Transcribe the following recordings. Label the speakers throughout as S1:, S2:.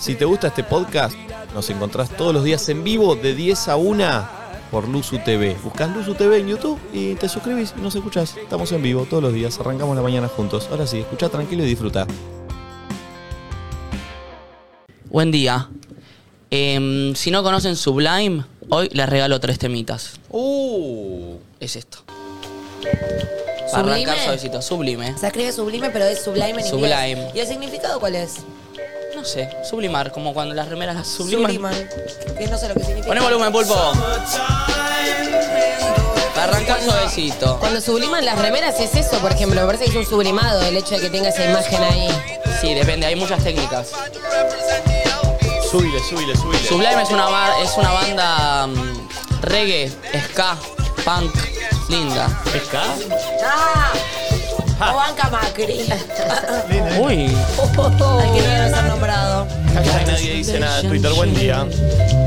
S1: Si te gusta este podcast, nos encontrás todos los días en vivo de 10 a 1 por Luzu TV. Buscás Luzu TV en YouTube y te suscribís y nos escuchás. Estamos en vivo todos los días, arrancamos la mañana juntos. Ahora sí, escucha tranquilo y disfruta.
S2: Buen día. Em, si no conocen Sublime, hoy les regalo tres temitas.
S1: Uh,
S2: Es esto. Para
S3: ¿Sublime?
S2: arrancar suavecito. Sublime.
S3: Se escribe sublime, pero es sublime en
S2: Sublime.
S3: inglés. ¿Y el significado cuál es?
S2: No sé, sublimar, como cuando las remeras las subliman.
S3: Subliman. Que no sé lo que significa.
S2: Poné volumen, pulpo. Para arrancar suavecito.
S4: Cuando subliman las remeras es eso, por ejemplo, me parece que es un sublimado el hecho de que tenga esa imagen ahí.
S2: Sí, depende, hay muchas técnicas.
S1: subile, subile, subile.
S2: Sublime es una, ba- es una banda mm, reggae, ska, punk, linda.
S1: ¿Pesca?
S3: ¡Ah! O banca Macri.
S2: Uy.
S3: Al que no debe ser nombrado.
S1: Nadie dice nada en Twitter. Buen día.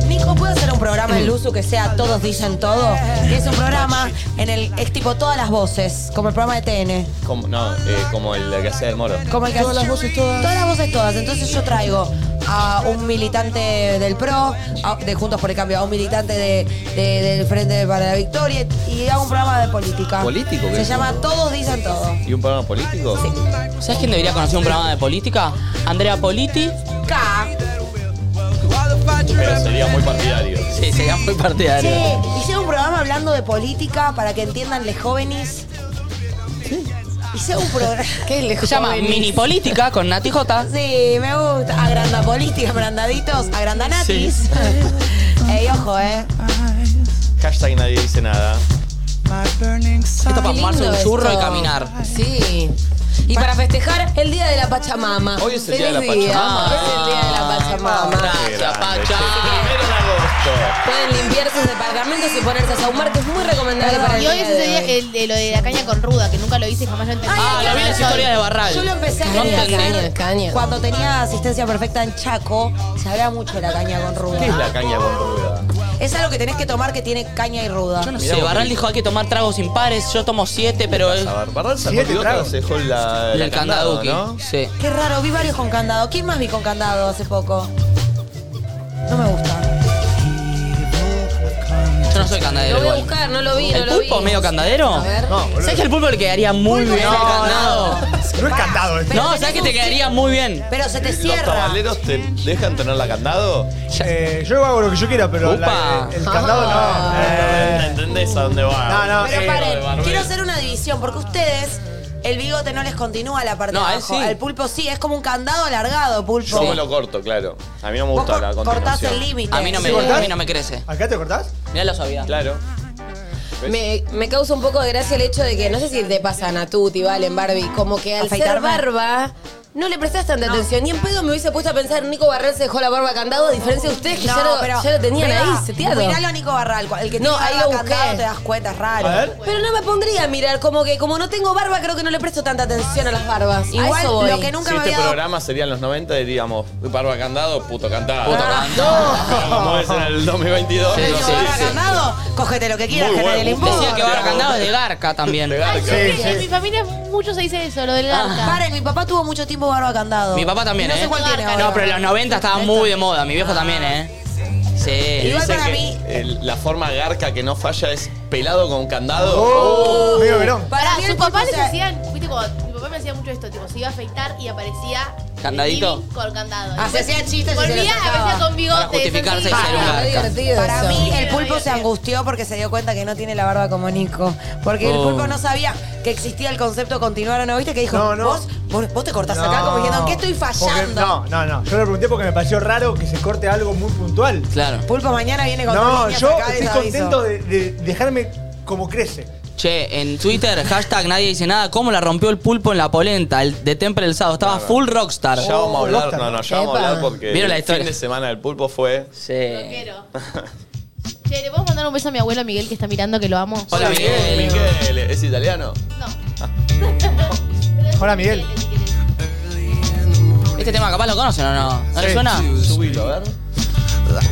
S3: Nico, ¿puedo hacer un programa en Luzu que sea Todos Dicen Todo? Que es un programa en el. Es tipo todas las voces, como el programa de TN.
S1: Como, no, eh, como el que hacía del moro.
S3: Como el que todas las voces todas. Todas las voces todas. Entonces yo traigo a un militante del PRO, a- de Juntos por el Cambio, a un militante de- de- del Frente para la Victoria y hago un programa de política.
S1: ¿Político, qué?
S3: Se llama Todos Dicen Todo.
S1: ¿Y un programa político?
S2: ¿Sabes quién debería conocer un programa de política? Andrea Politi.
S3: K.
S1: Pero sería muy partidario.
S2: Sí, sería muy partidario.
S3: Che, hice un programa hablando de política para que entiendan los jóvenes. Hice un programa.
S4: ¿Qué le
S2: Se llama Mini Política con Nati J.
S3: Sí, me gusta. Agranda política, agrandaditos, agrandanatis.
S2: Sí.
S3: Ey, ojo, eh.
S1: Hashtag nadie dice nada.
S2: Esto para
S4: Qué
S2: fumarse un
S4: lindo
S2: churro y
S4: esto.
S2: caminar.
S4: Sí. Y para festejar el Día de la Pachamama.
S1: Hoy es el Día de la
S4: Feliz
S1: Pachamama. Ah.
S4: Es el Día de la Pachamama.
S1: Qué
S2: Gracias,
S1: grande,
S2: Pacha.
S1: che. Primero en agosto.
S4: Pueden limpiar sus departamentos y ponerse a saumar, que es muy recomendable para el
S5: Y hoy
S4: día
S5: es
S4: de
S5: ese día
S4: hoy.
S5: el de lo de la caña con ruda, que nunca lo hice y jamás lo entendí.
S2: Ah, lo vi en las historias de Barral.
S3: Yo lo empecé a
S2: No
S3: querer
S2: entendí.
S3: hacer
S4: Caña.
S3: cuando tenía asistencia perfecta en Chaco. Se habla mucho de la caña con ruda.
S1: ¿Qué es la caña con ruda?
S3: Es algo que tenés que tomar que tiene caña y ruda.
S2: Yo no
S1: Mirá
S2: sé,
S1: vos,
S2: Barral
S1: Nico.
S2: dijo hay que tomar tragos impares, yo tomo siete, pero el,
S1: A ver, Barral sacó
S6: Siete
S1: el otro,
S6: tragos.
S1: se dejó la,
S2: el
S1: la candado,
S2: candaduki.
S1: ¿no?
S2: Sí.
S3: Qué raro, vi varios con candado. ¿Quién más vi con candado hace poco? No me gusta.
S2: Yo no soy candadero.
S4: Lo voy a
S2: igual.
S4: buscar, no lo vi, no
S2: ¿El
S4: lo
S2: pulpo
S4: vi.
S2: medio candadero?
S4: A ver.
S6: No, boludo.
S2: ¿Sabes que el pulpo le quedaría muy bien el candado?
S6: No es cantado esto.
S2: No, ¿sabes que te quedaría muy bien?
S3: Pero se te
S1: ¿Los
S3: cierra.
S1: tabaleros te dejan tener la candado?
S6: Eh, yo hago lo que yo quiera, pero la-
S2: Upa.
S6: el candado
S1: Ah.
S6: no. Eh,
S1: ¿Entendés a dónde va?
S6: no, no.
S3: Pero
S6: eh,
S3: paren, quiero hacer una división porque ustedes. El bigote no les continúa la parte
S2: No,
S3: de
S2: a él
S3: abajo.
S2: sí.
S3: El pulpo sí, es como un candado alargado,
S1: Yo
S3: pulpo.
S1: me lo corto, claro. A mí no me
S3: Vos
S1: gusta
S3: cor-
S1: la
S3: cortás
S1: continuación.
S3: el límite.
S2: A mí no me,
S6: ¿Sí
S2: a
S6: cortás?
S2: mí no me crece.
S6: ¿Acá te cortás?
S2: Mirá la suavidad.
S1: Claro. ¿Ves?
S4: Me, me causa un poco de gracia el hecho de que, no sé si te pasan a Tuti, Valen, Barbie, como que al
S3: Afeitarme.
S4: ser barba, no le prestás tanta atención. Ni en pedo me hubiese puesto a pensar, Nico Barral se dejó la barba candado, a diferencia de ustedes que ya, lo, ya lo tenían
S3: mirá,
S4: ahí, seteado.
S3: Miralo a Nico Barral, el que
S4: No,
S3: tiene
S4: ahí
S3: barba
S4: lo busqué.
S3: candado te das cuenta, es raro.
S6: A ver.
S4: Pero no me pondría a mirar, como que como no tengo barba, creo que no le presto tanta atención a las barbas. a eso
S3: Igual
S4: voy.
S3: lo que nunca
S1: Si
S3: me
S1: este
S3: había dado
S1: programa sería en los 90, diríamos, barba candado, puto cantado.
S2: Puto
S1: Como es en el 2022.
S2: Sí,
S1: no
S2: sí,
S1: se
S3: barba
S1: dice.
S3: candado, cógete lo que quieras,
S1: Muy
S3: que nadie
S1: bueno.
S3: le importa.
S2: Decía que ahora candado es de garca también.
S1: De garca.
S6: Sí,
S5: Sí, En mi
S6: sí.
S5: familia mucho se dice eso, lo del
S3: Ah.
S5: garca.
S3: Paren, mi papá tuvo mucho tiempo barba candado.
S2: Mi papá
S3: Y
S2: también,
S3: no
S2: ¿eh?
S3: sé cuál tiene ahora.
S2: No, pero en los 90 estaba muy de moda. Mi viejo también, ¿eh?
S1: Y
S2: Sí.
S3: Igual
S1: dicen
S3: para
S1: que
S3: mí-
S1: el- la forma garca que no falla es pelado con candado.
S6: Oh, medio verón.
S3: Para mí
S5: sus
S3: el tipo,
S5: papás
S3: o
S5: les
S3: sea,
S5: hacían, viste, cuando mi papá me hacía mucho esto, tipo, se iba a afeitar y aparecía
S2: ¿Candadito?
S5: el living con candado.
S3: Ah, se hacían chistes y se
S5: Volvía,
S3: los sacaba.
S5: aparecía con bigote.
S2: Para justificarse y
S5: eso sí.
S2: ser un garca.
S4: Re divertido
S3: Para
S4: eso.
S3: mí el
S5: Bien,
S3: pulpo
S5: bien,
S3: se
S5: bien.
S3: angustió porque se dio cuenta que no tiene la barba como Nico. Porque el
S2: Oh.
S3: pulpo no sabía que existía el concepto continuar o no. ¿Viste que dijo,
S6: No, no.
S3: Vos, vos, vos te cortás acá como diciendo, ¿en qué estoy
S6: Porque-
S3: fallando?
S6: no, no, no. Yo le pregunté porque me pareció raro que se corte algo muy puntual.
S2: Claro.
S3: Pulpo mañana viene con
S6: No,
S3: tus líneas
S6: yo
S3: acá,
S6: estoy
S3: les aviso.
S6: contento de, de dejarme como crece.
S2: Che, en Twitter, hashtag nadie dice nada, ¿cómo la rompió el pulpo en la polenta? El de Temple el sábado, estaba full rockstar.
S1: Ya vamos a hablar,
S6: Loftar.
S1: no, no, ya vamos a
S4: Epa.
S1: hablar porque
S2: Vieron la
S1: el
S2: historia.
S1: fin de semana del pulpo fue
S2: Sí.
S5: Rockero. Che, ¿le podemos mandar un beso a mi abuelo Miguel que está mirando que lo amo?
S2: Hola, Miguel.
S7: eh,
S1: Miguel, ¿es italiano?
S5: No.
S6: Hola, Miguel.
S5: Si querés.
S2: Este tema capaz lo conocen o no. ¿No le
S6: Sí.
S2: suena?
S1: Subilo, a ver.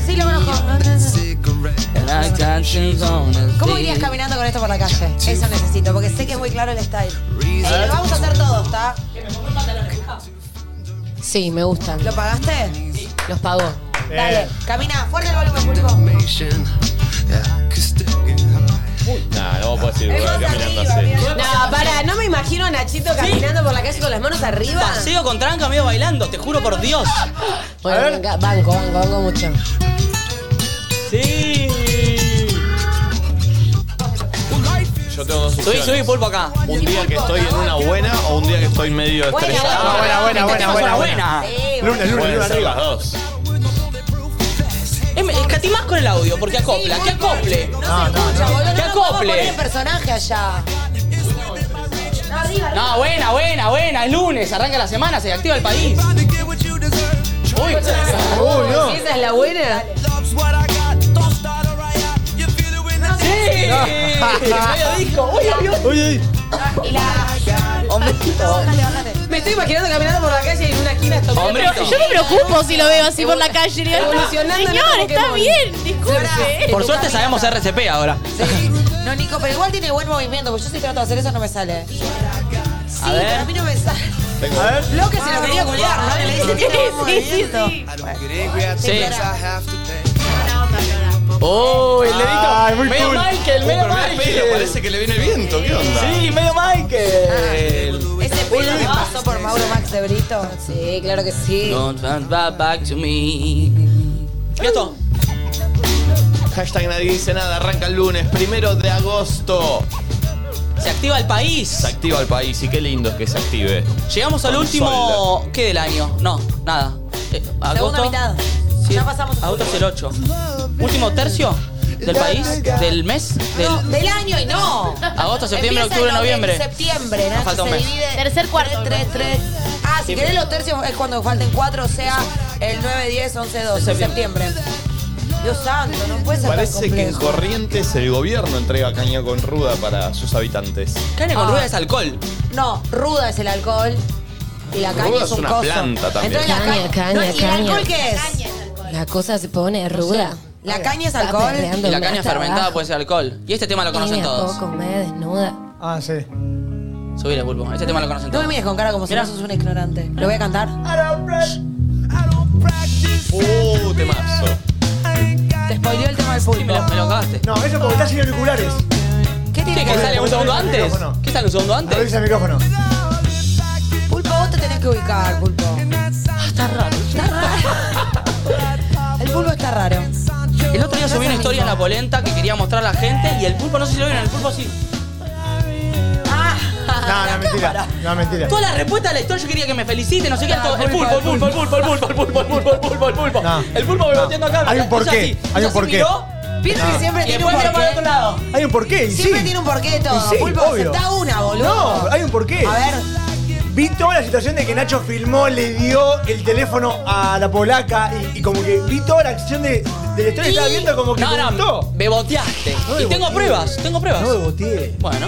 S3: Sí, lo conozco. ¿Cómo irías caminando con esto por la calle? Eso necesito, porque sé que es muy claro el style. Eh, lo vamos a hacer todos, ¿está?
S4: Sí, me gustan.
S3: ¿Lo
S6: Eh.
S3: pagaste?
S4: Los pagó.
S3: Dale, camina, fuerte el volumen, público.
S7: Nah, no puedo decir
S3: Es más arriba,
S7: caminando así.
S3: mira.
S4: No, para, no me imagino a Nachito caminando por la calle con las manos arriba.
S2: Paseo con tranca, medio bailando, te juro por Dios.
S4: Bueno, venga, banco, banco, banco mucho.
S2: Sí.
S7: Yo tengo dos
S2: Subí,
S7: opciones.
S2: subí, pulpo acá.
S7: Un día que estoy en una buena o un día que estoy medio estrellado.
S6: Ah, buena, buena, buena,
S2: Intentemos
S6: buena,
S2: una
S6: buena.
S2: buena.
S6: Luna, luna,
S7: Pueden
S6: luna
S7: ser las
S6: arriba.
S7: dos.
S2: Es- Escatimás con el audio, porque acopla, que acople.
S6: No, no,
S3: Boludo,
S6: no.
S2: ¡Que
S3: no podemos
S2: acople!
S3: poner el personaje allá.
S2: No, buena, buena, buena. Es lunes, arranca la semana, se activa el país. Uy,
S6: Uy, no.
S4: ¿Esa es la buena?
S2: sí. Medio disco. Uy, uy, uy.
S6: Uy, uy.
S4: Me estoy imaginando caminando por la calle y en una esquina esto.
S2: Hombre,
S5: Yo me preocupo si lo veo así por la calle. digo, "No,
S4: Evolucionando, no
S5: Señor,
S4: como que
S5: está
S4: no".
S5: bien, disculpe.
S2: por suerte sabemos RCP ahora.
S3: No, Nico, pero igual tiene buen movimiento, porque yo si trato de hacer eso no me sale. Sí,
S2: ver.
S3: pero a mí no me sale.
S6: A ver.
S3: Lo que se
S4: Ah,
S3: lo quería culiar, ¿no? Le dice tiene buen movimiento.
S2: Sí. Uy, el dedito.
S6: Ay, muy
S2: medio
S6: cool.
S2: Michael, medio
S7: Pero
S2: Michael.
S7: parece que le viene el viento, ¿qué onda?
S6: Sí, medio Michael.
S3: Ese pelo que pasó por Mauro Max de Brito.
S4: Sí, claro que sí.
S2: Don't turn back, back to me. ¿Qué esto?
S7: Hashtag nadie dice nada, arranca el lunes, primero de agosto.
S2: Se activa el país.
S7: Se activa el país y qué lindo es que se active.
S2: Llegamos al
S7: Con
S2: último. ¿Qué del año? No, nada. Eh,
S3: Segunda
S2: agosto.
S3: mitad.
S2: Sí.
S3: Ya pasamos.
S2: Agosto es el 8. Último tercio del país, del mes,
S3: No,
S2: del.
S3: del año y no.
S2: Agosto, septiembre,
S3: Empieza
S2: octubre,
S3: en
S2: noviembre.
S3: Septiembre, ¿no?
S2: falta un
S3: se
S2: mes.
S3: divide
S5: Tercer, cuarto.
S3: Tres, tres, tres. Ah, si querés los tercios es cuando falten cuatro, o sea, el 9, 10, 11, 12, septiembre. Dios santo, no puede ser tan
S7: Parece que en
S3: complejo.
S7: Corrientes el gobierno entrega caña con ruda para sus habitantes.
S2: Cane con
S3: Ah.
S2: rueda es alcohol.
S3: No, ruda es el alcohol. Y la caña
S7: Ruda
S3: es
S7: es
S3: un
S7: una
S3: coso.
S7: planta también.
S3: Entonces, la
S4: Caña, caña,
S3: no, ¿Y el
S4: caña.
S3: alcohol qué es?
S4: La cosa se pone ruda.
S3: La caña es alcohol.
S2: Y la caña fermentada puede ser alcohol. Y este tema lo conocen todos.
S4: me desnuda.
S6: Ah, sí.
S2: Subile, pulpo. Este tema lo conocen
S3: No me
S2: todos.
S3: mires con cara como si no sos un ignorante. Lo voy a cantar.
S7: Uh, temazo.
S3: Te spoileó el tema del
S2: Sí, me lo,
S3: público.
S2: me lo cagaste.
S6: No, eso porque estás sin auriculares.
S3: ¿Qué tiene
S2: ¿Qué,
S3: que
S2: que
S3: ver?
S2: sale un segundo
S6: Abrir el
S2: antes?
S6: micrófono.
S2: ¿Qué sale un segundo antes?
S6: Abrirse el micrófono.
S3: Pulpo, vos te tenés que ubicar, Pulpo.
S4: Ah,
S3: está raro. Está raro. El pulpo está raro.
S2: El otro día subí una historia en la polenta que quería mostrar a la gente y el pulpo, no sé si lo vieron, el pulpo sí.
S3: Ah,
S6: No, no, mentira. No, mentira.
S2: Toda la respuesta de la historia yo quería que me felicite, no sé qué. todo- El Ah, pulpo, el pulpo, el pulpo, el pulpo, el pulpo, el pulpo, el pulpo, el pulpo.
S6: No.
S2: El pulpo me
S6: No.
S2: batiendo acá.
S6: Hay un
S2: ella
S6: porqué,
S2: así,
S6: hay
S2: ella
S6: un
S2: se
S6: porqué. Ah.
S2: miró
S3: Pienso que siempre
S2: Y
S3: tiene un
S2: después miró para el otro
S3: porqué.
S2: lado.
S6: Hay un porqué, y sí.
S3: Siempre tiene un porqué todo.
S6: Y sí,
S3: Pulpo,
S6: obvio.
S3: aceptá una, boludo.
S6: No, hay un porqué.
S3: A ver,
S6: Vi toda la situación de que Nacho filmó, le dio el teléfono a la polaca y, y como que vi toda la acción de, de la historia que estaba viendo como que me
S2: No, no,
S6: gustó.
S2: me boteaste.
S6: No
S2: Y
S6: me
S2: tengo
S6: boteé.
S2: pruebas, tengo pruebas.
S6: No me boteé.
S2: Bueno,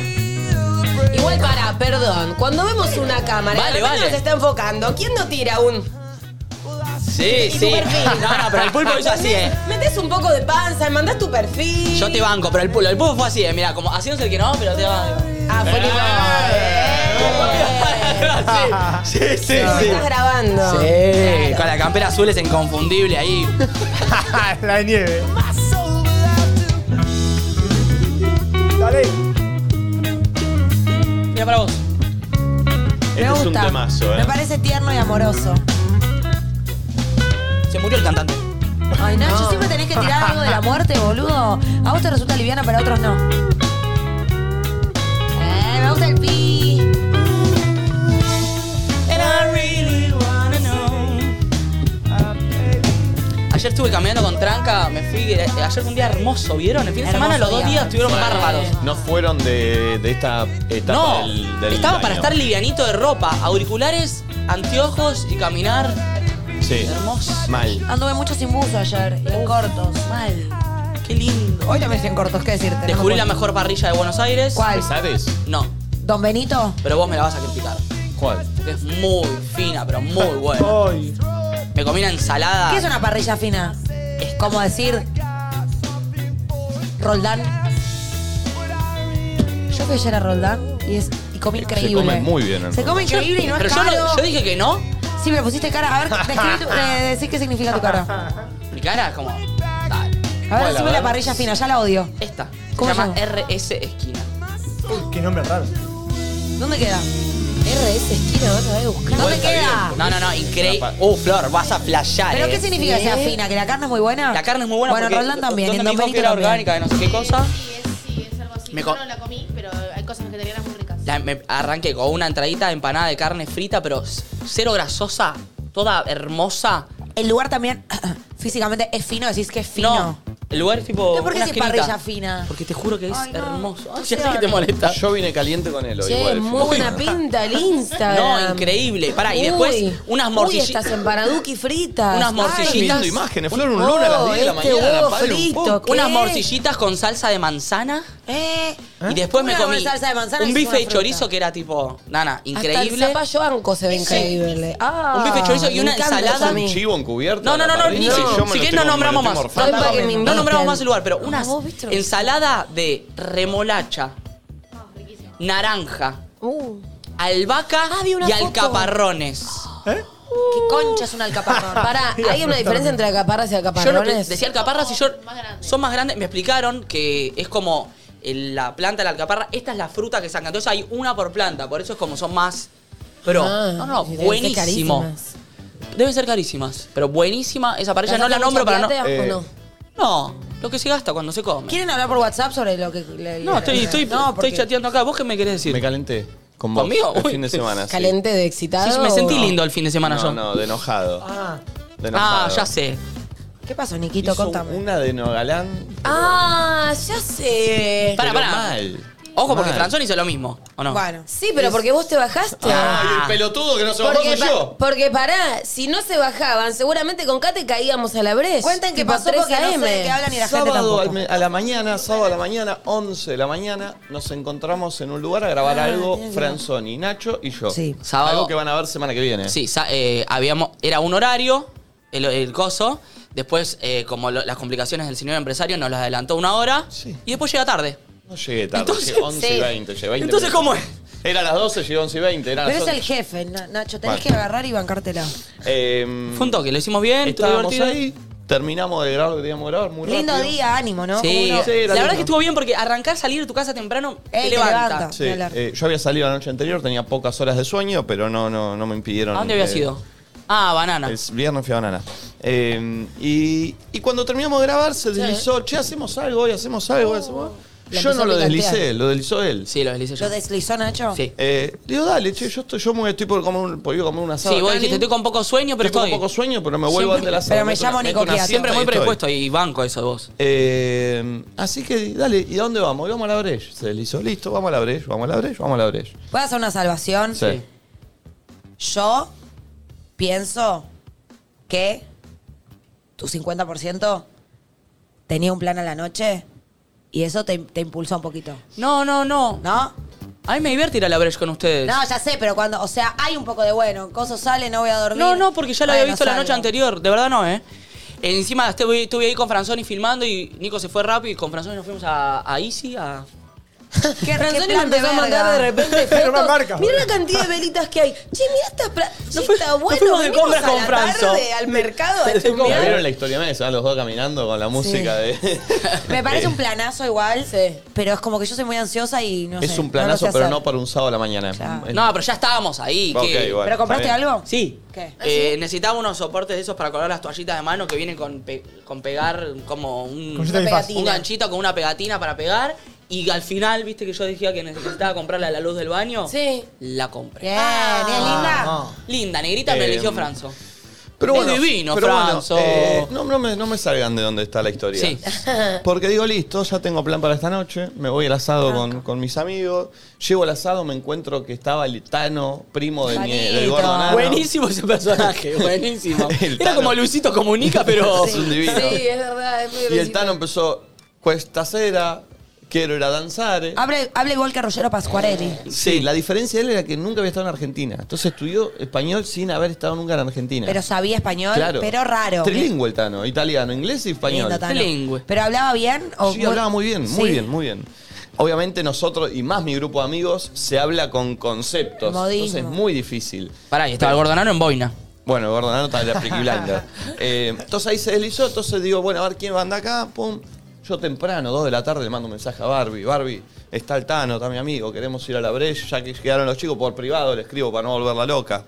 S4: Igual para, perdón. Cuando vemos una cámara,
S2: Vale,
S4: de repente
S2: vale.
S4: nos está enfocando. ¿Quién no tira un?
S2: sí,
S4: tu
S2: sí.
S4: perfil.
S2: No, no, pero el pulpo hizo así, eh.
S4: Metes un poco de panza, mandás tu perfil.
S2: Yo te banco, pero el pulpo, el pulpo fue así, eh. Mirá, como haciéndose el que no, pero te banco.
S4: Ah, fue
S6: Eh,
S4: tipo.
S2: sí, sí, sí.
S4: Me
S2: sí.
S4: Eh. Estás grabando.
S2: Sí, con la campera azul es inconfundible ahí.
S6: la de nieve. Dale.
S2: Mira para vos.
S3: me
S7: Este es
S3: gusta.
S7: un temazo,
S3: Me
S7: ¿eh?
S3: parece tierno y amoroso.
S2: Se murió el cantante.
S3: Ay, Nacho, siempre tenés que tirar algo de la muerte, boludo. A vos te resulta liviana, pero a otros no. Eh, me gusta el pi.
S2: Ayer estuve caminando con Tranca, me fui. eh, Ayer fue un día hermoso, ¿vieron? El fin de
S3: Hermoso
S2: semana los dos
S3: día.
S2: días estuvieron bárbaros.
S7: No fueron de, de esta etapa
S2: No,
S7: del, del
S2: estaba para
S7: año.
S2: estar livianito de ropa, auriculares, anteojos y caminar.
S7: Sí.
S2: Hermoso.
S7: Mal.
S3: Anduve mucho sin buzo ayer, y en cortos. Mal.
S2: Qué lindo.
S3: Hoy también estoy en cortos, ¿qué decirte? No
S2: Descubrí
S3: me
S2: la
S3: acuerdo.
S2: mejor parrilla de Buenos Aires.
S3: ¿Cuál?
S7: ¿Sabes?
S2: No,
S3: ¿Don Benito?
S2: pero vos me la vas a criticar.
S7: ¿Cuál?
S2: Porque es muy fina, pero muy buena.
S6: Ay.
S2: Me comí una ensalada.
S3: ¿Qué es
S7: Ah.
S3: una parrilla fina? Es como decir. Roldán. Yo fui ayer a Roldán y, es, y comí
S7: Se
S3: increíble.
S7: come muy bien en
S3: Se come
S2: Yo-
S3: increíble y no
S2: pero
S3: es
S2: yo, no-
S3: caro.
S2: yo dije que no.
S3: Sí, me pusiste cara. A ver, describí tu- eh, decí qué significa tu cara.
S2: Mi cara es como.
S3: A ver,
S2: Bueno,
S3: decime
S2: a
S3: la
S2: ver.
S3: parrilla fina, ya la odio.
S2: Esta.
S3: ¿Cómo
S2: se llama
S3: se
S2: RS Esquina.
S6: Uy, qué nombre raro.
S3: ¿Dónde queda?
S4: RS esquina, vas a ver, buscar.
S3: ¿Dónde queda?
S2: No, no, no, increíble. Uh, Flor, vas a flashear.
S3: ¿Pero qué
S2: eh.
S3: significa que sea fina? ¿Que la carne es muy buena?
S2: La carne es muy buena.
S3: Bueno, en
S2: porque
S3: Roldán también,
S2: ¿dónde
S3: en
S2: me
S3: Don
S2: dijo que
S3: Benito
S2: era
S3: también.
S2: orgánica, de no sé qué cosa.
S5: Sí, es, sí, es algo así.
S2: Me
S5: Yo
S2: co-
S5: no la comí, pero hay cosas vegetarianas muy ricas.
S2: La- me arranqué con una entradita de empanada de carne frita, pero c- cero grasosa, toda hermosa.
S3: El lugar también físicamente es fino, decís que es fino.
S2: No, el lugar es tipo.
S3: ¿Pero por qué
S2: una
S3: si
S2: esquinita.
S3: parrilla fina?
S2: Porque te juro que es
S3: Ay, no.
S2: hermoso. Ay,
S3: No
S2: ya
S3: sé,
S2: sé que te
S3: no.
S2: molesta.
S7: Yo vine caliente con él hoy.
S4: Che,
S7: igual,
S4: muy buena pinta el Instagram.
S3: Em,
S2: No, increíble. Pará, y después
S4: Uy.
S2: unas Uh,
S4: Uy,
S2: morcillitas.
S4: estás en Paraduki fritas.
S2: Unas morcillitas.
S4: Ay,
S7: Viendo
S4: estás-
S7: imágenes, Flor, un lunes a las 10 de la
S4: este
S7: mañana.
S4: huevo
S7: paren un
S4: frito,
S7: poco.
S4: ¿qué?
S2: Unas morcillitas con salsa de manzana.
S3: ¿Eh?
S2: Y después me
S3: Una con
S2: comí
S3: salsa de manzana y
S2: un
S3: es una
S2: bife de
S3: fruta.
S2: chorizo que era tipo, nana,
S4: Hasta el
S2: increíble.
S4: zapallo banco se ve
S3: Eh,
S4: increíble. Ah,
S2: Un bife chorizo y
S4: me
S2: una
S4: encanta eso
S2: ensalada.
S4: a mí.
S7: Un chivo encubierto.
S2: No, no, no, no, ni- si quieres no nombramos más.
S4: Estoy para que me
S2: No
S4: inviten.
S2: nombramos más el lugar, pero una
S4: Ah, vos viste lo que-
S2: ensalada de remolacha, naranja,
S4: Uh,
S2: albahaca
S4: Ah, vi una
S2: y
S4: foto. Ah,
S2: alcaparrones.
S3: ¿Qué concha es un alcaparrón?
S4: Pará, ¿hay una diferencia entre acaparras y
S2: Yo no
S4: acaparrones?
S2: decía alcaparras y yo
S5: Más grandes.
S2: son más grandes. Me explicaron que es como el- la planta de la alcaparra, esta es la fruta que sacan. Entonces hay una por planta, por eso es como son más. Pero,
S4: Ah,
S2: no, no,
S4: deben ser
S2: buenísimo.
S4: carísimas.
S2: Deben ser carísimas, pero buenísima esa parrilla. No la
S4: ¿Gastan
S2: nombro
S4: mucha
S2: para no.
S4: plata o
S7: Eh,
S4: no?
S2: No, lo que se gasta cuando se come.
S3: ¿Quieren hablar por WhatsApp sobre lo que... le-
S2: No,
S3: le-
S2: estoy, estoy,
S3: No,
S2: estoy
S3: porque-
S2: chateando acá. ¿Vos qué me querés decir?
S7: Me calenté. Con vos
S2: ¿Conmigo?
S7: El
S2: Uy.
S7: fin de semana. sí.
S4: ¿Calente de excitado?
S2: Sí, me sentí
S4: o-
S2: lindo el fin de semana yo.
S7: No, no, de enojado. Ah, de
S2: ah,
S7: enojado.
S2: ya sé.
S3: ¿Qué pasó, Niquito?
S7: Hizo
S3: Contame.
S7: una de Nogalán.
S4: Ah, ya sé.
S2: Para,
S7: pero
S2: para.
S7: mal.
S2: Ojo, porque
S7: Mal.
S2: Franzoni hizo lo mismo, ¿o no?
S3: Bueno.
S4: Sí, pero porque vos te bajaste.
S2: Ah,
S7: Ay, el pelotudo que no se bajó
S4: Porque,
S7: soy
S4: pa-
S7: yo.
S4: porque pará, si no se bajaban, seguramente con Kate caíamos a la brecha.
S3: Cuenten qué
S4: Tipo
S3: pasó
S4: 3
S3: porque no sé
S4: AM.
S3: de qué hablan ni la gente
S7: Sábado al
S3: tampoco.
S7: me- a la mañana, sábado a la mañana, 11 de la mañana, nos encontramos en un lugar a grabar
S4: Ah,
S1: Ah,
S7: algo, Franzoni, Nacho y yo.
S3: Sí.
S2: Sábado.
S7: Algo que van a ver semana que viene.
S2: Sí, sa- eh, habíamos, era un horario, el, el coso. Después, eh, como lo- las complicaciones del señor empresario, nos las adelantó una hora.
S7: Sí.
S2: Y después llega tarde.
S7: No llegué tarde,
S2: Entonces-
S7: llegué 11 y
S4: Sí.
S7: 20, llegué 20
S2: Entonces,
S7: minutos.
S2: ¿cómo es?
S7: Era las 12, llegué 11 y 20. Era
S3: Pero
S7: las
S3: es el
S7: 11.
S3: jefe, Na- Nacho. Tenés
S7: Bueno.
S3: que agarrar y bancártela.
S7: Eh,
S2: Fue un toque, lo hicimos bien, estuvo
S7: Estábamos
S2: divertido.
S7: ahí, terminamos de grabar lo que teníamos que grabar, muy
S3: Lindo
S7: rápido.
S3: día, ánimo, ¿no?
S2: Sí,
S3: Como uno-
S7: Sí,
S2: la
S7: era
S2: verdad
S7: lindo.
S2: que estuvo bien porque arrancar, salir de tu casa temprano
S3: Ey,
S2: te
S3: Eh, te
S2: levanta.
S3: levanta.
S7: Sí,
S3: Ni hablar.
S7: eh, yo había salido la noche anterior, tenía pocas horas de sueño, pero no, no, no me impidieron.
S2: ¿A dónde habías
S7: eh,
S2: ido? Ah, banana.
S7: El viernes fui a Banana. Eh, y, y cuando terminamos de grabar, se deslizó. Che, hacemos algo hoy, hacemos algo hoy, hacemos algo".
S4: La
S7: Yo
S4: empezó
S7: no
S4: a
S7: lo
S4: picantear.
S7: deslicé, lo deslizó él.
S2: Sí, lo deslicé yo.
S3: ¿Lo deslizó Nacho?
S2: Sí.
S7: Eh, le digo, dale, che, yo estoy, yo me estoy por comer, un- por ir a comer una
S2: Sí, vos dijiste, estoy con poco sueño, pero
S7: Estoy con
S2: estoy.
S7: un poco sueño, pero me vuelvo antes de la
S3: Pero me llamo Nico Kia,
S2: Siempre muy
S7: prepuesto
S2: predispuesto y banco eso de vos.
S7: Eh, así que dale, ¿y a dónde vamos? Vamos a la Breche. Se deslizó, listo, vamos a la Breche, vamos a la Breche, vamos a la Breche.
S3: ¿Puedo hacer una salvación?
S7: Sí.
S3: Yo pienso que tu 50% tenía un plan a la noche y eso te, te impulsó un poquito,
S2: No, no, no.
S3: ¿no?
S2: A mí me divierte ir a la brecha con ustedes.
S3: No, ya sé, pero cuando, o sea, hay un poco de bueno, coso sale, no voy a dormir.
S2: No, no, porque ya lo había
S3: Bueno,
S2: visto la
S3: salgo.
S2: noche anterior. De verdad no, ¿eh? Encima estuve, estuve ahí con Franzoni filmando y Nico se fue rápido y con Franzoni nos fuimos a, a Easy a...
S3: ¿Qué, qué
S4: Franzoni me
S3: plan de
S4: empezó a mandar de
S3: verga?
S4: repente
S6: Era una
S4: fotos.
S6: marca.
S4: Mira la cantidad de velitas que hay. Che, mira esta plata.
S2: No
S4: Che,
S2: fue-
S4: está
S2: no
S4: bueno.
S2: fuimos de
S4: venimos
S2: compras
S4: a
S2: con
S4: la
S2: Franzo.
S4: tarde al mercado a
S2: de
S4: chusmear.
S7: ¿Me vieron la historia mía que se van los dos caminando con la música de.
S3: Me parece un planazo igual, pero es como que yo soy muy ansiosa y no sé.
S7: es un
S3: lo
S7: planazo,
S3: sé
S7: pero
S3: hacer.
S7: no para un sábado a la mañana.
S3: Claro.
S7: Es-
S2: No, pero ya estábamos ahí.
S7: Ok,
S2: que-
S7: bueno,
S3: ¿Pero compraste
S7: está bien.
S3: algo?
S2: Sí.
S3: ¿Qué?
S2: Eh, necesitaba unos soportes de esos para colgar las toallitas de mano que vienen con, pe- con pegar como un,
S6: Con cita
S2: un
S6: bifaz.
S2: un ganchito con una pegatina para pegar. Y al final, viste que yo dije que necesitaba comprarla a la luz del baño.
S4: Sí.
S2: La compré.
S3: Bien, bien linda.
S7: Ah,
S6: Ah.
S2: Linda, negrita, me
S7: Eh,
S2: eligió Franzo.
S7: Pero
S2: Es
S7: bueno,
S2: divino,
S7: pero bueno,
S2: Franzo.
S7: eh, no, no me, no me salgan de donde está la historia.
S2: Sí.
S7: Porque digo, listo, ya tengo plan para esta noche, me voy al asado con, con mis amigos, llego al asado, me encuentro que estaba el Tano, primo de mi, del gordo Nano.
S2: Buenísimo ese personaje, buenísimo.
S7: ah, El
S2: Era
S7: Tano.
S2: como Luisito Comunica, pero...
S7: Es un divino.
S4: Sí, es verdad. Es muy
S7: Y el
S4: gracioso.
S7: Tano empezó, cuesta cera, quiero ir a danzar. eh.
S3: Hable, hable igual que Rogero Pascuarelli.
S7: Sí, la diferencia de él era que nunca había estado en Argentina. Entonces estudió español sin haber estado nunca en Argentina.
S3: Pero sabía español,
S7: Claro.
S3: pero raro.
S7: Trilingüe el Tano, italiano, inglés y español.
S3: Lindo, Tano.
S2: Trilingüe.
S3: Pero hablaba bien o
S7: Sí, hablaba muy bien, muy
S3: Sí.
S7: bien, muy bien. Obviamente nosotros, y más mi grupo de amigos, se habla con conceptos.
S3: Modismo.
S7: Entonces es muy difícil.
S2: Pará, y estaba el Gordonano en boina.
S7: Bueno, gordo, no está la Peaky Blinder. entonces ahí se deslizó, entonces digo, bueno, a ver quién anda acá, pum. Yo temprano, 2 de la tarde, le mando un mensaje a Barbie. Barbie, está el Tano, está mi amigo, queremos ir a la Breche, ya que llegaron los chicos, por privado le escribo para no volverla loca.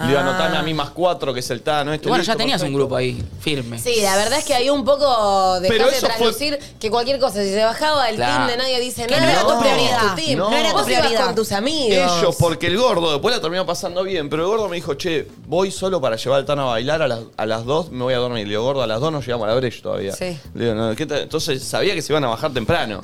S7: Le digo,
S3: Ah.
S7: anotame a mí más cuatro, que es el Tano. este Esto,
S2: Bueno,
S7: listo,
S2: ya tenías un
S7: perfecto.
S2: grupo ahí, firme.
S4: Sí, la verdad es que había un poco de
S7: Pero
S4: casi
S7: eso fue-
S4: traslucir que cualquier cosa, si se bajaba el
S2: Claro.
S4: team de nadie dice
S3: Que no
S4: nada,
S3: era tu
S4: vos tenías
S3: prioridad.
S4: tu team.
S7: No. No era tu
S4: Vos ibas
S3: prioridad.
S4: con tus amigos.
S7: Ellos, porque el gordo, después la terminó pasando bien, pero el gordo me dijo, che, voy solo para llevar al Tano a bailar, a las, a las 2 me voy a dormir. Le digo, gordo, a las 2 no llegamos a la brecha todavía.
S3: Sí.
S7: Le digo, no, ¿qué tal? Entonces sabía que se iban a bajar temprano.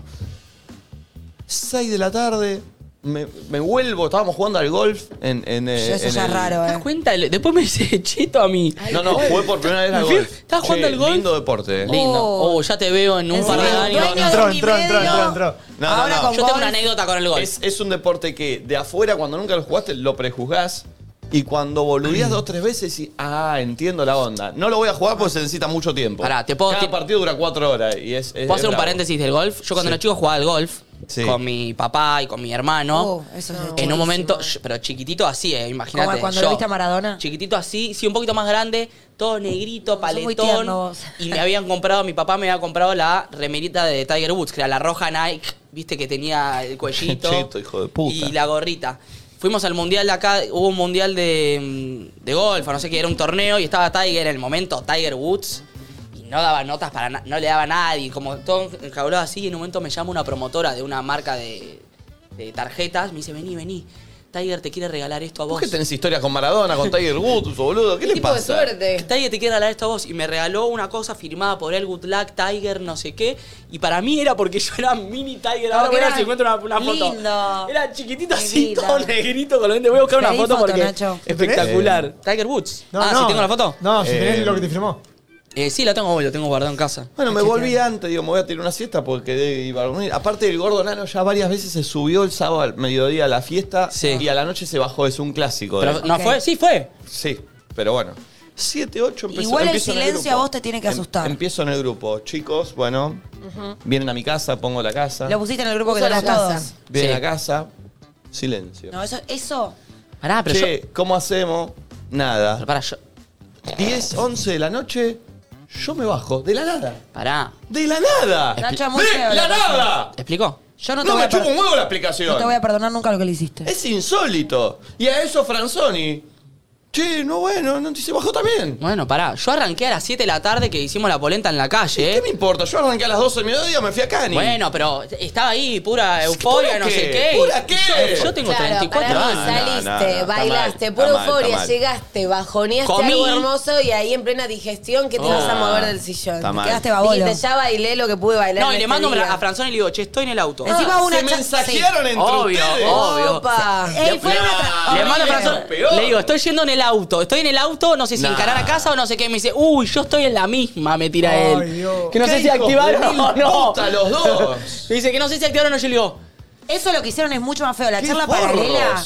S7: 6 de la tarde, me, me vuelvo, estábamos jugando al golf en... en, eh,
S3: Yo eso
S7: en
S3: ya es
S7: el-
S3: raro,
S2: ¿Te
S3: ¿eh?
S2: das cuenta? El- Después me dice Chito a mí.
S7: No, no, jugué por primera vez al
S2: Me fui-
S7: golf.
S2: ¿Estabas jugando
S7: Che,
S2: al golf?
S7: Lindo deporte. eh.
S2: Lindo.
S3: Oh.
S2: Oh, ya te veo en un
S3: Encima
S2: par de
S3: el
S2: años.
S3: dueño
S6: Entró,
S3: de
S6: entró, entró,
S3: Wikipedia,
S6: entró, entró.
S7: No,
S3: ahora
S7: no, no.
S3: con
S2: Yo tengo una
S3: golf.
S2: anécdota con el golf.
S7: Es, es un deporte que de afuera, cuando nunca lo jugaste, lo prejuzgás. Y cuando boludeás dos o tres veces, y, ah, entiendo la onda. No lo voy a jugar porque se necesita mucho tiempo.
S2: Pará, te puedo-
S7: Cada
S2: te-
S7: partido dura cuatro horas. Y es, es-
S2: ¿Puedo hacer
S7: es
S2: un
S7: bravo.
S2: paréntesis del golf? Yo cuando
S7: Sí.
S2: era chico jugaba al golf
S7: Sí.
S2: con mi papá y con mi hermano.
S3: Oh, eso es
S2: en
S3: buenísimo.
S2: un momento, sh- pero chiquitito así, eh, imagínate.
S3: Como cuando lo
S2: yo,
S3: viste a Maradona.
S2: Chiquitito así, sí, un poquito más grande, todo negrito,
S3: Sos muy
S2: paletón.
S3: tierno vos.
S2: Y me habían comprado, mi papá me había comprado la remerita de Tiger Woods, que era la roja Nike, viste que tenía el cuellito.
S7: Cheto, hijo de puta.
S2: Y la gorrita. Fuimos al mundial de acá, hubo un mundial de, mm, de golf, o no sé qué, era un torneo y estaba Tiger en el momento, Tiger Woods. Y no daba notas para na- no le daba a nadie, como todo enjaulado así. Y en un momento me llama una promotora de una marca de, de tarjetas, me dice: Vení, vení, Tiger te quiere regalar esto a vos.
S7: ¿Por qué tenés historias con Maradona, con Tiger Woods, boludo? ¿Qué le
S4: tipo de
S7: pasa?
S2: Que
S4: suerte.
S2: Tiger te quiere regalar esto a vos. Y me regaló una cosa firmada por él, Good Luck, Tiger, no sé qué. Y para mí era porque yo era mini Tiger. Ahora voy
S3: Como
S2: a
S3: que
S2: ver si
S3: era
S2: encuentro una, una foto.
S3: lindo.
S2: Era chiquitito así,
S3: Negrito.
S2: todo negrito con los dientes. Voy a buscar una
S3: Pedí
S2: foto,
S3: foto,
S2: porque.
S3: Nacho.
S2: Espectacular. Tiger Woods.
S6: No,
S2: ah,
S6: no.
S2: ¿sí tengo la foto?
S6: No, si
S7: Eh,
S6: tenés lo que te firmó.
S2: Eh, sí, la tengo, hoy, la tengo guardada en casa.
S7: Bueno, me volví antes, digo, me voy a tirar una siesta porque quedé- iba a dormir. Aparte, el gordo nano ya varias veces se subió el sábado al mediodía a la fiesta
S2: Sí.
S7: y a la noche se bajó. Es un clásico. eh. de-
S2: Pero, ¿No
S3: Ok.
S2: fue? Sí, fue.
S7: Sí, pero bueno. 7, 8, empezó
S3: Igual el
S7: empiezo en
S3: silencio
S7: grupo.
S3: a vos te tiene que
S7: Em-
S3: asustar.
S7: empiezo en el grupo. Chicos, bueno, vienen a mi casa, pongo la casa.
S3: Lo pusiste en el grupo que
S4: Puso la
S3: tenés todos.
S4: casa.
S7: Vienen
S2: Sí.
S7: a casa, silencio.
S3: No, eso, eso.
S2: Pará, pero
S7: che, ¿cómo hacemos?
S2: yo.
S7: Nada.
S2: Pará, yo.
S7: 10, 11 de la noche, yo me bajo. De la nada.
S2: Pará.
S7: ¡De la nada!
S3: Nacho, muy feo lo
S7: ¡De la
S3: que haces.
S7: nada!
S2: ¿Te explico?
S3: Yo no
S7: No,
S3: te, voy
S7: me
S3: a per-
S7: chupo un huevo la
S3: no
S7: explicación.
S3: te voy a perdonar nunca lo que le hiciste.
S4: Eh,
S7: Es insólito. Y a eso Franzoni. Che, no bueno, no, se bajó también.
S2: Bueno, pará. Yo arranqué a las 7 de la tarde que hicimos la polenta en la calle. eh.
S7: ¿Qué me importa? Yo arranqué a las 12 del mediodía, me fui a Cani.
S2: Bueno, pero estaba ahí, pura euforia,
S7: ¿Pura
S2: no sé
S7: qué?
S2: qué. y-
S7: ¿Pura qué?
S2: Yo, yo tengo
S4: Claro,
S2: 34
S4: para mí
S2: años.
S4: saliste,
S7: No, no, no, está
S4: bailaste,
S7: mal,
S4: pura
S7: está mal,
S4: euforia,
S7: está mal.
S4: llegaste, bajoneaste
S2: Comí.
S4: algo hermoso y ahí en plena digestión, ¿qué te
S2: Oh.
S4: vas a mover del sillón?
S7: Está
S4: Te
S7: mal.
S3: Quedaste
S4: quedaste-
S3: babolo.
S4: Dijiste, ya bailé lo que pude bailar.
S2: No,
S4: en
S2: y le
S4: este
S2: mando
S4: día.
S2: a Franzoni y le digo, che, estoy en el auto. Ah.
S3: Encima una
S7: se
S3: cha-
S7: mensajearon entre
S2: Obvio,
S7: ustedes.
S2: obvio.
S4: Opa.
S3: Él Eh, fue una
S7: Ah,
S3: tra-
S2: Le mando a
S3: horrible.
S2: Franzoni,
S7: peor.
S2: le digo, estoy yendo en el auto, estoy en el auto, no sé si
S7: Nah.
S2: encarar a casa o no sé qué. Me dice, uy, yo estoy en la misma, me tira
S6: Ay,
S2: él.
S6: Dios.
S2: Que no sé si activaron o no.
S7: Puta, los dos.
S2: Me dice que no sé si activaron o no. Yo le digo,
S3: Eso lo que hicieron es mucho más feo. La
S7: ¡Qué
S3: charla
S7: forros!
S3: paralela.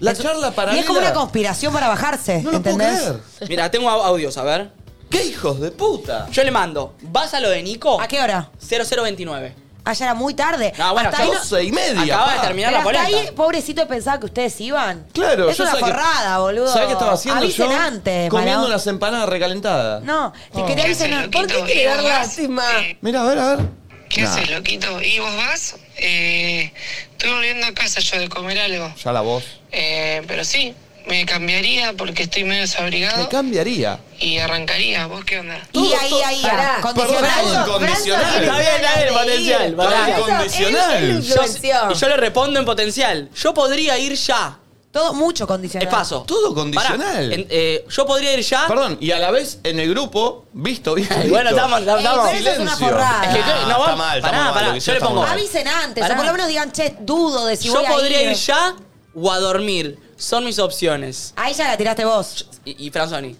S7: La charla paralela.
S3: Y es como una conspiración para bajarse,
S7: No lo puedo
S3: ¿entendés?
S7: creer.
S2: mira, tengo au- audios, a ver.
S7: ¿Qué hijos de puta?
S2: Yo le mando, ¿vas a lo de Nico?
S3: ¿A qué hora?
S2: 0029.
S3: Ayer era muy tarde.
S7: Ah,
S2: No, bueno,
S3: Hasta ahí no-
S2: yo-
S7: Doce y media.
S2: Acaba de
S7: pa.
S2: terminar
S3: Pero
S2: la
S3: hasta
S2: polenta.
S3: ahí, pobrecito, pensaba que ustedes iban.
S7: Claro,
S3: Es
S7: yo
S3: una
S7: sabía que-
S3: forrada, boludo.
S7: ¿Sabés qué estaba haciendo
S3: Avisen
S7: yo?
S3: antes,
S7: Comiendo
S3: mala-
S7: unas empanadas recalentadas.
S3: No, te quería avisar antes.
S4: ¿Por qué quiere dar lástima?
S7: Mira, a ver, a ver.
S8: ¿Qué
S7: Nah,
S8: haces, loquito? ¿Y vos vas? Eh, estoy volviendo a casa yo de comer algo.
S7: Ya la voz.
S8: Eh, pero sí, me cambiaría porque estoy medio
S7: Me
S8: desabrigado
S7: cambiaría.
S8: y arrancaría. ¿Vos qué onda?
S3: Y ahí, ahí,
S4: Pará.
S3: ahí. Condicional.
S7: Perdón, incondicional.
S4: Franzo tiene
S2: Está bien,
S4: ganas de
S2: está bien,
S4: ir.
S2: Valencial,
S4: Eso,
S7: Valencial.
S4: él- él
S7: Yo-
S4: influenció.
S2: Y yo le respondo en potencial. Yo podría ir ya.
S3: Todo mucho condicional.
S2: Es paso.
S7: Todo condicional.
S2: Pará, en- eh, yo podría ir ya.
S7: Perdón, y a la vez en el grupo, visto, visto.
S2: Ay, bueno,
S7: visto.
S2: estamos, estamos- estamos.
S3: Ey, pero eso es una
S7: Silencio.
S3: forrada.
S2: Es que yo- no,
S7: está
S2: vamos-
S7: mal, está
S2: pará,
S7: muy mal,
S2: pará,
S7: lo
S2: yo
S7: que hizo,
S2: le
S7: está
S2: pongo-
S7: muy mal.
S3: Avisen antes,
S2: Pará.
S3: o por lo menos digan, che, dudo de si
S2: yo
S3: voy a
S2: podría ir.
S3: ir.
S2: ya o a dormir. Son mis opciones.
S3: Ahí ya la tiraste vos.
S2: Y, y Franzoni.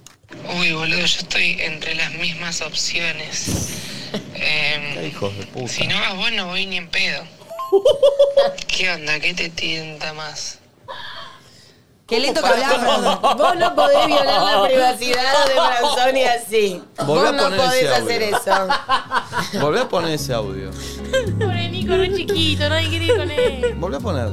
S8: Uy, boludo, yo estoy entre las mismas opciones. Em,
S7: Hijos de puta.
S8: si no vas vos, no voy ni en pedo. ¿Qué onda? ¿Qué te tienta más?
S3: Qué lento que hablabas, Franzo.
S4: Vos no podés violar la privacidad de Franzoni así.
S7: Volvé a
S4: Vos no
S7: poner ese
S4: podés
S7: audio.
S4: hacer eso.
S7: Volvé a poner ese audio.
S5: Pobre Nico, no es chiquito, nadie quiere ir con él.
S7: Volvé a poner.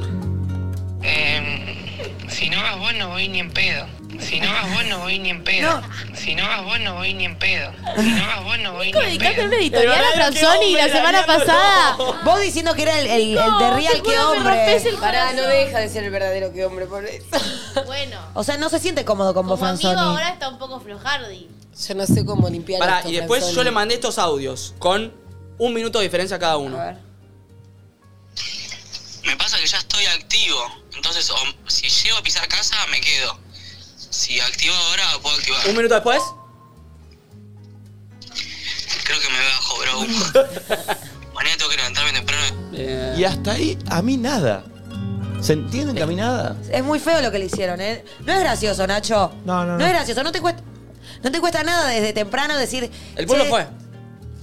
S8: Em, si no vas vos, no voy ni en pedo. Si no vas vos, no voy ni en pedo. Si no vas vos, no voy ni en pedo. Si no vas vos, no voy ni en
S5: Dedicaste
S8: pedo.
S5: una editorial a Franzoni la semana pasada.
S3: Vos diciendo que era el, el, el de
S5: No,
S3: Real,
S5: te
S3: qué
S5: juro, me
S3: hombre.
S5: rompes el
S4: Pará,
S5: corazón.
S4: no deja de ser el verdadero que hombre por eso.
S5: Bueno,
S3: O sea, no se siente cómodo con vos,
S5: como amigo
S3: Franzoni.
S5: ahora está un poco flojardi.
S4: Yo no sé cómo limpiar
S2: Pará,
S4: esto,
S2: y después
S4: Franzoni.
S2: yo le mandé estos audios con un minuto de diferencia cada uno.
S4: A ver.
S8: Me pasa que ya estoy activo. Entonces, o- si llego a pisar casa, me quedo. Si activo ahora, puedo activar.
S2: ¿Un minuto después?
S8: Creo que me bajo, bro. Mañana tengo que levantarme temprano.
S2: Eh,
S1: Y hasta ahí, a mí nada. ¿Se entienden que a mí nada?
S3: Es muy feo lo que le hicieron, ¿eh? No es gracioso, Nacho.
S6: No, no, no.
S3: No es gracioso, no te cuesta, no te cuesta nada desde temprano decir.
S2: El pueblo
S3: "Che,
S2: fue.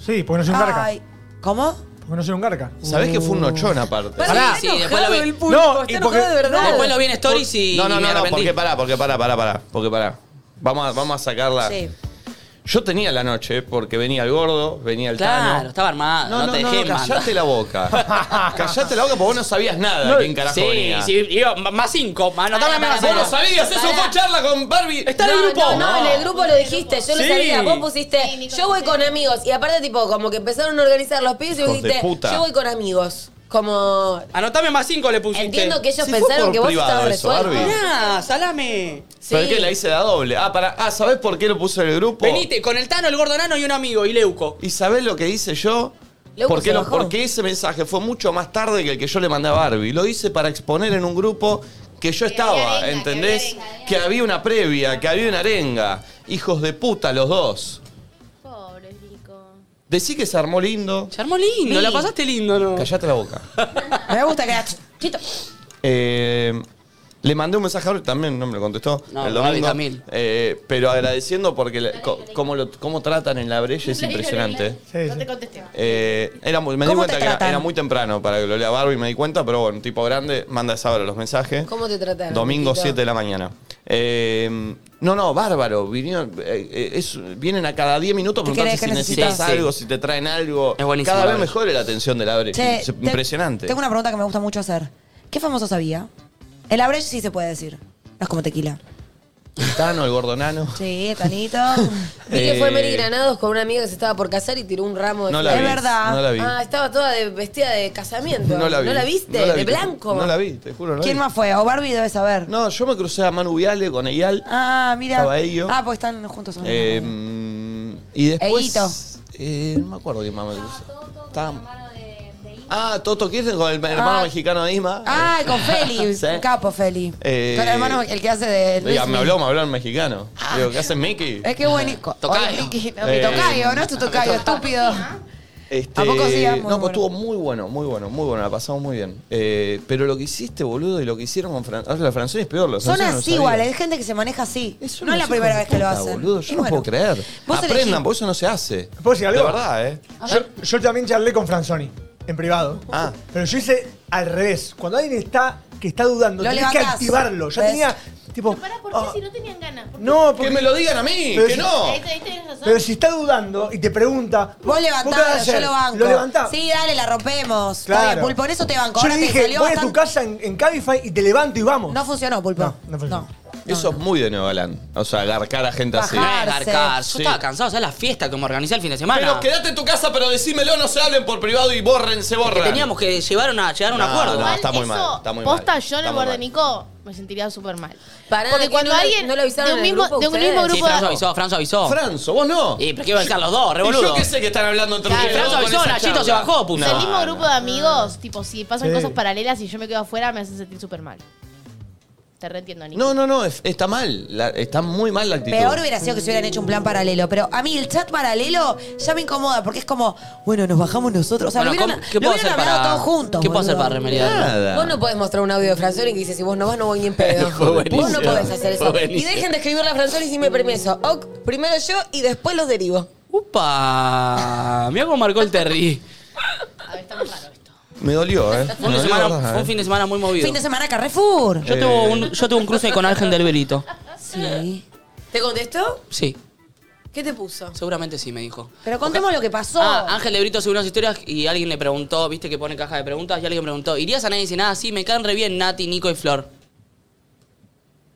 S6: Sí, porque no soy un garca.
S3: Ay, ¿Cómo?
S6: Porque no soy un garca.
S1: ¿Sabés que fue un nochón aparte?
S2: Pará,
S3: está
S2: sí, después lo
S3: enojado
S2: vi.
S3: el público,
S6: No,
S3: está
S6: y porque-
S3: enojado de verdad.
S2: Después lo vi en stories y,
S1: No,
S2: y
S1: no, no,
S2: me
S1: no,
S2: arrepentí.
S1: porque pará, porque pará, pará, pará, porque pará. Vamos a, vamos a sacarla.
S3: Sí.
S1: Yo tenía la noche porque venía el gordo, venía el
S2: claro,
S1: Tano.
S2: estaba armado, no,
S1: No, no,
S2: te
S1: no,
S2: dejé
S1: no,
S2: en banda.
S1: callate la boca. callate la boca porque vos no sabías nada de quién carajo
S2: Sí,
S1: venía.
S2: sí, iba- más cinco, más anotame
S1: Vos
S2: más
S1: no
S2: cinco.
S1: sabías, eso fue charla con Barbie.
S2: Está en
S4: no,
S2: el grupo.
S4: No, no, en el grupo lo dijiste, yo lo
S1: Sí.
S4: sabía. Vos pusiste,
S5: Sí, Nico,
S4: yo voy
S5: sí.
S4: con amigos. Y aparte, tipo, como que empezaron a organizar los pibes y vos
S1: Hijos de
S4: dijiste,
S1: puta.
S4: yo voy con amigos. Como.
S2: Anotame más cinco le pusiste.
S4: Entiendo que ellos
S1: Sí, fue
S4: pensaron
S1: por
S4: que vos
S1: privado
S4: estabas
S1: eso,
S4: resuelto.
S1: Barbie.
S2: Mirá, salame.
S4: Sí.
S1: ¿Pero qué? La hice de a doble. Ah, para, ah, ¿sabés por qué lo puse en el grupo?
S2: Venite, con el Tano, el gordo nano y un amigo, y Leuco.
S1: ¿Y sabés lo que hice yo?
S4: Luego
S1: Porque,
S4: se
S1: lo-
S4: bajó.
S1: porque ese mensaje fue mucho más tarde que el que yo le mandé a Barbie. Lo hice para exponer en un grupo que yo estaba,
S5: arenga,
S1: ¿entendés?
S5: que había arenga.
S1: Que había una previa, que había una arenga. Hijos de puta los dos.
S5: Pobre Nico.
S1: Decí que se armó lindo.
S2: Se armó lindo, la pasaste lindo, ¿no?
S1: Callate la boca.
S3: Me gusta que Chito.
S1: Eh, le mandé un mensaje a Barbie, también no me lo contestó
S2: No,
S1: el
S2: Barbie
S1: domingo.
S2: también.
S1: Eh, pero agradeciendo porque la- co- cómo, lo, cómo tratan en la Breche es impresionante.
S6: Sí,
S5: No
S6: sí.
S5: te contesté.
S1: Eh, era muy- me di
S3: ¿Cómo
S1: cuenta
S3: te
S1: que era,
S3: tratan?
S1: era muy temprano para que lo lea Barbie, me di cuenta, pero bueno, tipo grande, manda esa hora los mensajes.
S4: ¿Cómo te trataron?
S1: Domingo
S4: Niquito?
S1: 7 de la mañana. Eh, no, no, bárbaro. Vinieron, eh, eh, es- vienen a cada 10 minutos
S3: ¿Qué
S1: preguntarte
S3: querés
S1: si
S3: que
S1: necesitas
S2: necesitas?
S1: algo, si te traen algo.
S2: Es buenísimo,
S1: Cada vez
S2: Bárbaro.
S1: mejor es la atención de la Breche.
S3: Che,
S1: Es
S3: te-
S1: impresionante.
S3: Tengo una pregunta que me gusta mucho hacer. ¿Qué famoso sabía? El average sí se puede decir. No es como tequila.
S1: Tano, el gordonano.
S3: Sí, Tanito.
S4: Vi que fue
S1: Eh,
S4: Mary Granados con una amiga que se estaba por casar y tiró un ramo de
S1: No la
S3: Es
S1: vi.
S3: verdad.
S1: No la vi.
S4: Ah, estaba toda de- vestida de casamiento.
S1: no la vi.
S4: viste?
S1: No la vi,
S4: de
S1: te ju-
S4: blanco.
S1: No la vi, te juro. No
S3: ¿Quién
S1: la vi.
S3: más fue? O Barbie debe saber.
S1: No, yo me crucé a Manu Viale con Eyal.
S3: Ah, mira.
S1: Estaba ello.
S3: Ah, pues están juntos. son
S1: Eh, y
S3: Eguito.
S1: después. Eh, no me acuerdo quién más me cruzó. Estaba- Ah, Toto Kirchner con el hermano
S3: Ah.
S1: mexicano de Isma. Eh,
S3: Ah, con Feli.
S1: Sí.
S3: Un Capo Feli.
S1: Eh,
S3: con el hermano, el que hace de.
S1: Diga,
S3: Luis Ah. Eh,
S1: me habló, me habló en mexicano. Digo, ¿qué hace Mickey?
S3: Es que buenísimo.
S2: Eh, Tocayo.
S3: Oye, Ricky, no,
S1: Eh,
S3: mi tocayo, no es tu tocayo, estúpido.
S1: Este,
S3: ¿a poco sí? Ah, muy
S1: no, pero
S3: bueno.
S1: estuvo muy bueno, muy bueno, muy bueno, la pasamos muy bien. Eh, pero lo que hiciste, boludo, y lo que hicieron con Fran... ah, la Francés es peor, los
S3: Son
S1: franceses no
S3: así
S1: sabían.
S3: igual, hay gente que se maneja así.
S1: Eso
S3: no es la
S1: hijos
S3: primera
S1: de
S3: vez que lo
S1: puta,
S3: hacen.
S1: boludo, yo
S3: Y
S1: no
S3: bueno,
S1: puedo creer.
S3: vos
S1: Aprendan,
S3: elegís-
S1: porque eso no se hace.
S6: ¿Puedo decir algo?
S1: De verdad, eh.
S6: Yo, yo también charlé con Franzoni, en privado.
S1: Ah.
S6: Pero yo hice al revés. Cuando alguien está que está dudando,
S3: Lo
S6: tenés que
S3: levantás.
S6: activarlo. Yo
S3: ¿Ves?
S6: tenía, tipo.
S5: Pero pará, ¿por qué
S6: ah,
S5: si no tenían ganas? ¿Por qué?
S6: no,
S1: Que
S6: porque.
S1: me lo digan a mí,
S6: Pero
S1: que
S6: si-
S1: no.
S5: Ahí, te- ahí tenés razón.
S6: Pero si está dudando y te pregunta.
S3: Vos
S6: qué vas a
S3: levantás, yo
S6: hacer?
S3: lo banco.
S6: Lo levantás.
S3: Sí, dale, la rompemos.
S6: Claro.
S3: Está bien, Pulpo, en eso te banco.
S6: Yo
S3: Ahora
S6: le
S3: te
S6: dije,
S3: salió
S6: voy a tu
S3: bastante-
S6: casa en, en Cabify y te levanto y vamos.
S3: No funcionó, Pulpo.
S6: No, no funcionó.
S1: Eso es muy de Nueva Galán. O sea, agarcar a gente así.
S3: Bajar.
S2: Arcar, Yo
S1: Sí.
S2: estaba cansado, o sea, la fiesta que me organizé el fin de semana.
S1: Pero quédate en tu casa, pero decímelo, no se hablen por privado y borren, se
S2: que
S1: borran.
S2: teníamos que llevar una, llegar a un
S1: No,
S2: acuerdo.
S1: no.
S5: Igual
S1: está muy
S5: eso,
S1: mal, está muy
S5: posta,
S1: mal,
S5: yo en
S1: está
S5: el
S1: muy
S5: lugar de
S1: mal.
S5: Nico me sentiría súper mal.
S4: Pará,
S5: Porque
S4: ¿que
S5: cuando
S4: no lo-
S5: alguien.
S4: no lo avisaron
S5: de un
S4: en el
S5: mismo,
S4: grupo
S5: de un
S4: ustedes?
S5: mismo
S2: Sí,
S5: grupo.
S2: Franzo avisó, Franzo avisó.
S1: Franzo, vos no.
S2: Y pero qué iban a estar los dos, re
S1: Y
S2: boludo.
S1: yo qué sé que están hablando entre
S5: Claro,
S1: ustedes
S5: Franzo
S1: dos con
S2: avisó,
S1: esa charla.
S2: Nachito se bajó, puso.
S5: del
S2: No,
S5: mismo grupo de amigos, tipo, si pasan
S6: Sí.
S5: cosas paralelas y yo me quedo afuera, me hacen sentir súper mal. Te reentiendo, Nico.
S1: No, no, no, es- está mal. la- está muy mal la actitud.
S3: Peor hubiera sido que se hubieran hecho un plan paralelo, pero a mí el chat paralelo ya me incomoda porque es como, bueno, nos bajamos nosotros. O sea,
S2: Bueno,
S3: lo hubieran,
S2: ¿cómo- ¿qué
S3: lo
S2: puedo
S3: hubieran
S2: hacer
S3: hablado
S2: para.
S3: todos juntos.
S2: ¿Qué puedo hacer
S3: boludo.
S2: para remediarlo?
S1: Nada.
S4: Vos no podés mostrar un audio de Franzoni que dice, si vos no vas, no voy ni en pedo.
S2: Fue buenísimo.
S4: Vos no podés hacer eso.
S2: Fue
S4: Y
S2: buenísimo.
S4: dejen de escribirle a Franzoni sin mi permiso. Ok, primero yo y después los derivo.
S2: Upa, mira cómo marcó el Terry.
S5: A ver, está muy raro esto.
S1: Me dolió, ¿eh?
S2: Fue, un
S1: Me
S2: de
S1: dolió,
S2: semana-
S1: ¿verdad,
S2: fue
S1: eh?
S2: un fin de semana muy movido.
S3: Fin de semana Eh. Carrefour.
S2: Yo, tuve un, yo tuve un cruce con Ángel del Velito.
S3: Sí.
S4: ¿Te contestó?
S2: Sí,
S4: ¿Qué te puso?
S2: seguramente sí, me dijo.
S3: Pero contemos lo que pasó.
S2: Ah, Ángel de Brito subió unas historias y alguien le preguntó, viste que pone caja de preguntas, y alguien preguntó, ¿irías a nadie sin nada? Sí, me caen re bien Nati, Nico y Flor.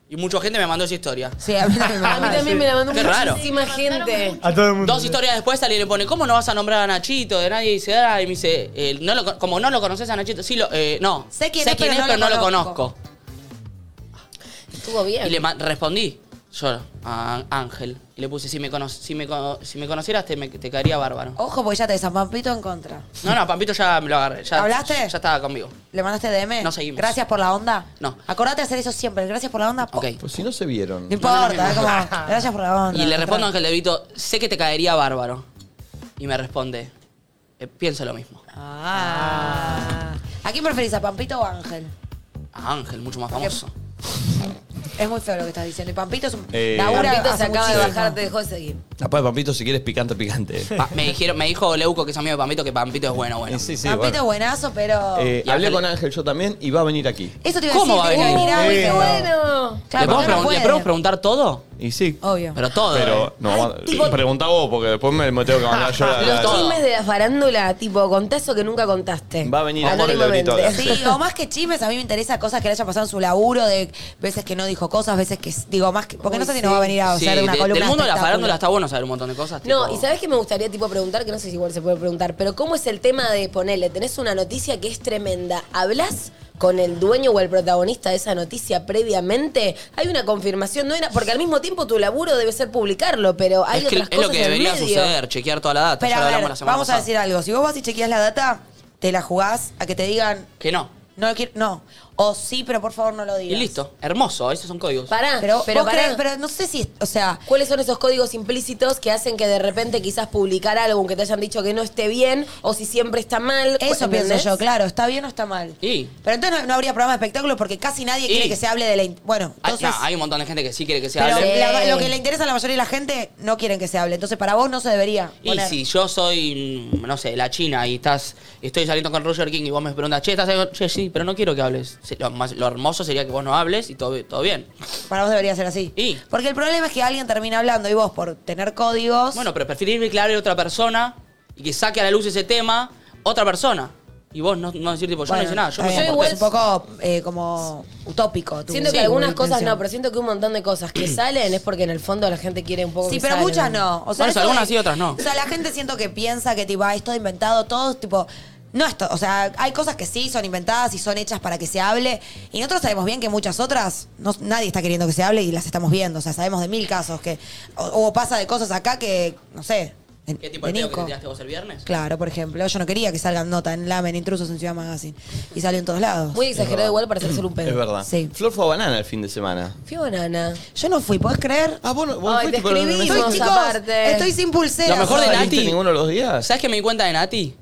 S2: Y Y mucha gente me mandó esa historia.
S3: Ah, Sí, a mí también me
S4: A mí
S3: manda.
S4: también me la mandó
S2: Qué raro.
S4: muchísima gente.
S6: A todo el mundo.
S2: Dos historias después alguien le pone, ¿cómo no vas a nombrar a Nachito? De nadie dice, ah, y me dice, eh, no lo con- como no lo conoces a Nachito, sí lo, eh, no.
S3: Sé quién es, pero no
S2: pero
S3: lo
S2: no lo
S3: conozco.
S2: conozco.
S4: Estuvo bien.
S2: Y le ma- respondí, yo, a Ángel. Y le puse, si me, cono- si me, cono- si me conocieras te, me- te caería bárbaro.
S3: Ojo, porque ya te desampampito en contra.
S2: No, no, Pampito ya me lo agarré. Ya,
S3: ¿Hablaste?
S2: Ya, estaba conmigo.
S3: ¿Le mandaste DM?
S2: No seguimos.
S3: Gracias por la onda.
S2: No.
S3: Acordate de hacer eso siempre. Gracias por la onda. po-
S2: Ok.
S7: Pues si no se vieron.
S3: No importa,
S2: No, no, no.
S3: es como, gracias por la onda.
S2: Y le respondo a Ángel de Brito, sé que te caería bárbaro. Y me responde, "Eh, pienso lo mismo.
S3: Ah. ¿A quién preferís, a Pampito o a Ángel?
S2: A Ángel, mucho más famoso.
S3: Es muy feo lo que estás diciendo. Y Pampito es un.
S7: Eh,
S3: labura
S4: Pampito se
S3: hace
S4: acaba de
S3: Ah, muchísimo.
S4: bajar, te dejó de seguir.
S7: Papá de Pampito, si quieres picante, picante.
S2: Pa- me, dijeron, me dijo Leuco, que es amigo de Pampito, que Pampito es bueno, bueno.
S7: Eh, Sí, sí,
S3: Pampito es
S7: bueno.
S3: buenazo, pero.
S7: Eh,
S2: Y
S7: hablé
S2: Ángel-
S7: con Ángel yo también y va a venir aquí.
S3: eso te iba
S2: ¿cómo
S3: a
S2: va a
S3: decir. te
S2: venir?
S3: iba a
S6: Sí.
S3: decir, ah, Ángel.
S4: Bueno.
S2: ¿Le
S3: Claro,
S2: podemos,
S3: porque no
S2: pregun- le
S3: puede.
S2: podemos preguntar todo?
S7: Y sí.
S3: Obvio.
S2: Pero todo. ¿eh?
S7: Pero, no, pregunta vos, porque después me, me tengo que mandar yo la-
S2: Los
S7: la-
S2: dos.
S4: Los chismes de la farándula, tipo, contá eso que nunca contaste.
S7: Va a venir Ángel el
S4: Anónimamente.
S7: Laurito acá.
S3: Sí, o más que chismes, a mí me interesa cosas que le haya pasado en su laburo, de veces que no dijo cosas, veces que. Digo, más que. Porque no
S4: Uy,
S3: sé si
S4: sí.
S3: nos va a venir a
S2: Sí,
S3: hacer una
S2: de-
S3: columna.
S2: del mundo de la
S3: espectacular.
S2: farándula está bueno saber un montón de cosas.
S4: No,
S2: tipo-
S4: y sabes que me gustaría tipo preguntar, que no sé si igual se puede preguntar, pero ¿cómo es el tema de ponerle? Tenés una noticia que es tremenda. ¿Hablas con el dueño o el protagonista de esa noticia previamente? Hay una confirmación, no era, porque al mismo tiempo tu laburo debe ser publicarlo, pero hay
S2: es, que-
S4: otras
S2: es
S4: cosas
S2: lo que
S4: en el
S2: debería
S4: medio.
S2: suceder, chequear toda la data.
S3: Pero
S2: ya lo
S3: a
S2: hablamos
S3: ver,
S2: la semana
S3: vamos a
S2: pasada.
S3: decir algo. Si vos vas y chequeas la data, te la jugás a que te digan.
S2: Que no.
S3: No lo quiero. No. O sí, pero por favor no lo
S2: Y
S3: digas.
S2: listo. Hermoso, esos son códigos.
S4: Pará,
S3: Pero,
S4: Ah, pero,
S3: vos
S4: pará.
S3: crees- pero no sé si. O sea.
S4: ¿Cuáles son esos códigos implícitos que hacen que de repente quizás publicar algo, aunque te hayan dicho que no esté bien, o si siempre está mal?
S3: Eso pienso
S4: ¿entendés?
S3: yo, claro, está bien o está mal.
S2: Y-
S3: Pero entonces no, no habría programa de espectáculos porque casi nadie
S2: Y-
S3: quiere que se hable de la. in- Bueno,
S2: Hay,
S3: entonces.
S2: no, hay un montón de gente que sí quiere que se
S3: pero eh,
S2: hable.
S3: la-
S4: Sí.
S3: lo que le interesa a la mayoría de la gente no quieren que se hable. Entonces para vos no se debería.
S2: Y
S3: poner.
S2: si yo soy, mm, no sé, la China y estás, estoy saliendo con Roger King y vos me preguntas, che, estás saliendo con-?" Che, sí, pero no quiero que hables. Sí, Lo, más- lo hermoso sería que vos no hables y todo, todo bien.
S3: Para vos debería ser así.
S2: Y-
S3: Porque el problema es que alguien termina hablando y vos por tener códigos.
S2: Bueno, pero preferirme que hable otra persona y que saque a la luz ese tema otra persona. Y vos no, no decir, tipo, yo
S3: Bueno,
S2: no hice nada, yo
S3: está
S2: me
S3: bien,
S4: yo
S3: porque
S2: comporté.
S3: es un poco eh, como utópico. tu-
S4: Siento que
S3: sí,
S4: algunas
S3: tu
S4: cosas no,
S3: intención.
S4: pero siento que un montón de cosas que salen es porque en el fondo la gente quiere un poco
S3: Sí,
S4: que
S3: pero
S4: salgan.
S3: muchas no. O sea,
S2: Por eso,
S3: eso
S2: algunas
S3: de-
S2: sí, otras no.
S3: O sea, la gente siento que piensa que tipo, ah, es todo inventado, todo tipo. No esto, o sea, hay cosas que sí son inventadas y son hechas para que se hable. Y nosotros sabemos bien que muchas otras, no- nadie está queriendo que se hable y las estamos viendo. O sea, sabemos de mil casos que. O, o pasa de cosas acá que, no sé. de-
S2: ¿Qué tipo de pedo que
S3: Nico.
S2: te tiraste vos el viernes?
S3: Claro, por ejemplo. Yo no quería que salgan nota en Lamen, intrusos en Ciudad Magazine. Y salió en todos lados.
S4: Muy exagerado igual para hacer solo un pedo.
S7: Es verdad.
S3: Sí.
S7: Flor fue a banana el fin de semana.
S4: Fui banana.
S3: Yo no fui, ¿podés creer?
S7: Ah, vos, no- vos
S4: Ay,
S7: fuiste,
S4: te
S7: pero no me
S4: escribí,
S7: mencionaste.
S4: vos.
S3: Estoy, chicos,
S4: aparte.
S3: estoy sin pulsera.
S2: Lo mejor de
S3: soy.
S2: Nati-
S7: ¿Viste ninguno de los días?
S2: ¿Sabes qué me di cuenta de Nati?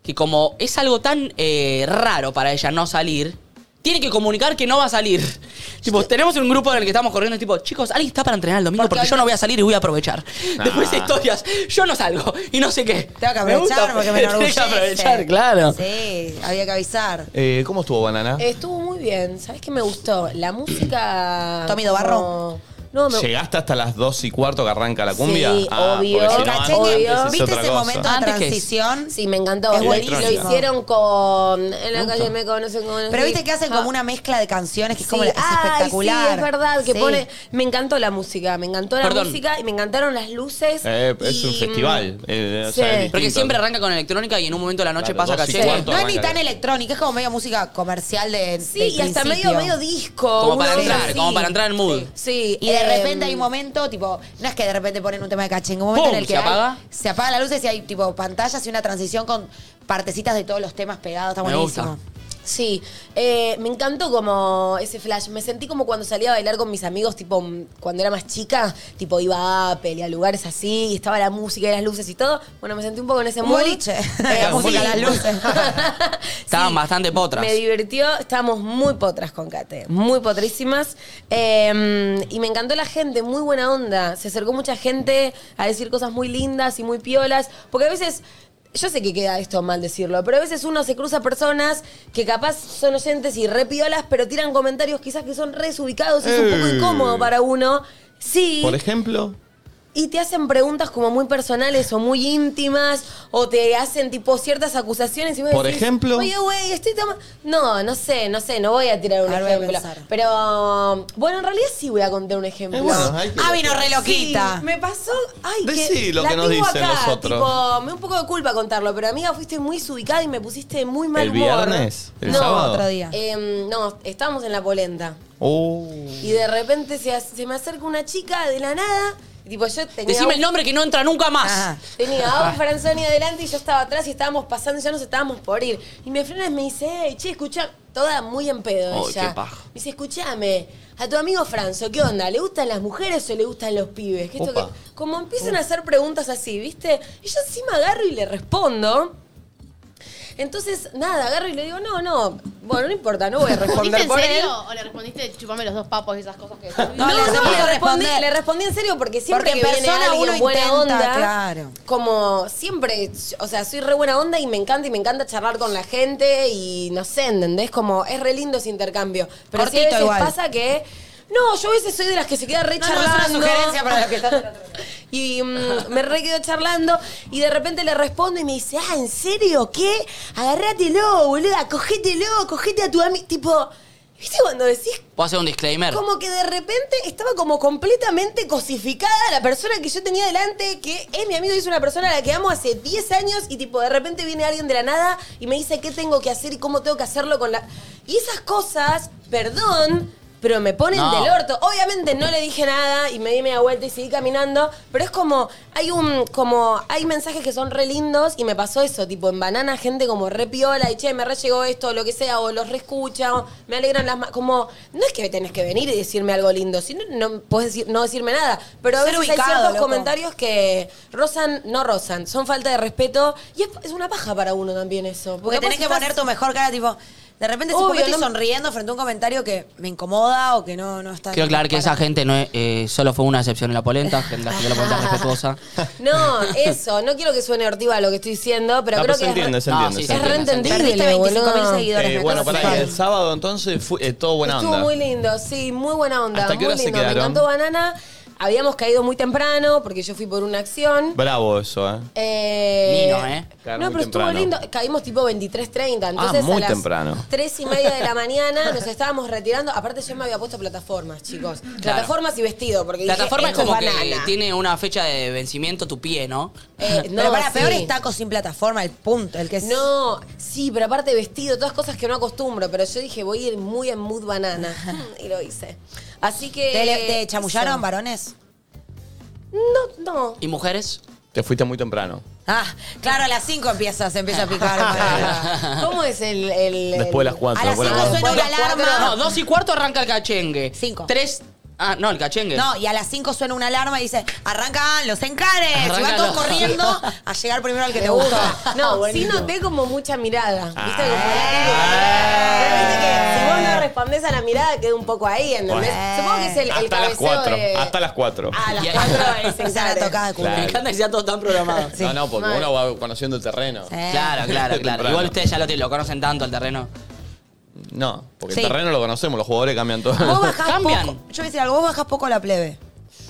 S2: Que como es algo tan eh, raro para ella no salir, tiene que comunicar que no va a salir. tipo, tenemos un grupo en el que estamos corriendo, tipo, chicos, alguien está para entrenar el domingo porque, yo no voy a salir y voy a aprovechar. Después de historias, yo no salgo y no sé qué.
S3: Tengo que
S2: Me gusta,
S3: aprovechar porque me enorgullece.
S2: Tengo que aprovechar, claro.
S3: Sí, había que avisar.
S7: Eh, ¿Cómo estuvo banana?
S4: Estuvo muy bien. ¿Sabes qué me gustó? La música.
S3: Tommy
S4: como-
S3: Dobarro.
S4: No, me
S7: Ah, ¿Llegaste hasta las 2 y cuarto que arranca la cumbia? Ah,
S4: Sí, obvio.
S7: porque si
S3: El
S7: no,
S3: caché
S4: obvio.
S7: antes es
S3: ¿Viste
S7: otra
S3: ese
S7: cosa.
S3: momento de
S2: Antes que-
S3: transición?
S4: Sí, me encantó.
S3: Es
S4: Lo,
S3: buenísimo.
S4: lo hicieron con. En la calle me conocen como.
S3: Pero viste que hacen como una mezcla de canciones que es como es espectacular.
S4: Ah. Sí, es verdad. Que
S3: Sí.
S4: pone. Me encantó la música. Me encantó la
S2: Perdón.
S4: música y me encantaron las luces.
S7: Eh, es un
S4: y-
S7: festival. eh, o
S4: Sí.
S7: sea, es
S2: Porque
S7: distinto.
S2: siempre arranca con electrónica y en un momento de la noche
S7: Claro,
S2: pasa
S7: dos y
S2: caché.
S7: cuarto.
S3: No es ni
S7: arranca
S3: tan
S7: la-
S3: electrónica, es como medio música comercial de.
S4: Sí,
S3: del
S4: y hasta
S3: principio.
S4: medio, medio disco.
S2: Como para
S4: una cosa
S2: entrar,
S4: así.
S2: como para entrar en mood.
S4: Sí.
S3: Y de
S4: eh,
S3: repente hay un momento, tipo, no es que de repente ponen un tema de caché, en un momento
S2: Em. ¡Pum!
S3: en el que
S2: ¿Se
S3: hay-
S2: apaga?
S3: se apagan las luces y hay tipo pantallas y una transición con partecitas de todos los temas pegados, está
S2: Me gusta.
S3: buenísimo.
S4: Sí, eh, me encantó como ese flash. Me sentí como cuando salía a bailar con mis amigos, tipo mm, cuando era más chica, tipo iba a Apple y a lugares así, y estaba la música y las luces y todo. Bueno, me sentí un poco en ese
S3: Un
S4: mood.
S3: boliche.
S4: Eh,
S3: La música,
S4: sí.
S3: las luces.
S2: Estaban bastante potras.
S4: Me divirtió, estábamos muy potras con Kate, muy potrísimas. Eh, y me encantó la gente, muy buena onda. Se acercó mucha gente a decir cosas muy lindas y muy piolas, porque a veces... Yo sé que queda esto mal decirlo, pero a veces uno se cruza personas que capaz son oyentes y re piolas, pero tiran comentarios quizás que son re desubicados y es un poco
S7: Eh.
S4: incómodo para uno. Sí.
S7: Por ejemplo,
S4: Y te hacen preguntas como muy personales o muy íntimas, o te hacen tipo ciertas acusaciones. Y vos
S7: Por
S4: decís,
S7: ejemplo.
S4: Oye, güey, estoy toma-". No, no sé, no sé, no voy a tirar un
S3: Ahora voy a
S4: ejemplo.
S3: pensar.
S4: Pero bueno, en realidad sí voy a contar un ejemplo.
S7: Eh, bueno, hay que-
S3: Ah, vino re
S4: Sí,
S3: loquita.
S4: me pasó. Ay,
S7: Decí lo
S4: la
S7: que nos
S4: tengo
S7: dicen
S4: acá,
S7: los otros.
S4: tipo, me da un poco de culpa contarlo, pero amiga, fuiste muy desubicada y me pusiste de muy mal
S7: ¿El
S4: humor.
S7: viernes? ¿El
S4: no,
S7: sábado?
S3: Otro día.
S4: em, no, estábamos en la polenta.
S7: Oh.
S4: Y de repente se, ac- se me acerca una chica de la nada. Y tipo, yo tenía.
S2: Decime el nombre que no entra nunca más.
S3: Ah.
S4: Tenía a Augusto Franzoni adelante y yo estaba atrás y estábamos pasando y ya nos estábamos por ir. Y mi frena me dice, hey, che, escucha, toda muy en pedo
S2: Ay,
S4: ella.
S2: qué paja.
S4: Me dice, escúchame, a tu amigo Franzo, ¿qué onda? ¿Le gustan las mujeres o le gustan los pibes? Que esto
S7: Opa.
S4: que- Como empiezan a hacer preguntas así, ¿viste? Y yo encima agarro y le respondo. Entonces, nada, agarro y le digo, no, no, bueno, no importa, no voy a
S5: ¿Respondiste
S4: responder
S5: en
S4: por él.
S5: serio o le respondiste chupame los dos papos y esas cosas que
S4: No,
S3: No, le
S4: no, le,
S3: puedo
S4: respondí,
S3: responder.
S4: le respondí en serio porque siempre
S3: Porque en
S4: que viene
S3: persona
S4: alguien
S3: uno
S4: buena
S3: intenta,
S4: onda,
S3: claro.
S4: como siempre, o sea, soy re buena onda y me encanta y me encanta charlar con la gente y no sé, ¿entendés? Como es re lindo ese intercambio. Pero sí a
S3: Cortito
S4: veces
S3: igual.
S4: pasa que no, yo a veces soy de las que se queda re
S3: No, no, es
S4: charlando.
S3: una sugerencia para los que están del otro
S4: Y mm, me re quedo charlando y de repente le respondo y me dice, ah, ¿en serio? ¿Qué? Agárratelo, boluda, cogételo, cogete a tu amigo. Tipo, ¿viste cuando decís
S2: Puedo hacer un disclaimer.
S4: como que de repente estaba como completamente cosificada la persona que yo tenía delante, que es mi amigo y es una persona a la que amo hace 10 años y tipo de repente viene alguien de la nada y me dice qué tengo que hacer y cómo tengo que hacerlo con la... Y esas cosas, perdón, pero me ponen
S2: No.
S4: del orto. Obviamente no le dije nada y me di media vuelta y seguí caminando, pero es como, hay un, como, hay mensajes que son re lindos y me pasó eso, tipo en banana gente como re piola y che, me re llegó esto, lo que sea, o los re escucha, o me alegran las ma- como, no es que tenés que venir y decirme algo lindo, sino no podés decir, no decirme nada, pero a
S3: Ser
S4: veces hay
S3: ubicado,
S4: ciertos
S3: loco.
S4: comentarios que rozan, no rozan, son falta de respeto y es, es una paja para uno también eso.
S3: Porque tenés que
S4: capaz
S3: poner
S4: estás-
S3: tu mejor cara, tipo. De repente, si
S4: Obvio,
S3: porque estoy
S4: no-
S3: sonriendo frente a un comentario que me incomoda o que no, no está.
S2: Quiero aclarar que
S3: para-
S2: esa gente no es- eh, solo fue una excepción en la polenta, gente- la gente de la polenta es respetuosa.
S4: No, eso, no quiero que suene hortiva lo que estoy diciendo, pero creo
S7: No, pero se
S4: que es re-
S7: entiende, se
S2: No,
S7: entiende.
S2: sí,
S7: se
S2: es
S4: Es
S7: entiende.
S4: reentendible,
S3: Perdiste 25.000
S4: boludo.
S3: seguidores.
S7: Eh,
S3: me
S7: bueno,
S3: acabo de
S7: para ahí,
S3: fijar.
S7: el sábado entonces fue eh, todo buena
S4: Estuvo
S7: onda.
S4: muy lindo, sí, muy buena onda.
S7: ¿Hasta qué
S4: muy
S7: hora se
S4: lindo.
S7: quedaron?
S4: Me encantó Banana. Habíamos caído muy temprano porque yo fui por una acción.
S7: Bravo eso, ¿eh?
S4: Eh,
S2: Nino, ¿eh?
S7: Claro,
S4: no,
S7: muy
S4: pero estuvo
S7: temprano. Ah,
S4: lindo. Caímos tipo 23.30. Entonces
S7: muy
S4: a las
S7: temprano.
S4: 3 y media de la mañana nos estábamos retirando. Aparte, yo me había puesto plataformas, chicos. Plataformas y vestido. Porque dije,
S2: Plataforma es
S4: esto
S2: como que
S4: banana.
S2: tiene una fecha de vencimiento tu pie, ¿no?
S4: Eh,
S3: Pero para,
S4: sí.
S3: peor es taco sin plataforma, el punto, el que es.
S4: No, sí, pero aparte vestido, todas cosas que no acostumbro, pero yo dije, voy a ir muy en mood banana. Y lo hice. Así que.
S3: ¿Te, le- te chamullaron,
S4: eso.
S3: varones?
S4: No, no.
S2: ¿Y mujeres?
S7: Te fuiste muy temprano.
S3: Ah, claro, a las 5 empieza, se empieza a picar. para-
S4: ¿Cómo es el. el-
S7: Después de las
S4: el-
S7: cuatro,
S3: a las
S7: después de
S3: 5 suena
S7: las cuatro.
S3: una
S4: Después de las
S3: alarma.
S2: No, dos y cuarto arranca el cachengue.
S3: Cinco.
S2: Tres. Ah, no, el cachengue.
S3: No, y a las 5 suena una alarma y dice, arrancan los encares. y
S2: Arrancan
S3: van todos
S2: los-
S3: corriendo a llegar primero al que te
S4: Me
S3: gusta.
S4: gusta. No, sí noté como mucha mirada. ¿Viste? Como-
S3: Ah.
S4: Pero viste que si vos no respondés a la mirada, queda un poco ahí, ¿entendés?
S3: Bueno.
S4: Supongo que es el, el
S7: hasta las
S4: cabeceo
S7: cuatro.
S4: de- Ah,
S7: Hasta las cuatro.
S4: A las
S2: Y-
S4: cuatro es
S3: Empiezan a
S4: encarar.
S3: tocar de culo.
S7: Claro.
S2: Me encanta que sea todo tan programado.
S3: Sí.
S7: No, no, porque uno va conociendo el terreno.
S3: Sí.
S2: Claro, claro, claro.
S7: Temprano.
S2: Igual ustedes ya lo, tienen, lo conocen tanto el terreno.
S7: No, porque
S3: Sí.
S7: el terreno lo conocemos, los jugadores cambian todo.
S3: Vos bajás
S2: Cambian.
S3: poco. Yo voy a decir algo, vos bajás poco la plebe.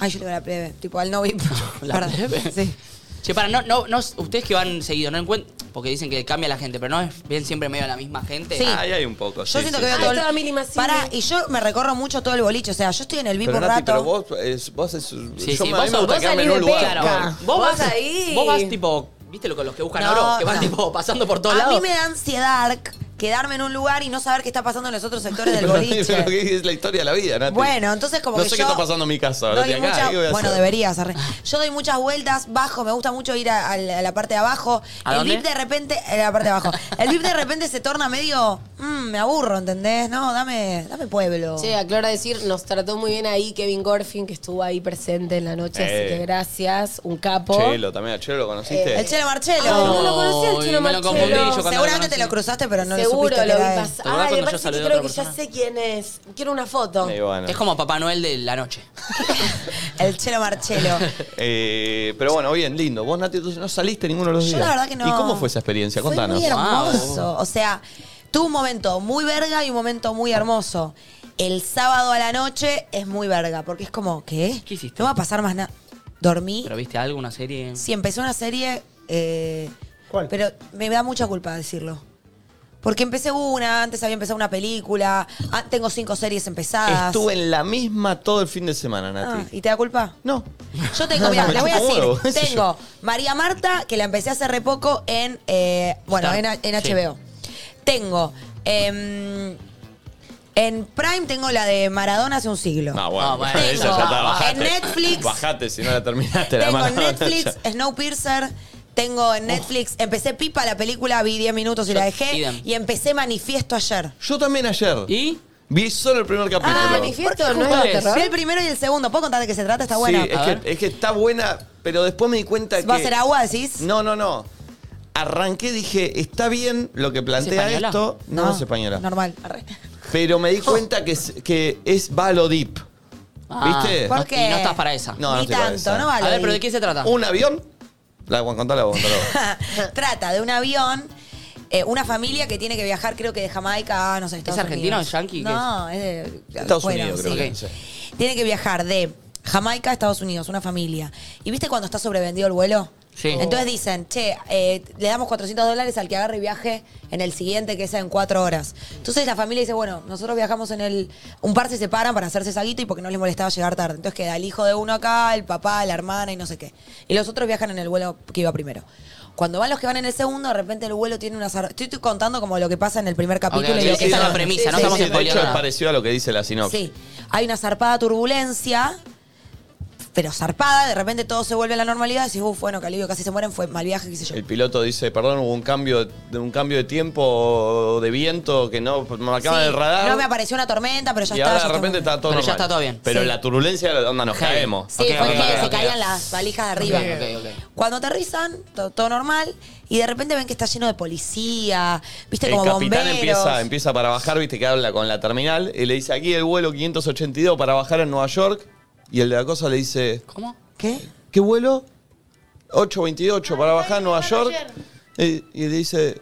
S3: Ay, yo le digo la plebe, tipo al no VIP.
S2: ¿La
S3: Perdón.
S2: plebe?
S3: Sí.
S2: Che, para, no, no, no, ustedes que van seguido, no encuentran. Porque dicen que cambia la gente, pero no es bien siempre medio la misma gente. Ah,
S3: Sí.
S7: Ahí hay un poco.
S3: Yo siento que
S4: sí.
S3: veo todo
S4: Ahí estaba Mili
S3: el...
S4: Mazzini.
S3: Pará, y yo me recorro mucho todo el boliche. O sea, yo estoy en el VIP
S7: Pero
S3: un
S7: Nati,
S3: rato.
S7: pero vos, es, vos es,
S2: Sí,
S7: yo
S2: sí,
S7: me- a
S2: vos
S7: mí me gusta
S2: sos-
S7: quedarme en
S4: vos
S7: un
S4: salís de
S7: lugar.
S4: pesca.
S7: ¿no?
S2: Vos vas
S4: Vos ahí.
S2: Vos vas tipo. ¿Viste lo, con los que buscan
S3: No,
S2: oro? Que van
S3: no.
S2: tipo pasando por todos
S3: a
S2: lados.
S3: mí me da ansiedad quedarme en un lugar y no saber qué está pasando en los otros sectores del
S7: Pero es
S3: boliche.
S7: lo que es la historia de la vida, Nati.
S3: Bueno, entonces como
S7: No
S3: que
S7: sé qué
S3: yo
S7: está pasando en mi casa ahora,
S3: doy
S7: estoy acá, ¿eh?
S3: muchas-
S7: ¿qué voy a
S3: bueno,
S7: hacer?
S3: deberías. arre. Yo doy muchas vueltas, bajo, me gusta mucho ir a, a la a la parte de abajo.
S2: ¿A
S3: el
S2: dónde?
S3: VIP de repente, a la parte de abajo. El VIP de repente se torna medio, "Mm, me aburro, ¿entendés? No, dame, dame pueblo.
S4: Che, aclaro decir, nos trató muy bien ahí Kevin Gorfin, que estuvo ahí presente en la noche,
S7: Eh.
S4: así que gracias, un capo.
S7: Chelo, también a Chelo lo conociste.
S3: El Chelo Marchelo.
S4: Ah, no lo conocí al
S2: Ay,
S4: Chelo
S2: me lo
S4: Marchelo.
S2: confundí yo cuando lo
S3: Seguramente
S2: conocí.
S3: te lo cruzaste, pero no
S4: Seguro
S3: lo supiste.
S4: lo
S3: que
S4: vi
S3: era él.
S4: pasar.
S2: ¿Te acordás
S4: Ay, me
S2: cuando yo
S4: parece que
S2: saludé a
S4: creo que
S2: otra
S4: ya
S2: persona?
S4: sé quién es. Quiero una foto.
S7: Y bueno.
S2: Es como Papá Noel de la noche.
S3: El Chelo Marchelo.
S7: Eh, pero bueno, bien, lindo. Vos, Nati, entonces no saliste ninguno de los
S3: Yo
S7: días.
S3: la verdad que no.
S7: ¿Y cómo fue esa experiencia? Contanos.
S3: Fue muy
S2: Wow.
S3: hermoso. O sea, tuve un momento muy verga y un momento muy hermoso. El sábado a la noche es muy verga, porque es como, ¿qué?
S2: ¿Qué hiciste?
S3: No va a pasar más nada. dormí.
S2: ¿Pero viste algo, una serie?
S3: Sí, empecé una serie. eh,
S6: ¿Cuál?
S3: Pero me da mucha culpa decirlo. Porque empecé una, antes había empezado una película, ah, tengo cinco series empezadas.
S7: Estuve en la misma todo el fin de semana,
S3: Ah,
S7: Nati.
S3: ¿Y te da culpa?
S7: No.
S3: Yo tengo, mirá,
S7: Me
S3: les voy a
S7: chupa un huevo, qué
S3: decir,
S7: sé
S3: tengo María Marta, que la empecé hace re poco en, eh, bueno, en,
S2: Star.
S3: en
S2: Sí.
S3: HBO. Tengo, em, en Prime tengo la de Maradona hace un siglo.
S7: No, bueno,
S2: Ah, bueno,
S7: esa
S2: eso
S7: ya está,
S3: Tengo
S7: bajate.
S3: en Netflix.
S7: Bajate si no la terminaste la
S3: Tengo en
S7: maratona.
S3: Netflix, Snowpiercer. Tengo en Netflix, empecé Pipa la película, vi 10 minutos y
S2: Yo-
S3: la dejé.
S2: idem.
S3: Y empecé Manifiesto ayer.
S7: Yo también ayer.
S2: ¿Y?
S7: Vi solo el primer capítulo.
S4: Ah,
S2: ¿Por
S4: manifiesto
S2: qué
S4: no es
S2: juntales?
S4: de terror.
S3: Vi el primero y el segundo. ¿Puedo contar de qué se trata? Está buena.
S7: Sí, es
S2: A
S7: que,
S2: ver.
S7: es que está buena, pero después me di cuenta que.
S3: ¿Va a ser agua, decís?
S7: No, no, no. Arranqué, dije, está bien lo que plantea
S2: española?
S7: esto. No, es española.
S3: Normal. Arre.
S7: Pero me di
S3: Oh.
S7: cuenta que es, que es va a lo deep.
S2: Ah,
S7: ¿Viste?
S3: ¿Por
S2: no-
S3: qué?
S2: Y no estás para esa.
S7: No, no
S3: Ni
S7: estoy para esa.
S3: tanto, no vale.
S2: a ver, ¿pero de qué se trata?
S7: ¿Un avión? La Juan, contala vos, contala vos.
S3: Trata de un avión, eh, una familia que tiene que viajar, creo que de Jamaica a, no sé, Estados
S2: argentino,
S3: Unidos.
S2: es yanqui, qué
S3: No, es de
S7: Estados
S3: afuera,
S7: Unidos, creo
S3: sí.
S7: que.
S2: sí.
S3: Tiene que viajar de Jamaica a Estados Unidos, una familia. ¿Y viste cuando está sobrevendido el vuelo?
S2: Sí.
S3: Entonces dicen, che, eh, le damos 400 dólares al que agarre y viaje en el siguiente, que sea en cuatro horas. Entonces la familia dice, bueno, nosotros viajamos en el... Un par se separan para hacerse saguito y porque no les molestaba llegar tarde. Entonces queda el hijo de uno acá, el papá, la hermana y no sé qué. Y los otros viajan en el vuelo que iba primero. Cuando van los que van en el segundo, de repente el vuelo tiene unas... ar- Estoy, estoy contando como lo que pasa en el primer capítulo.
S2: ok,
S3: y lo
S2: esa
S3: que
S2: es
S3: pasa-
S2: la premisa, no
S3: sí,
S2: estamos
S3: sí,
S7: de
S2: spoileando
S7: hecho, es
S2: nada.
S7: parecido a lo que dice la sinopsis.
S3: Sí, hay una zarpada turbulencia, pero zarpada, de repente todo se vuelve a la normalidad, decís, uff, bueno, que alivio, casi se mueren, fue mal viaje, qué sé yo.
S7: El piloto dice, perdón, hubo un cambio de un cambio de tiempo de viento que no marcaba
S3: Sí,
S7: el radar.
S3: No me apareció una tormenta, pero ya
S7: y
S3: está.
S7: ahora
S3: ya
S7: de repente
S3: está
S7: está todo
S2: Pero ya
S7: normal.
S2: está todo bien.
S7: Pero
S3: Sí.
S7: la turbulencia, onda, nos
S2: Ok.
S7: caemos.
S3: Sí,
S2: Ok,
S3: fue
S2: ok,
S3: que
S2: ok,
S3: se
S2: ok.
S3: caían las valijas de arriba.
S2: Ok, ok, ok.
S3: Cuando aterrizan, to- todo normal, y de repente ven que está lleno de policía, viste,
S7: El
S3: como
S7: capitán
S3: bomberos.
S7: empieza, empieza para bajar, viste que habla con la terminal, y le dice aquí el vuelo 582 para bajar en Nueva York, y el de la cosa le dice,
S2: ¿Cómo?
S3: ¿Qué?
S7: ¿qué vuelo? 828 para
S5: Ay,
S7: bajar a Nueva
S5: ay,
S7: York.
S5: ayer.
S7: Y, y le dice,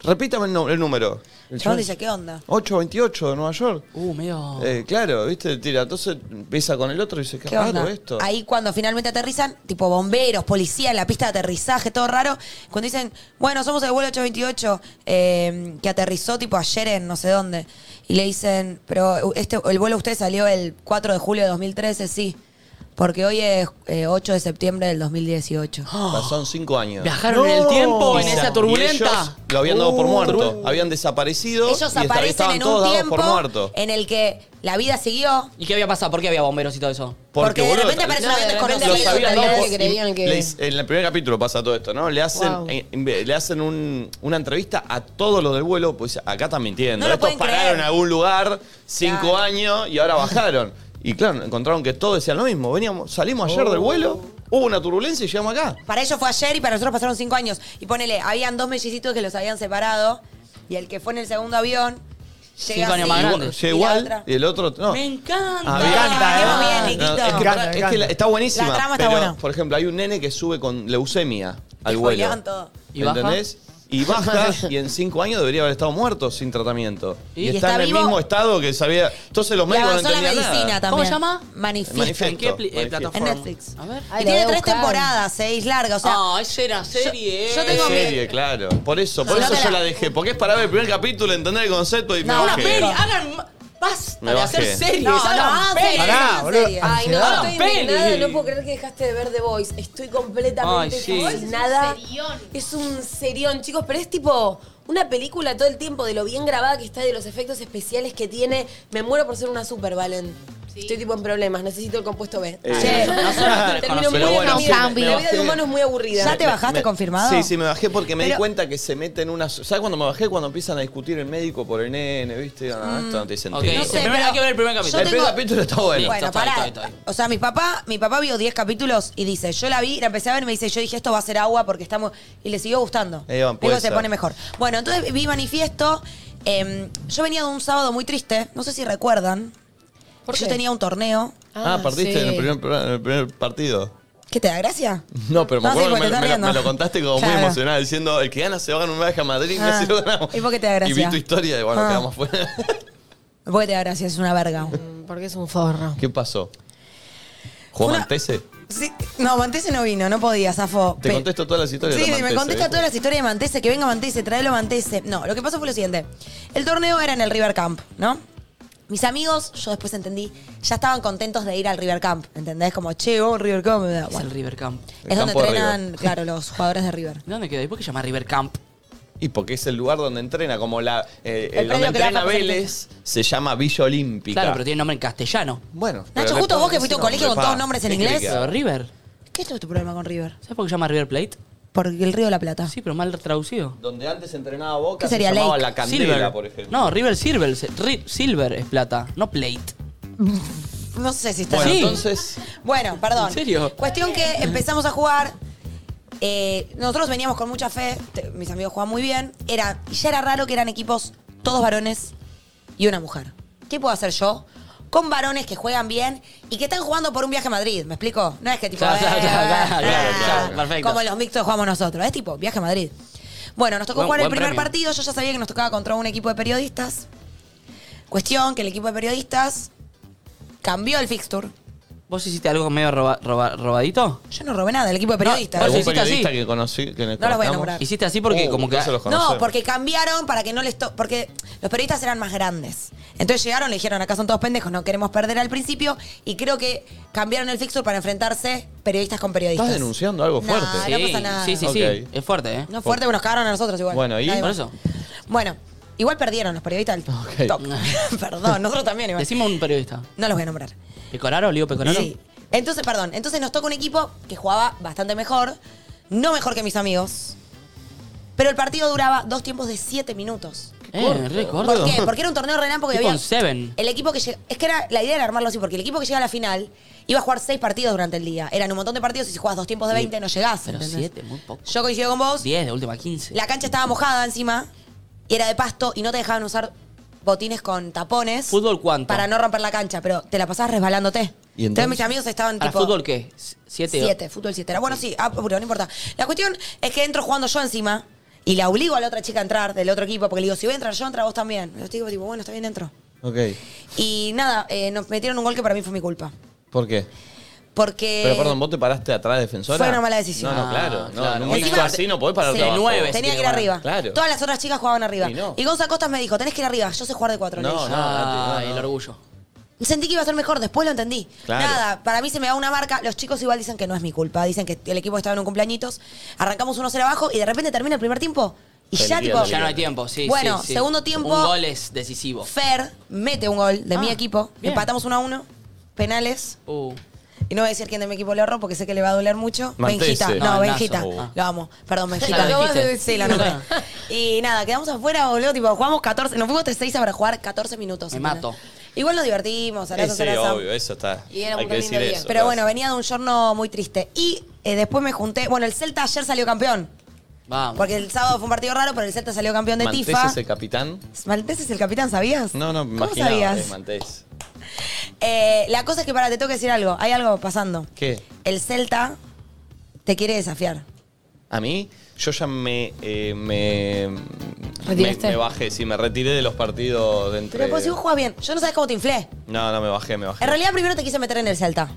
S7: repítame el, nu- el número.
S3: El chabón dice, ¿qué onda?
S7: 828 de Nueva York.
S2: Uh, medio...
S7: Eh, claro, viste, tira, entonces empieza con el otro y dice, qué,
S3: ¿Qué
S7: raro
S3: onda?
S7: esto.
S3: Ahí cuando finalmente aterrizan, tipo bomberos, policía en la pista de aterrizaje, todo raro. Cuando dicen, bueno, somos el vuelo 828, eh, que aterrizó tipo ayer en no sé dónde. Y le dicen, pero este, el vuelo usted salió el 4 de julio de 2013, sí. Porque hoy es eh, 8 de septiembre del 2018. Ah.
S7: Pasaron cinco años.
S2: ¿Viajaron en el
S6: No.
S2: tiempo, en
S7: Y
S2: esa
S7: sa- y ellos
S2: turbulenta?
S7: lo habían dado por
S6: Uh.
S7: muerto. Habían desaparecido. y
S3: Ellos
S7: esta-
S3: aparecen
S7: estaban
S3: en
S7: todos
S3: un
S7: dados por
S3: tiempo
S7: muerto.
S3: en el que la vida siguió.
S2: ¿Y qué había pasado? ¿Por qué había bomberos y todo eso?
S3: Porque, de
S7: boludo,
S3: repente aparece
S4: No,
S3: un avión
S4: de repente
S7: Los
S3: desconocido.
S4: había
S7: habían
S4: Totalmente
S7: dado por-
S4: que creían que-
S7: le hic- en el primer capítulo pasa todo esto, ¿no? Le hacen, eh,
S4: Wow.
S7: en- en vez- le hacen un- una entrevista a todos los del vuelo, pues acá están mintiendo.
S3: No lo
S7: Estos
S3: pueden
S7: pararon
S3: creer.
S7: a algún lugar cinco
S3: Claro.
S7: años y ahora bajaron. Y claro, encontraron que todos decían lo mismo. Veníamos, salimos ayer
S3: Oh.
S7: del vuelo, hubo una turbulencia y llegamos acá.
S3: Para ellos fue ayer y para nosotros pasaron cinco años. Y ponele, habían dos mellicitos que los habían separado y el que fue en el segundo avión llega
S2: Cinco años
S3: así,
S2: más
S3: y
S2: grande.
S3: la
S7: Llegó eh, igual
S3: otra.
S7: y el otro no. Ah,
S2: Me encanta.
S7: Había-
S3: encanta, ¿eh?
S7: No,
S3: bien, Niquito.
S7: es que, pará,
S6: Me
S7: es que la-
S6: encanta.
S7: está buenísima.
S3: La trama está
S7: pero,
S3: buena.
S7: Por ejemplo, hay un nene que sube con leucemia al
S3: Te
S7: vuelo.
S3: spoileaban todo.
S2: ¿Y baja?
S7: ¿Entendés? Y baja y en cinco años debería haber estado muerto sin tratamiento. Y,
S2: ¿Y
S7: está,
S3: está
S7: en el
S3: vivo?
S7: mismo estado que sabía. Entonces los
S3: Y
S7: médicos no
S3: avanzó la
S7: entendían
S3: medicina
S7: nada.
S3: también.
S2: ¿Cómo se llama?
S3: Manifiesto.
S7: Manifiesto.
S2: ¿En qué pli- eh,
S7: Manifiesto.
S2: plataforma?
S3: En Netflix.
S2: A ver.
S4: Ay,
S3: Y
S4: la
S3: tiene
S4: voy a
S3: tres
S4: buscar.
S3: temporadas, seis largas. O sea,
S2: Ah, es una serie.
S3: yo tengo
S2: eh.
S3: mi-
S7: serie, claro. Por eso, por
S3: No,
S7: eso
S3: no te
S7: yo
S3: la-
S7: la dejé. Porque es para ver el primer capítulo, entender el concepto y me
S3: No, una
S7: bajé.
S2: Peli, Ah, hagan... ma- Basta
S7: Me
S2: de
S7: bajé.
S2: hacer series.
S3: No, no,
S2: hagan
S3: hagan
S2: pelis.
S3: series.
S6: Pará,
S3: en
S6: boludo.
S3: serio.
S4: Ay, no,
S6: ansiedad.
S4: estoy indignada,
S2: Peli.
S4: no puedo creer que dejaste de ver The Voice. Estoy completamente
S2: Ay, sí.
S4: fascinada.
S5: Es un serión.
S4: Es un serión, chicos, pero es tipo una película todo el tiempo de lo bien grabada que está, de los efectos especiales que tiene. Me muero por ser una super, Valen. Estoy tipo en problemas, necesito el compuesto B.
S7: Eh,
S4: Termino muy
S7: pero bueno,
S4: deprimida.
S5: sí, me
S4: La vida
S7: bajé.
S4: de humano es muy aburrida.
S3: Ya te bajaste
S7: Me-
S3: confirmado.
S7: Sí, sí, me bajé porque me di
S3: Pero-
S7: cuenta que se meten unas. ¿Sabes cuando me bajé? Cuando empiezan a discutir el médico por el nene, ¿viste? Ah, esto no tiene sentido.
S2: Ok,
S3: Mm. No
S2: el
S3: sé,
S2: primer-
S3: pero
S2: hay que ver el primer capítulo.
S3: yo
S7: el primer
S3: tengo-
S7: capítulo está bueno.
S3: Bueno,
S2: está,
S3: pará.
S2: está, está.
S3: O sea, mi papá, mi papá vio 10 capítulos y dice, yo la vi, la empecé a ver y me dice, yo dije, esto va a ser agua porque estamos... Y le siguió gustando.
S7: Eh, Iván,
S3: Digo,
S7: puede
S3: se
S7: ser.
S3: pone mejor. Bueno, entonces vi Manifiesto. em, yo venía de un sábado muy triste, no sé si recuerdan.
S4: ¿Por
S3: yo
S4: qué?
S3: tenía un torneo.
S7: Ah, partiste
S4: sí.
S7: en, el primer, en el primer partido.
S3: ¿Qué te da gracia?
S7: No, pero me
S3: No, sí,
S7: acuerdo
S3: porque
S7: que me,
S3: te estás
S7: me lo-
S3: riendo.
S7: me lo contaste como muy
S3: Claro.
S7: emocionado, diciendo el que gana se va a ganar un viaje a Madrid,
S3: Ah,
S7: Messi lo ganamos.
S3: ¿y por qué te da gracia?
S7: Y vi tu historia y bueno,
S3: Ah.
S7: quedamos fuera.
S3: ¿Por qué te da gracia? Es una verga.
S4: Porque es un forro.
S7: ¿Qué pasó? ¿Jugaban
S3: Una-
S7: Tese?
S3: Sí, no, Mantese no vino, no podía, zafó.
S7: Te
S3: Pe-
S7: contesto todas las historias.
S3: Sí,
S7: de la
S3: me
S7: Mantese,
S3: contesta
S7: ¿eh?
S3: todas las historias de Mantese, que venga Mantese, tráelo Mantese. No, lo que pasó fue lo siguiente. El torneo era en el River Camp, ¿no? Mis amigos, yo después entendí, ya estaban contentos de ir al River Camp, ¿entendés? Como, che, oh, River Camp. Bueno,
S2: Es el River Camp.
S7: El
S3: es donde
S7: campo de
S3: entrenan,
S7: River.
S3: claro, los jugadores de River.
S2: ¿Y ¿Dónde queda? ¿Y por qué se llama River Camp?
S7: Y porque es el lugar donde entrena, como la. eh,
S3: El
S7: donde
S3: predio que da
S7: entrena
S3: Facu
S7: Vélez se llama Villa Olímpica.
S2: Claro, pero tiene nombre en castellano.
S7: Bueno.
S3: Nacho,
S7: le
S3: justo vos
S7: ponen
S3: que
S7: ese
S3: fuiste a un
S7: nombre,
S3: colegio con
S7: pa.
S3: todos nombres en
S7: ¿Qué
S3: inglés.
S7: querés que
S2: Pero
S7: haga?
S2: River.
S3: ¿Qué es tu problema con River?
S2: ¿Sabes por qué se llama River Plate?
S3: Porque el Río de la Plata.
S2: Sí, pero mal traducido.
S7: Donde antes entrenaba Boca
S3: ¿Qué
S7: se
S3: sería,
S7: llamaba
S3: Lake?
S7: La Candela, por ejemplo.
S2: No, River Silver. se- Ri- Silver es plata, no Plate.
S3: No sé si está
S7: Bueno,
S2: Sí.
S7: entonces.
S3: Bueno, perdón.
S2: ¿En serio?
S3: Cuestión que empezamos a jugar. eh, nosotros veníamos con mucha fe. te- mis amigos jugaban muy bien. Era, ya era raro que eran equipos todos varones y una mujer. ¿Qué puedo hacer yo? Con varones que juegan bien y que están jugando por un viaje a Madrid, ¿me explico? No es que tipo.
S2: Claro, claro,
S3: eh,
S2: claro, claro,
S3: eh,
S2: claro, claro,
S3: eh,
S2: perfecto.
S3: Como los mixtos jugamos nosotros. Es tipo, viaje a Madrid. Bueno, nos tocó
S2: Buen-
S3: jugar el
S2: buen
S3: primer
S2: premio.
S3: partido. Yo ya sabía que nos tocaba contra un equipo de periodistas. Cuestión que el equipo de periodistas cambió el fixture.
S2: ¿Vos hiciste algo medio roba- roba- robadito?
S3: Yo no robé nada, el equipo de periodistas.
S2: vos
S7: ¿Algún
S2: hiciste así?
S7: periodista que conocí? Que
S3: No los voy a
S7: conozcamos?
S3: nombrar.
S2: Hiciste así porque
S7: Uh,
S2: como que...
S7: entonces los
S3: no,
S7: conocemos.
S3: porque cambiaron para que no les... to- Porque los periodistas eran más grandes. Entonces llegaron, le dijeron, acá son todos pendejos, no queremos perder al principio. Y creo que cambiaron el fixture para enfrentarse periodistas con periodistas.
S7: Estás denunciando algo
S3: No,
S2: Ah,
S7: fuerte.
S3: no pasa nada.
S2: Sí, sí, sí.
S7: Ok.
S2: Es fuerte, ¿eh?
S3: No es fuerte, pero nos cagaron a nosotros igual.
S7: Bueno, ¿y?
S3: Da
S2: Por
S3: igual.
S2: eso.
S3: Bueno, igual perdieron los periodistas al
S7: Ok.
S3: toque. Perdón, nosotros también igual.
S2: Decime un periodista.
S3: No los voy a nombrar.
S2: ¿Pecoraro? ¿Lío Pecoraro?
S3: Sí. Entonces, perdón, entonces nos toca un equipo que jugaba bastante mejor, no mejor que mis amigos. Pero el partido duraba dos tiempos de siete minutos.
S2: Eh, re corto.
S3: ¿Por qué? Porque era un torneo relámpago y
S2: Tipo
S3: había.
S2: un Seven.
S3: El equipo que llega. Es que era, la idea era armarlo así, porque el equipo que llega a la final iba a jugar seis partidos durante el día. Eran un montón de partidos y si jugabas dos tiempos de 20 no llegás.
S2: Pero
S3: ¿entendés?
S2: siete, muy poco.
S3: Yo coincido con vos.
S2: 10, de última 15.
S3: La cancha estaba mojada encima y era de pasto y no te dejaban usar botines con tapones.
S2: ¿Fútbol cuánto?
S3: Para no romper la cancha, pero te la pasabas resbalándote.
S7: ¿Y entonces?
S3: mis amigos estaban
S2: ¿Para
S3: tipo.
S2: fútbol qué? ¿Siete?
S3: Siete, fútbol siete. Era Bueno, sí, ah, pero no importa. La cuestión es que entro jugando yo encima y la obligo a la otra chica a entrar del otro equipo, porque le digo, si voy a entrar yo, entra vos también. Y los chicos tipo, bueno, está bien, entro.
S7: Ok.
S3: Y nada, eh, nos metieron un gol que para mí fue mi culpa.
S7: ¿Por qué?
S3: Porque...
S7: Pero perdón, ¿vos te paraste atrás de defensora?
S3: Fue una mala decisión.
S7: No, no, claro. No,
S2: claro.
S7: En un
S3: Encima-
S7: mixto así no podés pararte
S3: Sí,
S7: abajo.
S2: nueve.
S3: Tenía que ir
S2: Bueno,
S3: arriba.
S7: claro.
S3: Todas las otras chicas jugaban arriba.
S7: Y no.
S3: Gonza Costas me dijo, tenés que ir arriba, yo sé jugar de cuatro. le
S7: No,
S3: dije.
S7: no,
S2: Ah,
S7: no, no.
S2: el orgullo.
S3: Sentí que iba a ser mejor, después lo entendí.
S7: Claro.
S3: Nada, para mí se me da una marca. Los chicos igual dicen que no es mi culpa. Dicen que el equipo estaba en un cumpleañitos. Arrancamos 1-0 abajo y de repente termina el primer tiempo. Y
S7: Se
S3: ya,
S7: liquida
S3: tipo.
S7: la
S2: Ya no hay tiempo, sí.
S3: Bueno,
S2: sí, sí.
S3: segundo tiempo.
S2: Un gol es decisivo.
S3: Fer mete un gol de mi
S2: Ah,
S3: equipo.
S2: bien.
S3: Empatamos 1 a 1. Penales.
S2: Uh,
S3: Y no voy a decir quién de mi equipo le ahorro porque sé que le va a doler mucho.
S7: Mantese.
S3: Benjita. No,
S2: No,
S3: Benjita.
S2: Nazo. Ah.
S3: Lo amo. Perdón, Benjita.
S2: La acabas de
S3: Sí, la nombré. Y nada, quedamos afuera, boludo. Tipo, jugamos 14. Nos fuimos 3-6 para jugar 14 minutos.
S2: Me
S3: ¿entendés?
S2: mato.
S3: Igual nos divertimos.
S7: Sí,
S3: arazo,
S7: sí,
S3: zaraza.
S7: obvio, eso está.
S4: Y era
S7: Hay
S4: un
S7: que decir
S4: lindo día.
S7: eso.
S3: Pero bueno, venía de un giorno muy triste. Y eh, después me junté. Bueno, el Celta ayer salió campeón.
S2: vamos.
S3: Porque el sábado fue un partido raro, pero el Celta salió campeón de
S7: Mantés
S3: Tifa.
S7: es el capitán?
S3: Maltés es el capitán, ¿sabías?
S7: No, no, me
S3: ¿Cómo
S7: imaginaba,
S3: sabías?
S7: eh, Mantés.
S3: Eh, la cosa es que, para, te tengo que decir algo. Hay algo pasando.
S7: ¿Qué?
S3: El Celta te quiere desafiar.
S7: A mí, yo ya me. eh, me, me,
S4: ¿Retiraste?
S7: me bajé, sí, me retiré de los partidos de entre.
S3: Pero pues si vos jugás bien, yo no sabes cómo te inflé.
S7: No, no, me bajé, me bajé.
S3: En realidad primero te quise meter en el Celta.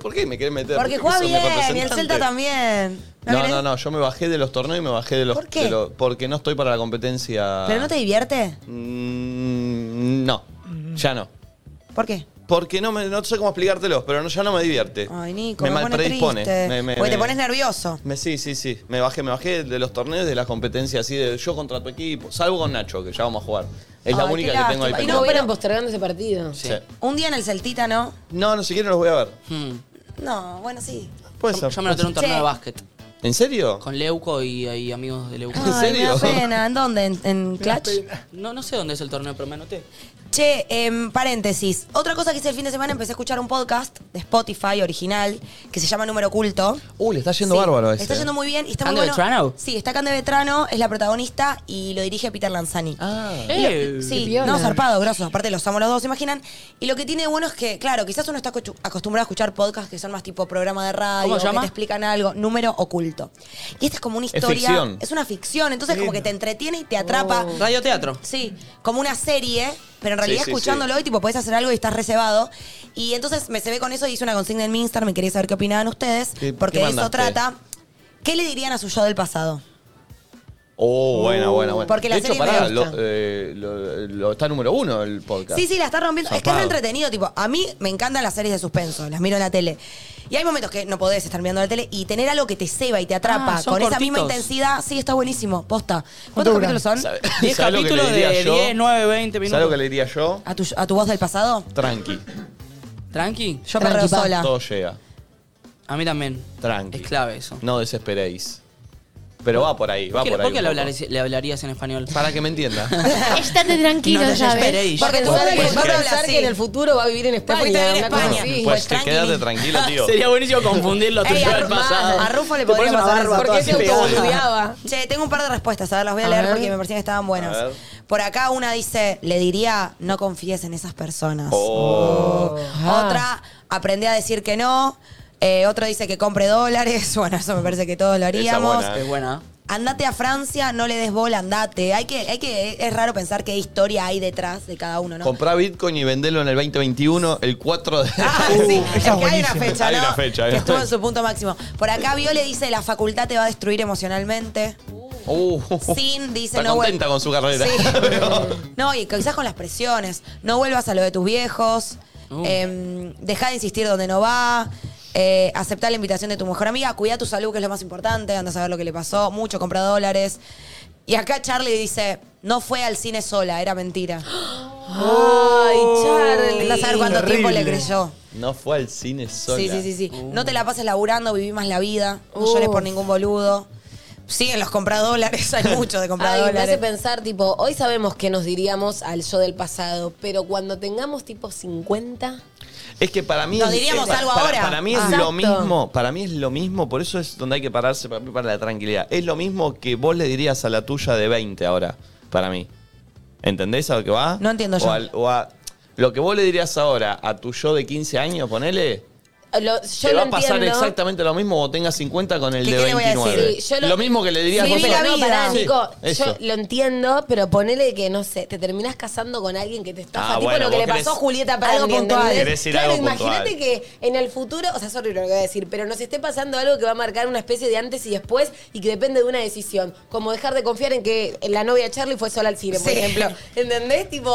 S7: ¿Por qué me querés meter?
S3: Porque
S7: ¿Por qué
S3: jugás
S7: sos mi
S3: bien y el
S7: representante?
S3: Celta también.
S7: No,
S3: querés?
S7: no, no, yo me bajé de los torneos y me bajé de los.
S3: ¿Por qué?
S7: de los- porque no estoy para la competencia.
S3: ¿Pero no te divierte?
S7: Mm, no, ya no.
S3: ¿Por qué?
S7: Porque no, me, no sé cómo explicártelo, pero no, ya no me divierte.
S3: Ay, Nico,
S7: Eh, me,
S3: me, pone
S7: malpredispone.
S3: triste.
S7: Me- me-
S3: Porque te
S7: me-
S3: pones nervioso.
S7: me- sí, sí, sí. Me bajé, me bajé de los torneos, de las competencias así de yo contra tu equipo, salvo con Nacho, que ya vamos a jugar. Es la
S3: Ay,
S7: única
S3: qué
S7: que tengo ahí
S3: lástima.
S4: Y
S3: Y
S4: no
S3: no,
S7: pendiente.
S4: hubieran postergando ese partido.
S7: Sí.
S3: Un día en el Celtita, ¿no?
S7: No, no siquiera los voy a ver.
S2: Hmm.
S3: No, bueno, sí.
S7: Puede
S2: Yo,
S7: ser.
S2: yo me anoté en un torneo
S3: Che.
S2: de básquet.
S7: ¿En serio?
S2: Con Leuco y, y amigos de Leuco.
S7: ¿En
S3: Ay, me da
S7: serio?
S3: pena. ¿En dónde? ¿En, en Clutch?
S2: No, no sé dónde es el torneo, pero me anoté.
S3: Che, em, paréntesis. Otra cosa que hice el fin de semana, empecé a escuchar un podcast de Spotify original que se llama Número Oculto.
S7: Uh, le está yendo
S3: Sí,
S7: bárbaro ¿eh? a
S3: Está
S7: ese.
S3: yendo muy bien y está
S2: ¿Cande
S3: muy bueno.
S2: Vetrano?
S3: Sí, está Cande Vetrano, es la protagonista y lo dirige Peter Lanzani.
S7: Ah,
S2: Eh,
S3: Sí,
S4: piola.
S3: no, zarpado, grosso. Aparte los amo los dos, ¿se imaginan? Y lo que tiene de bueno es que, claro, quizás uno está acochu- acostumbrado a escuchar podcasts que son más tipo programa de radio,
S2: ¿Cómo se
S3: que
S2: llama?
S3: te explican algo. Número oculto. adulto. Y esta es como una historia.
S7: ficción.
S3: es una ficción, entonces como que te entretiene y te atrapa.
S2: Radio teatro.
S3: Sí, como una serie, pero en realidad
S7: sí,
S3: escuchándolo hoy, tipo, podés hacer algo y estás reservado. Y entonces me se ve con eso y hice una consigna en mi Instagram, me quería saber qué opinaban ustedes,
S7: ¿Qué-
S3: porque
S7: qué
S3: de eso
S7: mandaste?
S3: trata. ¿Qué le dirían a su yo del pasado?
S7: Oh, buena, buena, buena.
S3: Porque la
S7: de hecho,
S3: serie me
S7: pará, lo,
S3: gusta.
S7: eh, lo- lo- está número uno el podcast.
S3: Sí, sí, la está rompiendo. Es que es
S7: Zarpado.
S3: re entretenido, tipo, a mí me encantan las series de suspenso, las miro en la tele. Y hay momentos que no podés estar mirando la tele y tener algo que te ceba y te atrapa
S2: Ah, son
S3: con esa misma
S2: cortitos.
S3: intensidad, sí, está buenísimo, posta. ¿Cuántos
S6: duran?
S3: capítulos son?
S7: ¿Sabe-
S2: 10
S7: ¿sabe lo que le
S2: capítulos
S7: diría
S2: de
S7: yo?
S2: 10, 9, 20
S7: ¿Sabes lo que
S2: minutos.
S7: le diría yo?
S3: ¿A tu, a tu voz del pasado?
S7: Tranqui.
S2: Tranqui.
S3: Yo me reo
S4: Tranqui, pa.
S3: sola.
S7: Todo llega.
S2: A mí también.
S7: Tranqui.
S2: Es clave eso.
S7: No desesperéis. Pero va por ahí, va
S2: ¿Por qué,
S7: por ahí.
S2: por qué
S7: un
S2: le,
S7: poco.
S2: hablarías, le hablarías en español?
S7: Para que me entienda.
S5: Estate tranquilo,
S2: No te
S5: ¿sabes?
S2: desesperéis.
S3: Porque tú
S4: Pensar
S3: sabes
S4: que-
S3: que
S4: va a
S3: yo
S4: pensar que en el futuro va a vivir en España.
S3: fuiste a vivir
S4: una
S3: a
S4: cosa
S3: España.
S4: así.
S3: Pues,
S7: Pues que
S3: tranqui.
S7: quédate tranquilo, tío.
S2: Sería buenísimo confundirlo
S3: Ey,
S2: tuyo
S3: a,
S2: del
S3: Rufo-
S2: pasado.
S3: a Rufo le
S6: Te
S3: podría
S6: pones una
S3: pasar eso.
S6: barba
S4: Porque
S6: toda
S4: se
S6: así pegada.
S4: autoboludeaba.
S3: Che, tengo un par de respuestas, a ver, las voy a,
S4: A
S3: leer
S4: ver.
S3: porque me parecían que estaban
S7: A
S3: buenas.
S7: ver.
S3: Por acá una dice, le diría, no confíes en esas personas.
S7: Oh.
S4: Ah.
S3: Otra, aprendí a decir que no. Eh, otro dice que compre dólares. Bueno, eso me parece que todos lo haríamos.
S7: buena, eh.
S2: Es buena.
S3: Andate a Francia, no le des bola, andate. Hay que, hay que, es raro pensar qué historia hay detrás de cada uno, ¿no?
S7: Comprá Bitcoin y vendelo en el 2021, el 4 de...
S3: Ah, sí, es que hay una fecha,
S7: Hay
S3: ¿no?
S7: una fecha, eh. hay
S3: que
S7: una
S3: estuvo en
S7: fecha.
S3: su punto máximo. Por acá Viole dice, la facultad te va a destruir emocionalmente.
S7: Uh,
S3: Sin, dice,
S7: está
S3: no vuel-
S7: contenta con su carrera.
S3: Sí. No, y quizás con las presiones. No vuelvas a lo de tus viejos.
S4: Uh.
S3: Em, deja de insistir donde no va. Eh, aceptar la invitación de tu mejor amiga. Cuida tu salud, que es lo más importante. Anda a saber lo que le pasó. Mucho, compra dólares. Y acá Charlie dice, no fue al cine sola, era mentira.
S4: Ay, Charlie.
S3: Anda a saber cuánto tiempo le
S6: Horrible.
S3: creyó.
S7: No fue al cine sola.
S3: Sí, sí, sí, sí.
S4: Uh.
S3: No te la pases laburando, viví más la vida. No llores por ningún boludo. Siguen los compradólares, hay mucho de
S4: Ay, me hace
S3: compradólares.
S4: pensar, tipo, hoy sabemos que nos diríamos al yo del pasado, pero cuando tengamos tipo 50,
S7: Es que para mí
S3: Nos
S7: es-
S3: diríamos
S7: es-
S3: algo
S7: Eh, para-
S3: ahora.
S7: Para mí es
S4: Exacto.
S7: lo mismo, para mí es lo mismo, por eso es donde hay que pararse para, mí, para la tranquilidad. Es lo mismo que vos le dirías a la tuya de 20 ahora, para mí. ¿Entendés a lo que va?
S3: No entiendo
S7: O
S3: yo.
S7: al- o a- lo que vos le dirías ahora a tu yo de 15 años, ponele,
S4: lo- yo
S7: te
S4: lo
S7: va a pasar
S4: entiendo.
S7: exactamente lo mismo o tengas 50 con el
S3: ¿Qué-
S7: de
S3: qué le voy a decir?
S7: 29.
S4: Sí, yo lo-
S7: lo mismo que le dirías
S3: Viví
S7: vos
S3: la
S7: ahora.
S4: No,
S3: vida.
S4: pará, Nico,
S7: Sí,
S4: yo
S7: eso.
S4: lo entiendo, pero ponele que, no sé, te terminás casando con alguien que te estafa,
S7: Ah,
S4: tipo
S7: bueno,
S4: lo que le
S7: vos
S4: pasó a
S7: querés-
S4: Julieta para
S3: Algo puntual.
S7: Querés ir
S4: Claro,
S7: algo puntual.
S4: imagínate que en el futuro, o sea, sorry lo que voy a decir, pero nos esté pasando algo que va a marcar una especie de antes y después y que depende de una decisión. Como dejar de confiar en que la novia de Charlie fue sola al cine, por
S3: Sí.
S4: ejemplo. ¿Entendés? Tipo.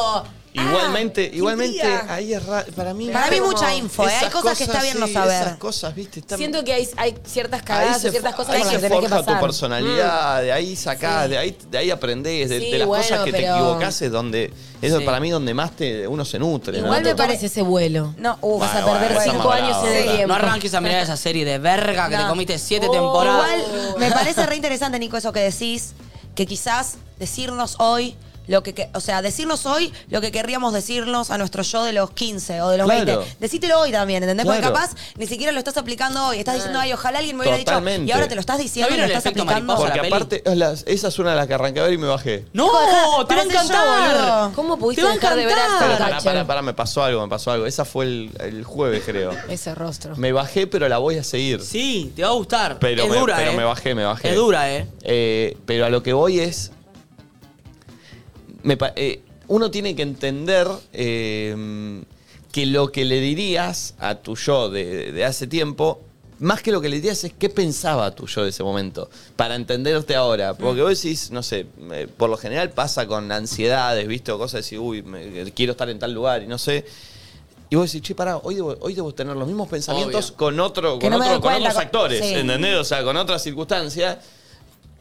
S4: ah,
S7: Igualmente,
S4: qué
S7: igualmente,
S4: intriga.
S7: ahí es ra- para mí
S3: Para mí
S4: Como
S3: mucha info, ¿eh? Ah, hay
S7: esas
S3: cosas, que está bien no
S7: sí,
S3: saber.
S7: Esas cosas, ¿viste? Están-
S4: Siento que hay, hay ciertas
S7: Ahí
S4: cagadas
S7: se,
S4: o ciertas
S7: fo-
S4: cosas
S7: ahí
S4: por las que
S7: se
S4: tenés que
S7: forja tu
S4: pasar.
S7: personalidad, ah, de ahí sacás, de, ahí, de ahí aprendés, de,
S4: Mm. Sí,
S7: de las
S4: bueno,
S7: cosas que
S4: pero-
S7: te equivocás es donde, es
S2: Sí.
S7: para mí donde más te, uno se nutre. ¿no?
S4: Mm. Igual me
S7: Todo-
S4: parece ese vuelo.
S3: No, uh, vas a
S7: Bueno,
S3: perder
S7: bueno,
S3: cinco
S7: esa
S3: años
S7: más
S3: en el
S7: brava.
S3: tiempo.
S2: No arranques a mirar esa serie de verga que
S3: No.
S2: te comiste siete temporadas.
S3: Igual me parece re interesante, Nico, eso que decís, que quizás decirnos hoy lo que, que- o sea, decirnos hoy lo que querríamos decirnos a nuestro yo de los 15 o de los
S7: Claro.
S3: 20. Decítelo hoy también, ¿entendés?
S7: Claro.
S3: Porque capaz ni siquiera lo estás aplicando hoy. Estás diciendo, ay, ojalá alguien me hubiera dicho. Y
S7: Totalmente.
S3: ahora te lo estás diciendo
S2: ¿No
S3: y lo
S2: vieron el
S3: estás
S2: efecto
S3: aplicando.
S2: mariposa?
S7: Porque
S2: la peli.
S7: aparte, es la- esa es una de las que arranqué a ver y me bajé.
S2: ¡No! ¡Te va a
S3: Parece yo,
S2: encantar!
S3: boludo.
S4: ¿Cómo pudiste
S2: Te va a
S4: dejar de ver
S2: encantar.
S4: a
S7: Pero
S4: Astor
S7: pará,
S4: Kutcher?
S7: pará, pará, me pasó algo, me pasó algo. Esa fue el, el jueves, creo.
S4: Ese rostro.
S7: Me bajé, pero la voy a seguir.
S2: Sí, te va a gustar.
S7: Pero,
S2: es
S7: me,
S2: dura,
S7: pero
S2: eh.
S7: me bajé, me bajé.
S2: Es dura, eh.
S7: Eh, pero a lo que voy es. me pa- eh, uno tiene que entender eh, que lo que le dirías a tu yo de, de hace tiempo. Más que lo que le dirías es qué pensaba tu yo de ese momento, para entenderte ahora. Porque vos decís, no sé, eh, por lo general pasa con ansiedades, ¿viste? O cosas de decir, uy, me- quiero estar en tal lugar y no sé. Y vos decís, che, pará, hoy debo, hoy debo tener los mismos pensamientos
S2: Obvio.
S7: con otro,
S3: Que no
S7: con,
S3: me
S7: otro-
S3: doy
S7: con
S3: cuenta,
S7: otros
S3: con-
S7: actores,
S3: sí.
S7: ¿entendés? O sea, con otras circunstancias.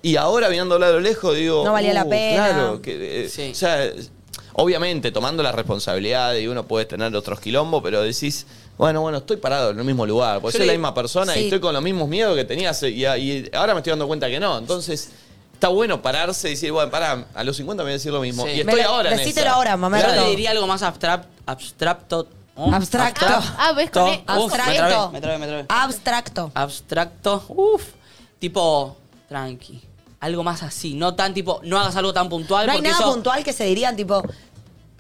S7: Y ahora, mirándola a lo lejos, digo.
S3: No valía la pena.
S7: Uh, Claro, que, eh,
S2: Sí.
S7: o sea, obviamente, tomando la responsabilidad y uno puede tener otros quilombos, pero decís, bueno, bueno, estoy parado en el mismo lugar, porque
S2: Yo
S7: soy
S2: le-
S7: la misma persona
S3: Sí.
S7: y estoy con los mismos miedos que tenía hace- y, y ahora me estoy dando cuenta que no. Entonces. Está bueno pararse y decir, bueno, pará, a los 50 me voy a decir lo mismo.
S2: Sí.
S7: Y estoy
S3: Me-
S7: ahora en
S3: decítelo
S7: esa.
S3: ahora, mamá.
S2: Yo
S3: Claro.
S2: le diría algo más abstract, abstracto. ¿oh?
S3: Abstracto.
S5: Ah, ves con E.
S2: Uf, me trabé,
S3: Abstracto.
S2: me trabé, me trabé.
S3: Abstracto.
S2: Abstracto. Uf. Tipo, tranqui. Algo más así. No tan tipo, no hagas algo tan puntual.
S3: No hay
S2: porque
S3: nada
S2: eso,
S3: puntual que se dirían, tipo,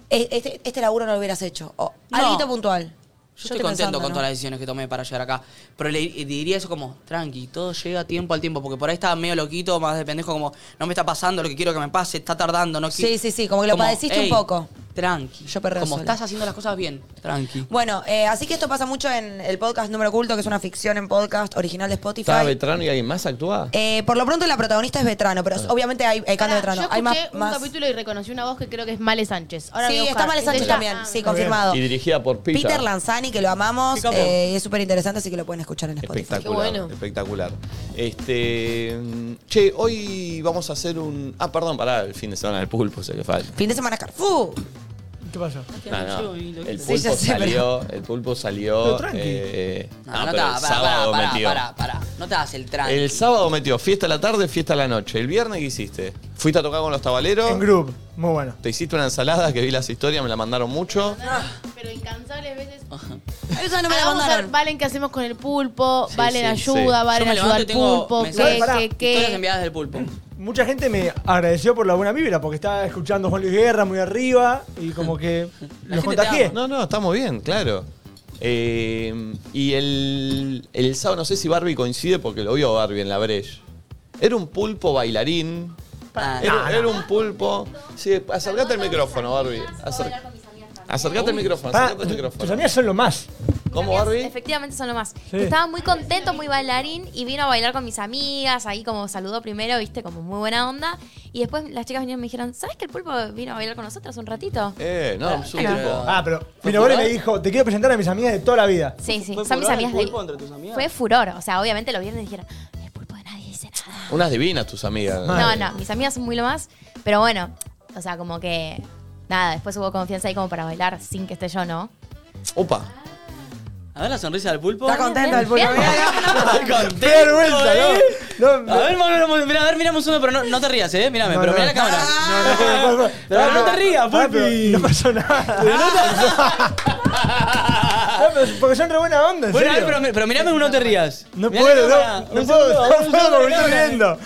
S3: "E- este, este laburo no lo hubieras hecho. O
S2: No.
S3: algo puntual.
S2: Yo estoy
S3: estoy
S2: contento
S3: pensando,
S2: con
S3: ¿no?
S2: todas las decisiones que tomé para llegar acá. Pero le le diría eso como, tranqui, todo llega tiempo al tiempo. Porque por ahí estaba medio loquito, más de pendejo, como, no me está pasando lo que quiero que me pase, está tardando, no
S3: Sí,
S2: qui-
S3: sí, sí, como que lo padeciste un
S2: "Ey,
S3: poco".
S2: Tranqui.
S3: Yo perreo
S2: Como
S3: sola.
S2: estás haciendo las cosas bien, tranqui.
S3: Bueno, eh, así que esto pasa mucho en el podcast Número Oculto, que es una ficción en podcast original de Spotify.
S7: ¿Estaba Vetrano y alguien más actúa?
S3: Eh, por lo pronto la protagonista es Vetrano, pero obviamente hay, hay cambio de
S5: Pará,
S3: Vetrano.
S5: yo
S3: Hay más,
S5: escuché un
S3: más-
S5: capítulo y reconocí una voz que creo que es Male Sánchez. Ahora
S3: Sí,
S5: voy a
S3: está
S5: buscar.
S3: Male
S5: ¿Es
S3: Sánchez
S5: ella?
S3: también,
S5: Ah,
S3: sí,
S5: ok.
S3: confirmado.
S7: Y dirigida por Pita.
S3: Peter Lanzani, que lo amamos,
S6: Qué capo.
S3: eh, y es súper interesante, así que lo pueden escuchar en Spotify.
S7: Espectacular,
S4: Qué bueno.
S7: espectacular. Este, mm, che, hoy vamos a hacer un... Ah, perdón, pará, el fin de semana del pulpo, sé que falta.
S3: Fin de semana Carrefour.
S6: ¿Qué pasó?
S7: No, no, El
S3: Sí,
S7: pulpo
S3: ya sé,
S7: salió, el pulpo salió...
S6: Pero tranqui.
S7: eh, eh,
S2: No,
S7: no,
S2: no, te
S7: pero el
S2: hagas- pará,
S7: sábado
S2: pará,
S7: metió.
S2: pará, pará, pará. No te hagas el tranqui.
S7: El sábado metió fiesta a la tarde, fiesta a la noche. El viernes, ¿qué hiciste? Fuiste a tocar con los tabaleros.
S6: En group, muy bueno.
S7: Te hiciste una ensalada que vi las historias, me la mandaron mucho.
S5: Pero incansables veces.
S3: Ay, ustedes no me
S5: Ah,
S3: la
S5: vamos a ver,
S3: mandaron.
S5: Valen, ¿qué hacemos con el pulpo? Valen,
S7: sí,
S5: ayuda,
S7: sí.
S5: Valen,
S2: Yo me
S5: ayuda
S2: levanto y
S5: al
S2: tengo
S5: pulpo.
S2: mensajes,
S5: ¿Qué,
S6: pará,
S5: qué,
S2: Historias
S5: qué?
S2: enviadas del pulpo.
S6: Mucha gente me agradeció por la buena vibra porque estaba escuchando Juan Luis Guerra muy arriba y como que los
S2: te
S6: contagié.
S7: No, no, estamos bien, claro. Eh, y el, el sábado, no sé si Barbie coincide porque lo vio Barbie en la Breche. Era un pulpo bailarín.
S2: Ah,
S7: Era, era un pulpo. Sí, acercate al micrófono, Barbie. Acer- acercate al micrófono,
S6: Pará,
S7: acercate al
S6: Ah, tus
S7: micrófono.
S6: amigas son lo más.
S7: ¿Cómo,
S9: Amigas,
S7: Barbie?
S9: Efectivamente son lo más.
S6: Sí.
S9: Estaba muy contento, muy bailarín y vino a bailar con mis amigas, ahí como saludó primero, viste, como muy buena onda. Y después las chicas vinieron y me dijeron, ¿sabes que el pulpo vino a bailar con nosotras un ratito?
S7: Eh, no, es un
S2: Claro.
S7: pulpo.
S6: Ah, pero Finobore me dijo, te quiero presentar a mis amigas de toda la vida.
S9: Sí, sí,
S10: ¿Fue
S9: son mis
S10: furor
S9: amigas
S10: el
S9: de
S10: pulpo entre tus amigas?
S9: Fue furor, o sea, obviamente los viernes dijeron, el pulpo de nadie dice nada.
S7: Unas divinas tus amigas.
S1: Ah.
S9: No, no, mis amigas son muy lo más, pero bueno, o sea, como que nada, después hubo confianza ahí como para bailar sin que esté yo, ¿no?
S7: Opa.
S2: A ver la sonrisa del pulpo.
S3: Está contento el pulpo.
S6: ¡Qué vergüenza,
S2: eh.
S6: no! No,
S2: A ver, Manolo, Manolo, mira, a ver, miramos uno, pero no, no te rías, eh. Mírame,
S6: No,
S2: pero
S6: no.
S2: mira la cámara.
S6: no, no, no,
S2: Pero no te rías,
S6: Pará, pero
S2: Pulpi.
S6: No pasó nada. No, pero porque son re buena onda, en
S2: Bueno, a ver,
S6: serio.
S2: pero, mi- pero mirame uno, no te rías.
S6: No
S2: Mirá la
S6: puedo,
S2: cámara.
S6: no,
S2: Un
S6: no puedo,
S2: segundo,
S6: no
S2: un segundo,
S6: puedo porque me
S2: mirá.
S6: estoy riendo.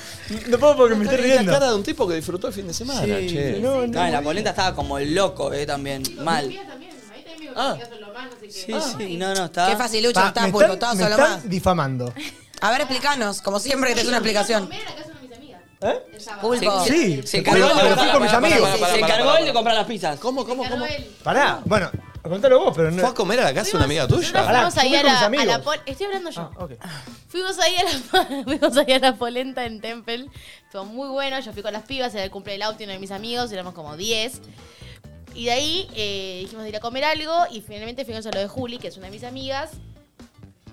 S6: No puedo porque me estoy
S7: Tenés la cara
S6: riendo.
S7: de un tipo que disfrutó el fin de semana,
S6: Sí,
S7: che.
S6: no, no.
S2: No, en Ah, la polenta estaba como loco, eh, también. Mal. Ah.
S7: Ah,
S2: Sí, sí, no, no,
S3: Qué
S2: estaba.
S3: facilucho
S6: Pa,
S3: que estás,
S6: Ah, me
S3: pulpo,
S6: están-
S3: todo
S6: me
S3: solo
S6: están
S3: más.
S6: difamando.
S3: A ver, explícanos, como siempre que te es una explicación.
S6: ¿Eh?
S3: Pulpo.
S6: Sí,
S2: Se
S6: pero,
S2: encargó
S6: pero
S2: el
S6: fui con mis
S2: pará, pará,
S6: amigos.
S2: pará, pará, Se encargó el de comprar las pizzas.
S7: ¿Cómo, cómo, cómo?
S6: Pará, bueno, contalo vos, pero
S7: ¿Fue a
S6: no.
S7: comer a la casa de una amiga tuya?
S6: Pará,
S5: Fuimos ahí
S6: yo
S5: a
S6: fui con
S5: la,
S6: mis
S5: a la
S6: amigos.
S5: pol- Estoy hablando yo.
S6: Ah, ok.
S5: Fuimos ahí, a la, fuimos ahí a la polenta en Temple. Estuvo muy bueno. Yo fui con las pibas, era el cumple del auto y uno de mis amigos, éramos como 10. Y de ahí eh, dijimos de ir a comer algo y finalmente fuimos a lo de Juli, que es una de mis amigas.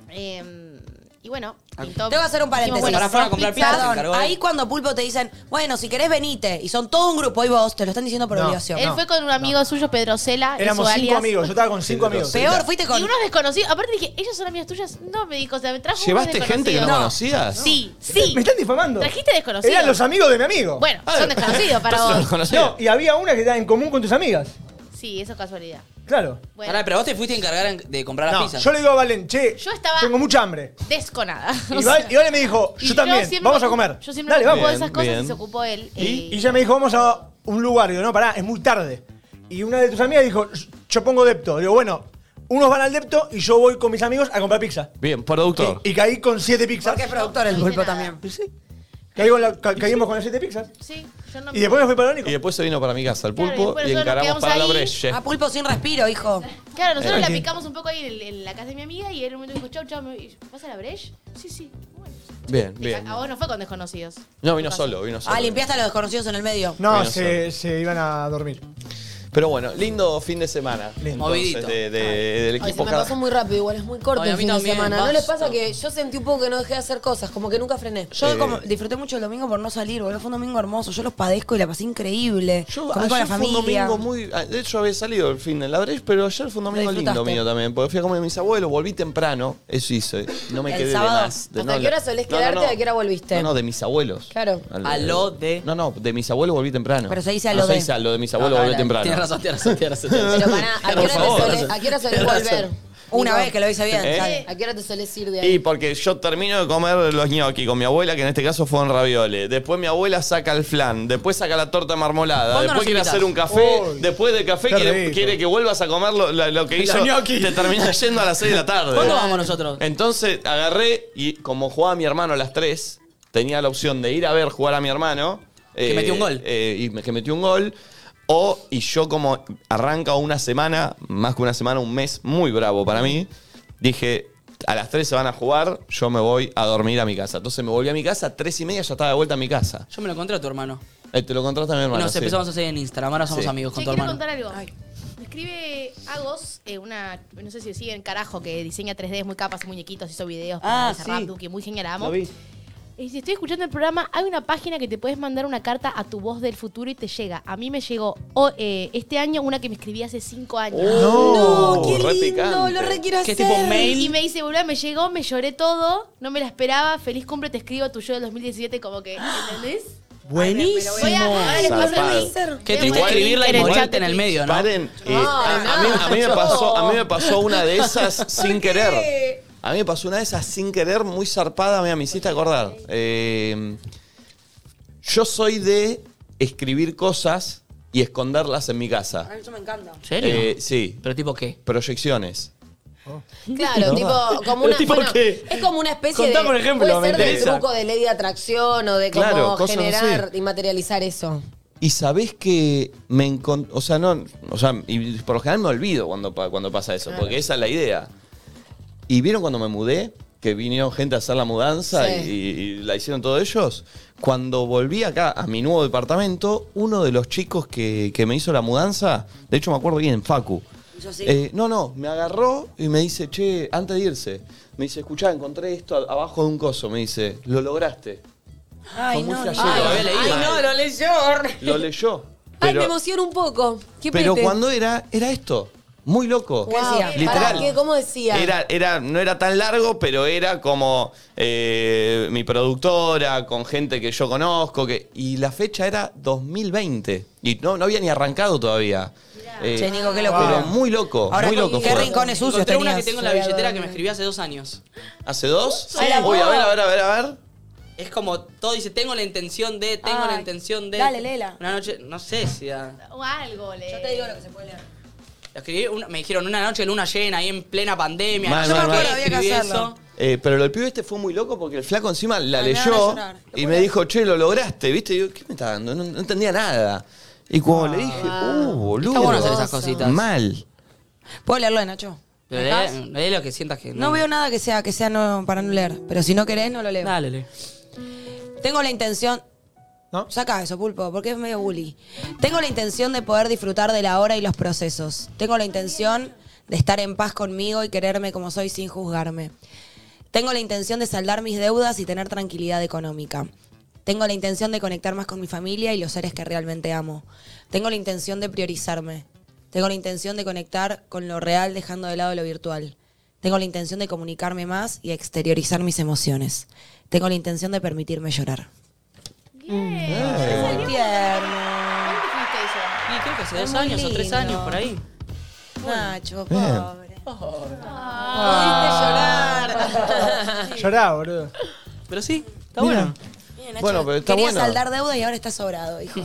S5: Eh, y bueno, pintó-
S3: Te voy a hacer un
S5: dijimos,
S3: paréntesis.
S5: bueno,
S2: Ahora fueron a comprar
S5: pizza.
S2: pizzas, se
S3: Perdón,
S2: encargó él.
S3: ahí cuando Pulpo te dicen, bueno, si querés venite, y son todo un grupo y vos, te lo están diciendo por
S6: No.
S3: obligación.
S5: Él fue con un amigo suyo, Pedro Cela. y
S6: Éramos
S5: su
S6: cinco
S5: alias.
S6: amigos, yo estaba con cinco amigos.
S3: Peor, fuiste con...
S5: Y unos desconocidos. Aparte dije, ellos son amigas tuyas. No, me dijo, o sea, me trajo unos
S7: ¿Llevaste gente que no,
S5: desconocidos.
S7: conocías?
S5: Sí, sí.
S6: Me están difamando.
S5: Trajiste desconocidos.
S6: Eran los amigos de mi amigo.
S5: Bueno, son desconocidos para
S7: Entonces no los
S5: vos.
S7: conocía.
S6: No, y había una que estaba en común con tus amigas.
S5: Sí, eso es casualidad.
S6: Claro.
S5: Bueno,
S2: Pará, pero vos te fuiste a encargar en- de comprar las
S6: No,
S2: pizzas.
S6: yo le digo a Valen, che,
S5: Yo estaba-
S6: tengo mucha hambre.
S5: desconada.
S6: Y,
S5: O
S6: Val-
S5: sea,
S6: y Valen me dijo,
S5: y
S6: yo también,
S5: siempre
S6: vamos
S5: me
S6: a
S5: ocupo-
S6: comer.
S5: Yo siempre
S6: Dale,
S5: me ocupo
S6: vamos.
S5: de esas
S7: Bien,
S5: cosas
S7: bien.
S5: y se ocupó él.
S6: Y
S5: eh,
S6: ella me dijo, vamos a un lugar. Digo, no, pará, es muy tarde. Y una de tus amigas dijo, yo pongo depto. Digo, bueno, unos van al depto y yo voy con mis amigos a comprar pizza.
S7: Bien, productor.
S6: Y, y caí con siete pizzas.
S3: Porque es productor el Pulpo también.
S6: Y sí, caí con la- ca- caímos con las siete pizzas.
S5: Sí, yo no
S6: Y después me fui para Nico.
S7: Y después se vino para mi casa el
S5: Claro, y
S7: pulpo
S5: después
S7: y
S5: nosotros
S7: encaramos
S5: nos quedamos
S7: para la
S5: ahí.
S7: breche.
S3: A Ah, Pulpo sin respiro, hijo.
S5: Claro, nosotros
S6: Eh.
S5: la picamos un poco ahí en, el- en la casa de mi amiga y él en un momento dijo, chau, chau, me voy. ¿vas a la Breche? Sí, sí. Bueno,
S7: Bien,
S5: Y
S7: bien.
S5: a, a vos no fue con desconocidos.
S7: No, vino solo, vino solo.
S3: Ah, limpiaste a los desconocidos en el medio.
S6: No,
S7: Bueno,
S6: se, se iban a dormir.
S7: Pero bueno, lindo fin de semana. Entonces,
S2: Movidito.
S6: este,
S7: de, de- del
S4: Ay, se
S7: equipo
S4: me
S7: cada-
S4: pasó muy rápido, igual es muy corto
S2: Ay, a
S4: el
S2: mí
S4: fin de
S2: también,
S4: semana. ¿No les
S2: basta.
S4: pasa que yo sentí un poco que no dejé de hacer cosas, como que nunca frené?
S3: Yo
S7: Eh.
S3: como disfruté mucho el domingo por no salir, boludo. Fue un domingo hermoso. Yo los padezco y la pasé increíble.
S7: Yo
S3: Comí con la
S7: ayer fue un
S3: familia.
S7: domingo muy. ah, De hecho, había salido el fin de la breche, pero ayer fue un
S3: Lo
S7: domingo lindo
S3: disfrutaste.
S7: mío también. Porque fui a comer a mis abuelos, volví temprano. Eso hice. No me
S3: El
S7: quedé de
S3: sábado.
S7: más. De-
S4: ¿Hasta qué hora solés quedarte? ¿A qué hora volviste?
S7: No, no, de mis abuelos.
S4: Claro.
S7: Al-
S2: A lo de- Ah,
S7: No, no, de mis abuelos volví temprano.
S3: Pero se dice a
S7: No
S3: lo de-
S7: Se dice a lo de mis abuelos volví
S2: Tienes
S7: temprano.
S2: razón, tienes razón, tienes razón. tienes razón.
S4: Pero pará, ¿a qué
S7: Por
S4: hora
S7: favor.
S4: solés- a qué hora solés
S2: Tenés razón.
S4: volver?
S3: Una
S4: Digo,
S3: vez que lo hice bien,
S7: ¿Eh?
S3: sale.
S4: ¿A qué hora te solés ir de ahí?
S7: Y porque yo termino de comer los gnocchi con mi abuela, que en este caso fueron ravioles. Después mi abuela saca el flan, después saca la torta marmolada,
S2: ¿Cuándo nos
S7: después quiere
S2: invitas?
S7: hacer un café,
S6: Uy,
S7: después del café
S6: qué
S7: quiere,
S6: rico.
S7: quiere que vuelvas a comer lo, la- lo que hizo.
S6: gnocchi.
S7: Te terminas yendo a las 6 de la tarde.
S2: ¿Cuándo vamos nosotros?
S7: Entonces agarré y como jugaba mi hermano a las 3, tenía la opción de ir a ver jugar a mi hermano.
S2: Que metió un gol.
S7: eh, y me- que metió un gol. O, y yo como arranca una semana, más que una semana, un mes muy bravo para mí, dije, a las 3 se van a jugar, yo me voy a dormir a mi casa. Entonces me volví a mi casa, a 3 y media ya estaba de vuelta a mi casa.
S2: Yo me lo encontré a tu hermano.
S7: Eh, te lo contraste a mi hermano.
S2: Nos
S7: sí.
S2: empezamos a seguir en Instagram, ahora somos
S7: Sí.
S2: amigos con
S5: Che,
S2: tu
S5: quiero
S2: hermano.
S5: contar algo. Me escribe Agos, eh, una, no sé si siguen, carajo, que diseña 3D, es muy capa, hace muñequitos, hizo videos para
S2: Ah,
S5: Luisa
S2: sí.
S5: Ramdu, que muy genial, la amo. Y dice, estoy escuchando el programa, hay una página que te puedes mandar una carta a tu voz del futuro y te llega. A mí me llegó oh, eh, este año una que me escribí hace cinco años.
S6: Oh,
S7: ¡No!
S4: qué
S7: Re
S4: lindo,
S7: picante.
S4: lo requiero
S2: ¿Qué
S4: hacer.
S2: tipo mail?
S5: Y me dice, boludo, me llegó, me lloré todo, no me la esperaba, feliz cumple, te escribo tu yo del 2017, como que, ¿entendés? Voy a,
S2: Buenísimo.
S5: ahora les paso
S7: Zarpado.
S5: el link.
S2: Qué
S5: Les
S2: triste
S5: paso el link
S2: escribirla y
S5: en el
S2: morirte
S5: chat.
S2: en el medio, ¿no?
S7: Paren. eh, a, a mí, a mí me
S4: no.
S7: pasó, a mí me pasó una de esas sin
S4: qué?
S7: querer. A mí me pasó una de esas sin querer, muy zarpada, mira, me hiciste acordar. Eh, yo soy de escribir cosas y esconderlas en mi casa.
S3: Eso me encanta.
S2: ¿En serio?
S7: Eh, sí,
S2: ¿Pero tipo qué?
S7: proyecciones.
S4: Claro, tipo, como
S7: Pero
S4: una,
S7: tipo,
S4: bueno,
S7: ¿qué?
S4: es como una especie
S6: Contame
S4: de.
S6: un ejemplo, me
S4: puede ser del
S7: interesa.
S4: truco de ley de atracción o de
S7: Claro,
S4: cómo
S7: cosas
S4: generar
S7: así.
S4: y materializar eso.
S7: Y sabés que me encontré. O sea, no. O sea, y por lo general me olvido cuando, pa- cuando pasa eso, porque esa es la idea. Y vieron cuando me mudé, que vinieron gente a hacer la mudanza
S4: Sí.
S7: y, y la hicieron todos ellos. Cuando volví acá a mi nuevo departamento, uno de los chicos que, que me hizo la mudanza, de hecho me acuerdo bien, Facu.
S3: Hizo así.
S7: Eh, no, no, me agarró y me dice, che, antes de irse, me dice, escuchá, encontré esto a- abajo de un coso. Me dice, lo lograste.
S3: Ay, no.
S7: flashero.
S2: Ah, lo había leído.
S4: lo leyó.
S7: Lo leyó.
S4: Ay, me
S7: Pero-
S4: emociono un poco. ¿Qué
S7: pero
S4: pete?
S7: cuando era, era esto. Muy loco.
S4: Wow. Pará,
S7: Literal. Eh,
S4: ¿qué? ¿Cómo decía?
S7: Era, era, no era tan largo, pero era como eh, mi productora, con gente que yo conozco. Que, y la fecha era 2020. Y no, no había ni arrancado todavía. Eh,
S3: Che, Nico, qué locura.
S7: pero muy loco,
S3: Ahora,
S7: muy loco.
S3: ¿qué
S7: fue.
S3: rincones sucios
S2: Encontré una que
S3: tenías?
S2: tengo en la billetera que me escribí hace dos años.
S7: ¿Hace dos?
S4: Ay, la
S7: Uy, a ver,
S4: puedo.
S7: a ver, a ver, a ver.
S2: Es como todo dice, tengo la intención de, tengo la
S3: Ay,
S2: intención de.
S3: dale, léela.
S2: Una noche, no sé si era-
S5: O algo, le.
S3: Yo te digo lo que se puede leer.
S2: la escribí una- me dijeron una noche de luna llena ahí en plena pandemia.
S7: Mal,
S2: no sé
S7: mal,
S2: por qué
S7: mal.
S3: Había que
S2: escribí
S3: hacerlo.
S2: eso.
S7: Eh, pero el pibe este fue muy loco porque el flaco encima la
S3: Ay, me van a
S7: leyó
S3: llorar.
S7: y me dijo, che, lo lograste, ¿viste? Y yo, ¿qué me está dando? No, no entendía nada. Y cuando le dije, uh, boludo.
S2: Está bueno hacer esas cositas.
S7: Mal.
S3: ¿Puedo leerlo de Nacho?
S2: Pero lee, lee lo que sientas que.
S3: No veo nada que sea, que sea no, para no leer. Pero si no querés, no lo leo.
S2: Dale, lee.
S3: Tengo la intención.
S6: ¿No?
S3: Saca eso, pulpo, porque es medio bully. Tengo la intención de poder disfrutar de la hora y los procesos. Tengo la intención de estar en paz conmigo y quererme como soy sin juzgarme. Tengo la intención de saldar mis deudas y tener tranquilidad económica. Tengo la intención de conectar más con mi familia y los seres que realmente amo. Tengo la intención de priorizarme. Tengo la intención de conectar con lo real dejando de lado lo virtual. Tengo la intención de comunicarme más y exteriorizar mis emociones. Tengo la intención de permitirme llorar.
S5: Bien.
S3: "Mm, Tierno.
S5: ¿Cuándo te escribiste eso?
S2: Y creo que hace dos
S3: muy
S2: años o tres
S3: lindo.
S2: años por ahí.
S3: Nacho,
S7: Bien.
S3: pobre.
S6: Ah. Llorá, boludo.
S2: Pero sí, está
S6: Mira.
S2: bueno.
S3: Bien, Nacho,
S7: Bueno, pero está
S3: Quería
S7: bueno.
S3: saldar deuda y ahora está sobrado, hijo.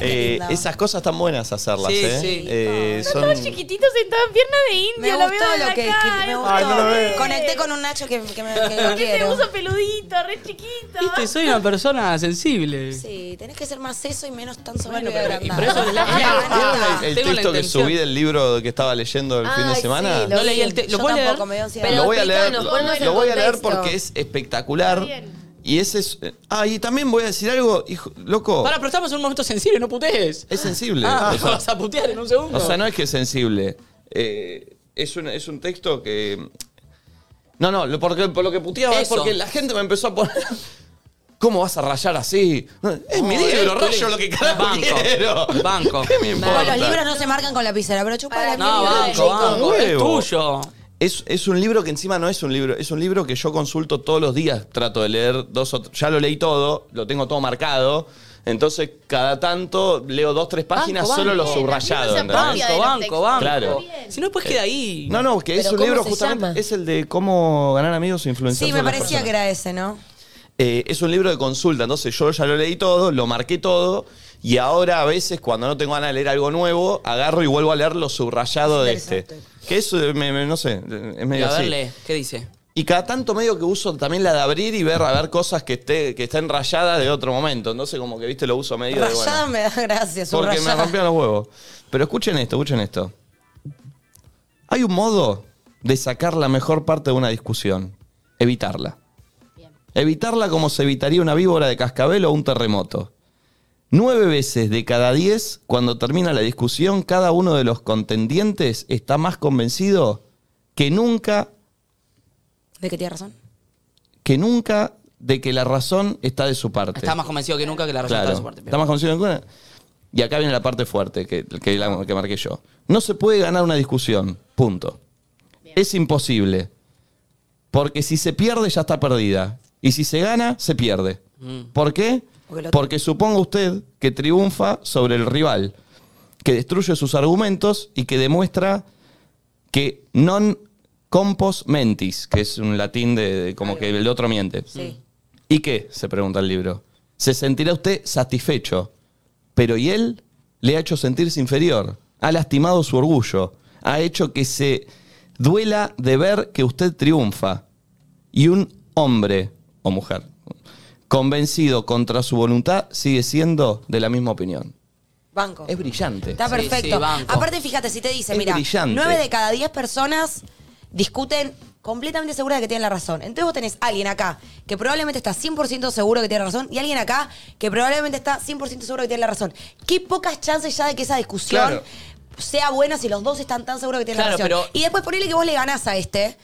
S7: Eh,
S3: lindo.
S7: esas cosas están buenas hacerlas,
S2: Sí,
S7: ¿eh?
S2: sí.
S7: Eh, son-
S5: Estaba chiquitito sentado en pierna de indio.
S3: Me
S5: lo
S3: gustó
S5: veo de
S3: lo
S5: la
S3: que
S5: cara,
S3: escribí, me
S5: es un
S3: gustó.
S6: Ay, no lo veo.
S3: Conecté con un Nacho que, que me, que lo
S5: Este
S3: quiero.
S5: uso peludito, re chiquito.
S2: Viste, soy una persona sensible.
S3: Sí, tenés que ser más eso y menos tan
S2: Bueno,
S3: soberbio
S2: pero-
S3: y
S2: y
S3: agrandado.
S2: por eso es la-
S7: ¿Vieron el, el
S2: Tengo la
S7: texto que
S2: intención.
S7: subí del libro que estaba leyendo el fin de
S4: Ay,
S7: semana?
S4: sí,
S2: No leí el te-
S3: Yo
S2: ¿Lo puedes leer?
S3: tampoco, me dio ansiedad.
S4: Pero
S7: lo voy a leer,
S4: explicanos,
S7: lo-
S4: ponnos en
S7: lo voy a leer
S4: contexto.
S7: porque es espectacular.
S5: Está bien.
S7: Y ese es. Ah, y también voy a decir algo, hijo, loco.
S2: Para, pero estamos en un momento sensible, no putees.
S7: Es sensible.
S2: Ah,
S7: o sea,
S2: vas a putear en un segundo.
S7: O sea, no es que es sensible. Eh, es, un, es un texto que. No, no, lo, porque, por lo que puteaba es
S2: Eso.
S7: porque la gente me empezó a poner. ¿Cómo vas a rayar así? No, es mi
S2: No,
S7: libro,
S2: es tu
S7: rayo
S2: libro.
S7: lo que carajo
S2: Banco.
S7: quiero.
S2: Banco.
S7: ¿Qué me importa?
S3: No, los libros no se marcan con la pizarra, pero chupa la
S2: No,
S3: mierda.
S2: banco, banco. Es
S7: Huevo.
S2: tuyo.
S7: Es, es un libro que encima no es un libro, es un libro que yo consulto todos los días, trato de leer dos o tr- ya lo leí todo, lo tengo todo marcado, entonces cada tanto leo dos, tres páginas,
S2: Banco,
S7: solo lo
S2: banco.
S7: subrayado.
S5: Bien,
S7: ¿entendés?
S5: bien.
S2: Banco, banco, banco.
S7: Claro.
S2: Si no, después queda ahí.
S7: No, no, que es
S4: ¿Pero
S7: un
S4: cómo
S7: libro
S4: se
S7: justamente,
S4: llama?
S7: es el de cómo ganar amigos e influenciar
S3: Sí, me
S7: sobre las
S3: parecía
S7: personas.
S3: que era ese, ¿no?
S7: Eh, es un libro de consulta, entonces yo ya lo leí todo, lo marqué todo, y ahora a veces cuando no tengo ganas de leer algo nuevo, agarro y vuelvo a leer lo subrayado de este. Que eso, eh, me- me- no sé, eh, es
S2: Y
S7: medio
S2: a
S7: así.
S2: verle, ¿qué dice?
S7: Y cada tanto medio que uso también la de abrir y ver a ver cosas que, esté, que estén rayadas de otro momento. Entonces como que, viste, lo uso medio de bueno,
S3: Rayada me da gracias,
S7: Porque me rompieron los huevos. Pero escuchen esto, escuchen esto. Hay un modo de sacar la mejor parte de una discusión. Evitarla. Evitarla como se evitaría una víbora de cascabel o un terremoto. Nueve veces de cada diez, cuando termina la discusión, cada uno de los contendientes está más convencido que nunca,
S3: ¿De que tiene razón?
S7: que nunca de que la razón está de su parte.
S2: Está más convencido que nunca que la resulta
S7: Claro,
S2: de su parte.
S7: está más convencido que nunca. Y acá viene la parte fuerte que, que la- que marqué yo. No se puede ganar una discusión. Punto. Es imposible. Porque si se pierde, ya está perdida. Y si se gana, se pierde. ¿Por qué?
S3: Mm. Porque lo-
S7: Porque suponga usted que triunfa sobre el rival, que destruye sus argumentos y que demuestra que non compos mentis, que es un latín de, de como que el otro miente. ¿Y qué? Se pregunta el libro. Se sentirá usted satisfecho, pero ¿y él? Le ha hecho sentirse inferior, ha lastimado su orgullo, ha hecho que se duela de ver que usted triunfa. Y un hombre o mujer convencido contra su voluntad sigue siendo de la misma opinión.
S3: Banco.
S7: Es brillante.
S3: Está
S2: Sí,
S3: perfecto.
S2: sí, banco.
S3: Aparte, fíjate, si te dice,
S7: Es
S3: mira,
S7: brillante.
S3: nueve de cada diez personas discuten completamente segura de que tienen la razón. Entonces vos tenés alguien acá que probablemente está 100% seguro que tiene razón y alguien acá que probablemente está 100% seguro que tiene la razón. Qué pocas chances ya de que esa discusión
S7: Claro.
S3: sea buena si los dos están tan seguros que tienen la
S2: Claro,
S3: razón.
S2: pero-
S3: y después ponele que vos le ganás a este.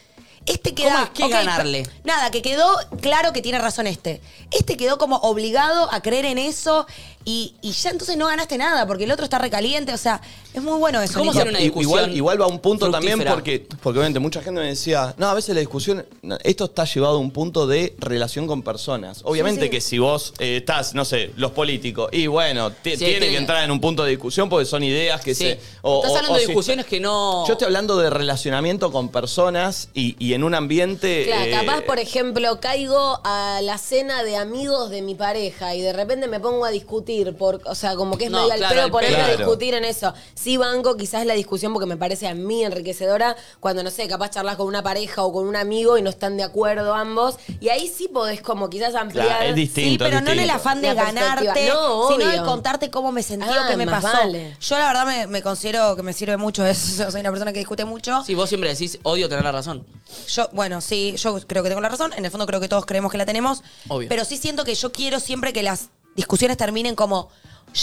S3: Este queda...
S2: ¿Cómo es que
S3: ok,
S2: ganarle?
S3: per- Nada, que quedó claro que tiene razón este. Este quedó como obligado a creer en eso y, y ya entonces no ganaste nada porque el otro está recaliente. O sea, es muy bueno eso.
S2: ¿Cómo
S3: Nico.
S2: hacer una
S7: I-
S2: discusión
S7: Igual, igual va a un punto también
S2: fructífera?
S7: porque, porque obviamente mucha gente me decía, no, a veces la discusión, no, esto está llevado a un punto de relación con personas. Obviamente que si vos eh, estás, no sé, los políticos, y bueno, ti-
S2: Sí,
S7: tiene
S2: tiene-
S7: que entrar en un punto de discusión porque son ideas que
S2: Sí.
S7: se... o-
S2: Estás
S7: o-
S2: hablando
S7: o
S2: de
S7: si-
S2: discusiones que no.
S7: Yo estoy hablando de relacionamiento con personas y, y en un ambiente...
S4: Claro,
S7: eh,
S4: capaz, por ejemplo, caigo a la cena de amigos de mi pareja y de repente me pongo a discutir, por, o sea, como que es
S2: No,
S4: medio
S2: claro,
S4: al pedo
S2: al
S4: ponerme
S7: pedo.
S4: a discutir en eso. Sí banco quizás la discusión porque me parece a mí enriquecedora cuando, no sé, capaz charlas con una pareja o con un amigo y no están de acuerdo ambos y ahí sí podés como quizás ampliar...
S7: Claro, es distinto.
S3: Sí, pero no en el
S7: distinto.
S3: afán de
S4: La
S3: ganarte,
S4: perspectiva. No,
S3: sino
S4: obvio.
S3: de contarte cómo me sentí
S4: Ah,
S3: o qué me
S4: más
S3: pasó.
S4: vale.
S3: Yo la verdad me, me considero que me sirve mucho eso. Soy una persona que discute mucho.
S2: Sí, vos siempre decís, odio tener la razón.
S3: Yo, bueno, sí, yo creo que tengo la razón. En el fondo creo que todos creemos que la tenemos.
S2: Obvio.
S3: Pero sí siento que yo quiero siempre que las discusiones terminen como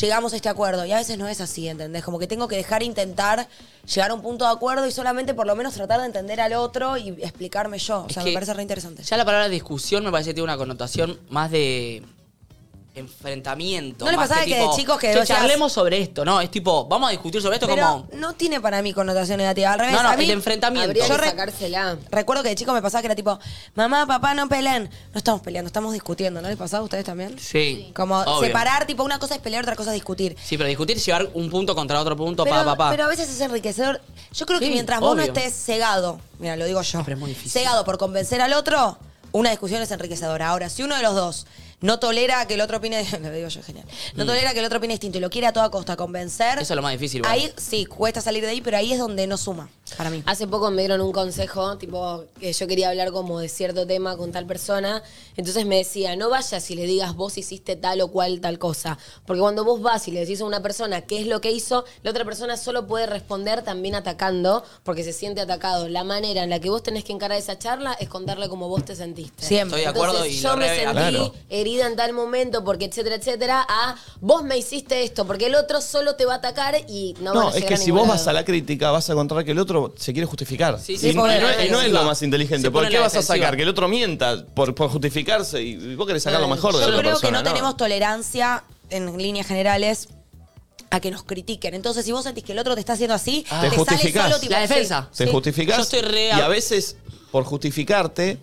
S3: llegamos a este acuerdo. Y a veces no es así, ¿entendés? Como que tengo que dejar intentar llegar a un punto de acuerdo y solamente por lo menos tratar de entender al otro y explicarme yo. O
S2: Es
S3: sea,
S2: que
S3: me parece re interesante.
S2: Ya la palabra discusión me parece que tiene una connotación más de enfrentamiento.
S3: ¿No le
S2: más
S3: pasaba que de
S2: tipo,
S3: chicos que
S2: "Che,
S3: decías-
S2: charlemos sobre esto, ¿no? Es tipo, vamos a discutir sobre esto
S3: Pero
S2: como.
S3: no tiene para mí connotación negativa. Al revés,
S2: No, no,
S3: a mí
S2: el enfrentamiento.
S4: Habría
S3: Yo
S4: que
S3: re-
S4: sacársela.
S3: Recuerdo que de chico me pasaba que era tipo, mamá, papá, no peleen. No estamos peleando, estamos discutiendo. ¿No les pasaba a ustedes también?
S2: Sí.
S3: Como
S2: obvio.
S3: separar, tipo, una cosa es pelear, otra cosa es discutir.
S2: Sí, pero discutir es llevar un punto contra otro punto,
S3: Pero,
S2: pa, pa, pa.
S3: pero a veces es enriquecedor. Yo creo que
S2: Sí,
S3: mientras vos no
S2: obvio.
S3: estés cegado, mira, lo digo yo,
S2: Pero es muy difícil.
S3: cegado por convencer al otro, una discusión es enriquecedora. Ahora, si uno de los dos no tolera que el otro opine, lo digo yo, genial, no tolera que el otro opine distinto y lo quiere a toda costa convencer,
S2: Mm. Eso es lo más difícil, igual.
S3: ahí sí, cuesta salir de ahí, pero ahí es donde no suma, para mí.
S2: Ah,
S4: Hace poco me dieron un consejo, tipo, que yo quería hablar como de cierto tema con tal persona. Entonces me decía, no vayas y le digas vos hiciste tal o cual tal cosa. Porque cuando vos vas y le decís a una persona qué es lo que hizo, la otra persona solo puede responder también atacando, porque se siente atacado. La manera en la que vos tenés que encarar esa charla es contarle cómo vos te sentiste.
S3: Siempre.
S2: Estoy de acuerdo
S4: Entonces,
S2: y
S4: yo
S2: lo
S4: me
S2: re-
S4: sentí
S7: Claro.
S4: herida en tal momento porque etcétera, etcétera, a vos me hiciste esto, porque el otro solo te va a atacar y no, van a
S7: No, es
S4: llegar
S7: que
S4: a
S7: si
S4: ningún
S7: vos
S4: lado.
S7: vas a la crítica, vas a encontrar que el otro se quiere justificar.
S2: Sí,
S7: Sí,
S2: sí,
S7: y,
S2: se
S7: no,
S2: pone
S7: y no-
S2: a la
S7: y no es
S2: defensiva.
S7: lo más inteligente.
S2: Se
S7: ¿Por
S2: pone
S7: qué
S2: a la
S7: vas a
S2: defensiva.
S7: sacar que el otro mienta por, por justificarse y y vos querés sacar lo mejor
S3: Yo
S7: de la
S3: creo
S7: otra
S3: que
S7: persona?
S3: no, tenemos tolerancia en líneas generales a que nos critiquen. Entonces, si vos sentís que el otro te está haciendo así,
S7: Te
S3: te sale
S7: justificás.
S3: solo tipo
S2: Ah. La
S3: sí.
S2: defensa.
S7: Te
S2: Sí.
S7: justificás.
S2: Yo estoy re-
S7: Y a veces, por justificarte,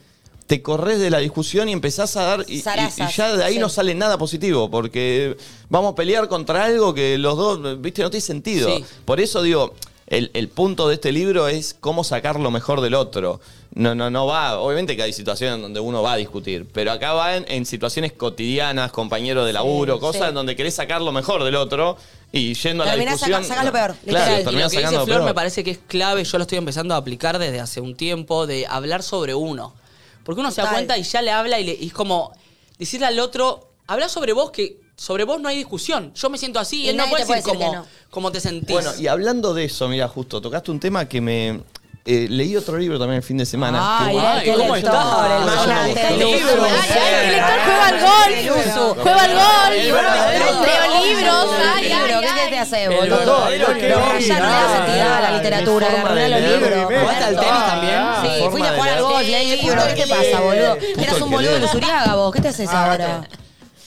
S7: te corres de la discusión y empezás a dar. Y, y-
S3: Zarazas,
S7: y ya de ahí
S3: sí.
S7: no sale nada positivo, porque vamos a pelear contra algo que los dos, viste, no tiene sentido.
S2: Sí.
S7: Por eso digo. El, el punto de este libro es cómo sacar lo mejor del otro. No, no, no va. Obviamente que hay situaciones en donde uno va a discutir, pero acá va en, en situaciones cotidianas, compañeros de laburo, cosas
S3: sí.
S7: en donde querés sacar lo mejor del otro y yendo a la
S3: Terminás saca-
S7: discusión.
S3: sacás lo peor,
S7: Claro,
S2: Literal. y lo
S7: terminás
S2: que dice
S7: sacando lo
S2: Flor
S7: peor.
S2: me parece que es clave, yo lo estoy empezando a aplicar desde hace un tiempo, de hablar sobre uno. Porque uno se da
S3: Total.
S2: cuenta y ya le habla y, le- y es como decirle al otro, habla sobre vos que sobre vos no hay discusión. Yo me siento así y,
S3: Y
S2: él no puede
S3: nadie te puede
S2: decir
S3: decir
S2: cómo,
S3: que no.
S2: cómo te sentís.
S7: Bueno, y hablando de eso, mira, justo, tocaste un tema que me. eh, leí otro libro también el fin de semana.
S2: Ay,
S7: Que-
S3: eh.
S2: ay, ¿cómo
S7: yo no-
S2: estás?
S7: yo
S2: El
S7: no Ah, me
S2: magnate
S7: gustó.
S2: del libro.
S5: Ay, ay, el lector juega al golf. Juega al golf. Leo libros. Ay, ay,
S3: Libro, ¿Qué
S5: ay.
S3: te hace,
S6: El
S3: boludo?
S6: verdadero que
S3: Lo
S6: vi,
S3: rayaron no le
S6: ah,
S3: da sentido a la
S6: qué
S3: literatura,
S7: forma
S3: agarré
S7: de
S3: los
S7: leer. Ah,
S3: libros.
S6: ¿Jugaste al
S2: tenis también?
S3: Sí,
S7: Forma
S3: fuiste a
S7: de
S3: jugar al
S7: leer.
S3: golf, leí libro. ¿Qué te pasa, boludo?
S7: Puto
S3: Eras
S7: el
S3: un
S7: que
S3: boludo de
S7: lee.
S3: los Uriaga, vos. ¿Qué te haces
S6: Ah,
S3: ahora?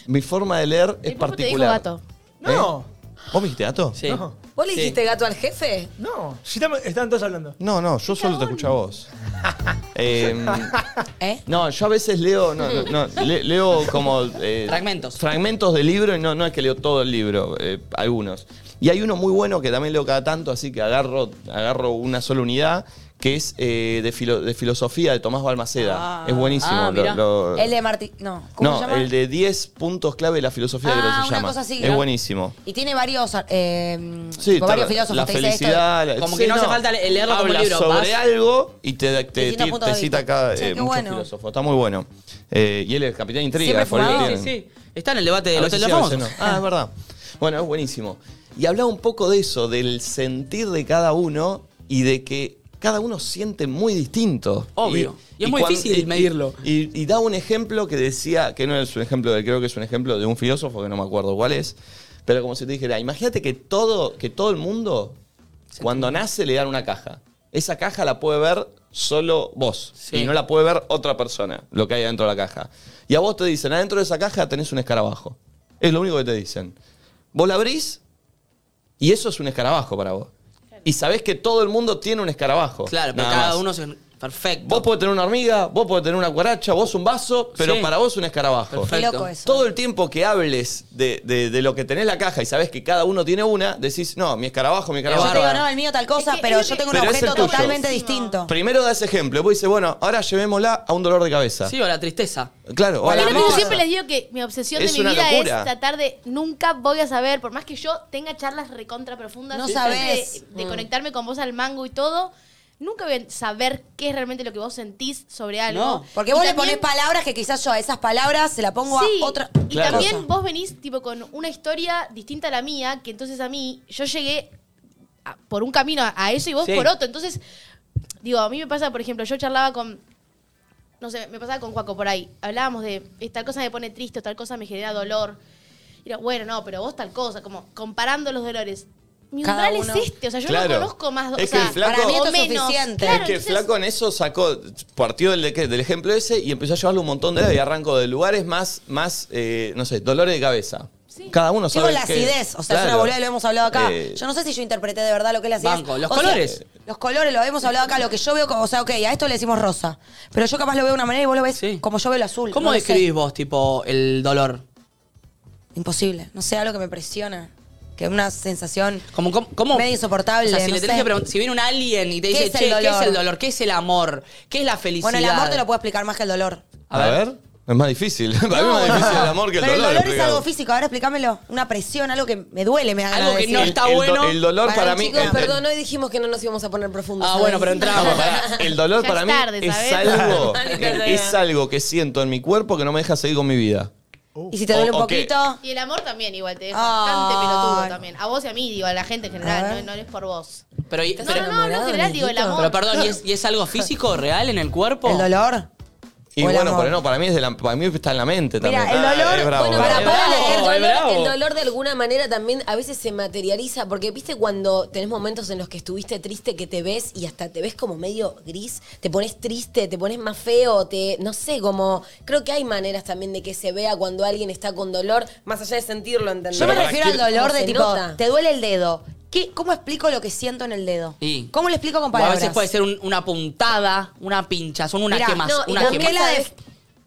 S7: Mi forma de leer es
S5: ¿Y por qué te dijo
S7: particular.
S5: gato?
S6: No,
S7: ¿Vos me dijiste gato?
S2: Sí.
S6: No.
S4: ¿Vos le dijiste gato al jefe?
S6: no. Si estamos- están todos hablando.
S7: No, no, yo solo te escucho a vos. Em,
S3: ¿Eh?
S7: no, yo a veces leo, no, no, no, le- leo como... eh,
S2: Fragmentos.
S7: Fragmentos del libro y no, no es que leo todo el libro, eh, algunos. Y hay uno muy bueno que también leo cada tanto, así que agarro, agarro una sola unidad, que es eh, de, filo- de filosofía de Tomás Balmaceda. es buenísimo.
S2: ah,
S7: lo-
S2: mirá.
S7: lo-
S3: El de Martín. No, ¿cómo se
S7: no,
S3: llama?
S7: el de 10 puntos clave de la filosofía creo que
S3: Ah,
S7: se
S3: una
S7: llama.
S3: cosa así.
S7: es
S3: ¿no?
S7: buenísimo.
S3: Y tiene varios, eh,
S7: Sí,
S3: tipo, varios
S7: tarda-
S3: filósofos.
S7: La
S3: te dice esto de-
S7: felicidad. la-
S2: Como que no hace falta le- leerlo como un
S7: Habla
S2: libro,
S7: sobre
S2: vas-
S7: algo y te, te,
S3: Distintos
S7: te-
S3: puntos
S7: te
S3: de
S7: cita
S3: vista.
S7: acá
S3: Che,
S7: eh,
S3: qué
S7: muchos
S3: bueno.
S7: filósofos. Está muy bueno. Eh, y él es el capitán de intriga.
S2: Siempre
S7: por ahí
S2: fumado.
S7: tiene.
S2: Sí, sí. Está en el debate
S7: Ah, A
S2: del Hotel
S7: veces
S2: de
S7: sí, a
S2: los
S7: veces
S2: Famosos.
S7: no. Ah, es verdad. Bueno, es buenísimo. Y hablaba un poco de eso, del sentir de cada uno y de que cada uno siente muy distinto.
S2: Obvio. Y es muy difícil medirlo.
S7: Y, y da un ejemplo que decía, que no es un ejemplo, de, creo que es un ejemplo de un filósofo, que no me acuerdo cuál es, pero como si te dijera, imagínate que todo, que todo el mundo, cuando nace, le dan una caja. Esa caja la puede ver solo vos
S2: Sí.
S7: y no la puede ver otra persona, lo que hay adentro de la caja. Y a vos te dicen, adentro de esa caja tenés un escarabajo. Es lo único que te dicen. Vos la abrís y eso es un escarabajo para vos. Y sabés que todo el mundo tiene un escarabajo.
S2: Claro, pero
S7: nada
S2: cada
S7: más.
S2: uno se... Perfecto.
S7: Vos podés tener una hormiga, vos podés tener una cuaracha, vos un vaso, pero
S2: Sí.
S7: para vos un escarabajo.
S2: Perfecto.
S3: Qué loco eso.
S7: Todo el tiempo que hables de, de- de lo que tenés en la caja y sabés que cada uno tiene una, decís, no, mi escarabajo, mi
S3: Yo
S7: escarabajo.
S3: te digo, no, el mío tal cosa,
S5: Es que
S3: pero
S5: es
S3: yo
S5: lo que-
S3: tengo un
S7: Pero es
S3: objeto
S7: el tuyo.
S3: totalmente distinto.
S7: Primero da ese ejemplo, vos dices, bueno, ahora llevémosla a un dolor de cabeza.
S2: Sí, o la tristeza.
S7: Claro, o a la
S5: Pero
S7: mierda.
S5: yo siempre les digo que mi obsesión
S7: Es
S5: de mi
S7: una
S5: vida
S7: locura.
S5: es tratar de nunca voy a saber, por más que yo tenga charlas recontra profundas,
S3: No
S5: de-
S3: sabés. Mm.
S5: de, de conectarme con vos al mango y todo, nunca voy a saber qué es realmente lo que vos sentís sobre algo.
S2: No,
S3: Porque
S5: Y
S3: vos le
S5: también-
S3: ponés palabras que quizás yo a esas palabras se la pongo
S5: Sí,
S3: a otra.
S5: Y
S7: Claro.
S5: también vos venís tipo con una historia distinta a la mía, que entonces a mí, yo llegué a- por un camino a, a eso y vos
S2: Sí.
S5: por otro. Entonces, digo, a mí me pasa, por ejemplo, yo charlaba con, no sé, me pasaba con Juaco por ahí. Hablábamos de eh, tal cosa me pone triste, o tal cosa me genera dolor. Y era, bueno, no, pero vos tal cosa, como comparando los dolores. Mi
S3: Cada
S5: umbral
S3: uno.
S5: es este, o sea, yo
S7: Claro.
S5: no conozco más. do-
S7: Es
S5: o
S7: que el
S5: sea,
S7: flaco-
S3: Para mí esto
S5: o
S3: es
S5: menos.
S3: suficiente.
S5: Claro,
S7: es que
S5: entonces-
S7: Flaco en eso sacó, partió del, de qué, del ejemplo ese y empezó a llevarlo un montón de lados y arrancó de lugares más, más eh, no sé, dolores de cabeza. Cada uno
S3: Yo
S7: sabe.
S3: la
S7: qué-
S3: acidez, o sea, es
S7: Claro.
S3: una boludez, lo hemos hablado acá.
S7: Eh,
S3: yo no sé si yo interpreté de verdad lo que es la acidez.
S2: Banco, los
S3: O sea,
S2: colores.
S3: los colores, lo hemos hablado acá, lo que yo veo, como- o sea, ok, a esto le decimos rosa, pero yo capaz lo veo de una manera y vos lo ves
S2: Sí.
S3: como yo veo el azul.
S2: ¿Cómo
S3: no lo sé.
S2: describís vos, tipo, el dolor?
S3: Imposible, no sé, algo que me presiona, que es una sensación
S2: Como, como- como-
S3: medio insoportable.
S2: O sea, si,
S3: no
S2: le tenés
S3: sé.
S2: que preguntar- si viene un alien y te
S3: ¿Qué
S2: dice,
S3: es
S2: che,
S3: el
S2: ¿qué es
S3: dolor?
S2: el dolor? ¿Qué es el amor? ¿Qué es la felicidad?
S3: Bueno, el amor te lo puedo explicar más que el dolor.
S7: A ver. Es más difícil. Para mí es más difícil el amor que el
S3: Pero
S7: dolor.
S3: el dolor es
S7: explicado.
S3: algo físico, ahora explícamelo. Una presión, algo que me duele, me da
S2: Algo
S3: ganas de
S2: que no
S3: decir.
S2: está
S7: el do-
S2: bueno.
S7: el dolor para,
S3: Pará,
S7: mí.
S3: chicos,
S7: el- el-
S4: Perdón, hoy dijimos que no nos íbamos a poner profundos.
S2: Ah,
S4: ¿sabes?
S2: bueno, pero entramos.
S7: No, pará. El dolor
S5: Ya
S7: para
S5: es
S7: mí
S5: tarde,
S7: es
S5: ¿sabés?
S7: algo,
S4: Ay,
S7: es,
S4: qué
S7: es algo que siento en mi cuerpo que no me deja seguir con mi vida.
S3: Y si te duele
S7: O-
S3: un
S7: o que-
S3: poquito.
S5: Y el amor también igual, te deja
S3: Ay.
S5: bastante pelotudo también. A vos y a mí, digo, a la gente en
S3: A
S5: general,
S3: ver.
S5: no, no es por vos.
S2: Pero, y-
S5: No,
S2: pero-
S5: no, no, no, en
S3: enamorado,
S5: general digo el
S3: Dieguito?
S5: amor.
S2: pero perdón, ¿y es, y es algo físico, real en el cuerpo?
S3: ¿El dolor?
S7: Y
S3: O el
S7: bueno,
S3: amor.
S7: pero no, para mí, es de la- para mí está en la mente también.
S4: Mira, el dolor,
S7: Ah, es bravo,
S4: bueno,
S7: bravo.
S4: para, para,
S2: bravo, es
S4: el, dolor,
S2: bravo.
S4: el dolor de alguna manera también a veces se materializa, porque viste cuando tenés momentos en los que estuviste triste que te ves y hasta te ves como medio gris, te pones triste, te pones más feo, te no sé, como creo que hay maneras también de que se vea cuando alguien está con dolor, más allá de sentirlo, ¿entendés?
S3: Yo me
S7: para
S3: refiero al
S7: quién-
S3: dolor
S4: ¿Cómo
S3: de
S4: se
S3: tipo,
S4: nota?
S3: te duele el dedo. ¿Qué, ¿Cómo explico lo que siento en el dedo?
S2: Sí.
S3: ¿Cómo lo explico con
S2: O a
S3: palabras?
S2: veces puede ser un- una puntada, una pinchazón, una
S3: Mirá,
S2: quemaz-
S4: No, y
S2: una
S4: también
S2: quemazón.
S3: la de-
S4: sabes-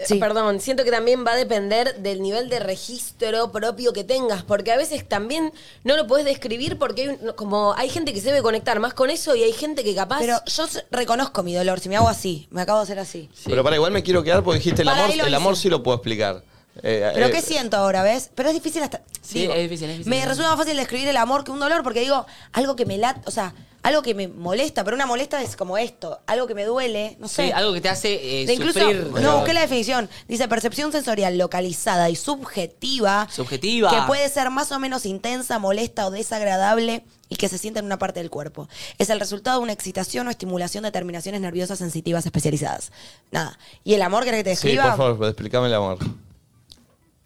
S4: eh,
S3: Sí.
S4: Perdón, siento que también va a depender del nivel de registro propio que tengas, porque a veces también no lo podés describir porque hay, un- como hay gente que se debe conectar más con eso y hay gente que capaz...
S3: Pero yo s- reconozco mi dolor. Si me hago así, me acabo de hacer así.
S7: Pero para igual me quiero quedar porque dijiste el
S3: Para
S7: amor,
S3: ahí lo
S7: el amor
S3: hice.
S7: sí lo puedo explicar. Eh,
S3: Pero
S7: eh,
S3: ¿qué siento ahora, ves? Pero es difícil hasta...
S2: Sí, es difícil, es difícil.
S3: Me resulta más fácil describir el amor que un dolor porque digo, algo que me late, o sea, algo que me molesta, pero una molesta es como esto, algo que me duele, no sé.
S2: Sí, algo que te hace eh,
S3: De incluso,
S2: sufrir.
S3: no, busqué la definición. Dice percepción sensorial localizada y subjetiva.
S2: Subjetiva.
S3: Que puede ser más o menos intensa, molesta o desagradable y que se siente en una parte del cuerpo. Es el resultado de una excitación o estimulación de terminaciones nerviosas sensitivas especializadas. Nada. ¿Y el amor querés que te
S7: Sí,
S3: describa?
S7: por favor, explícame el amor.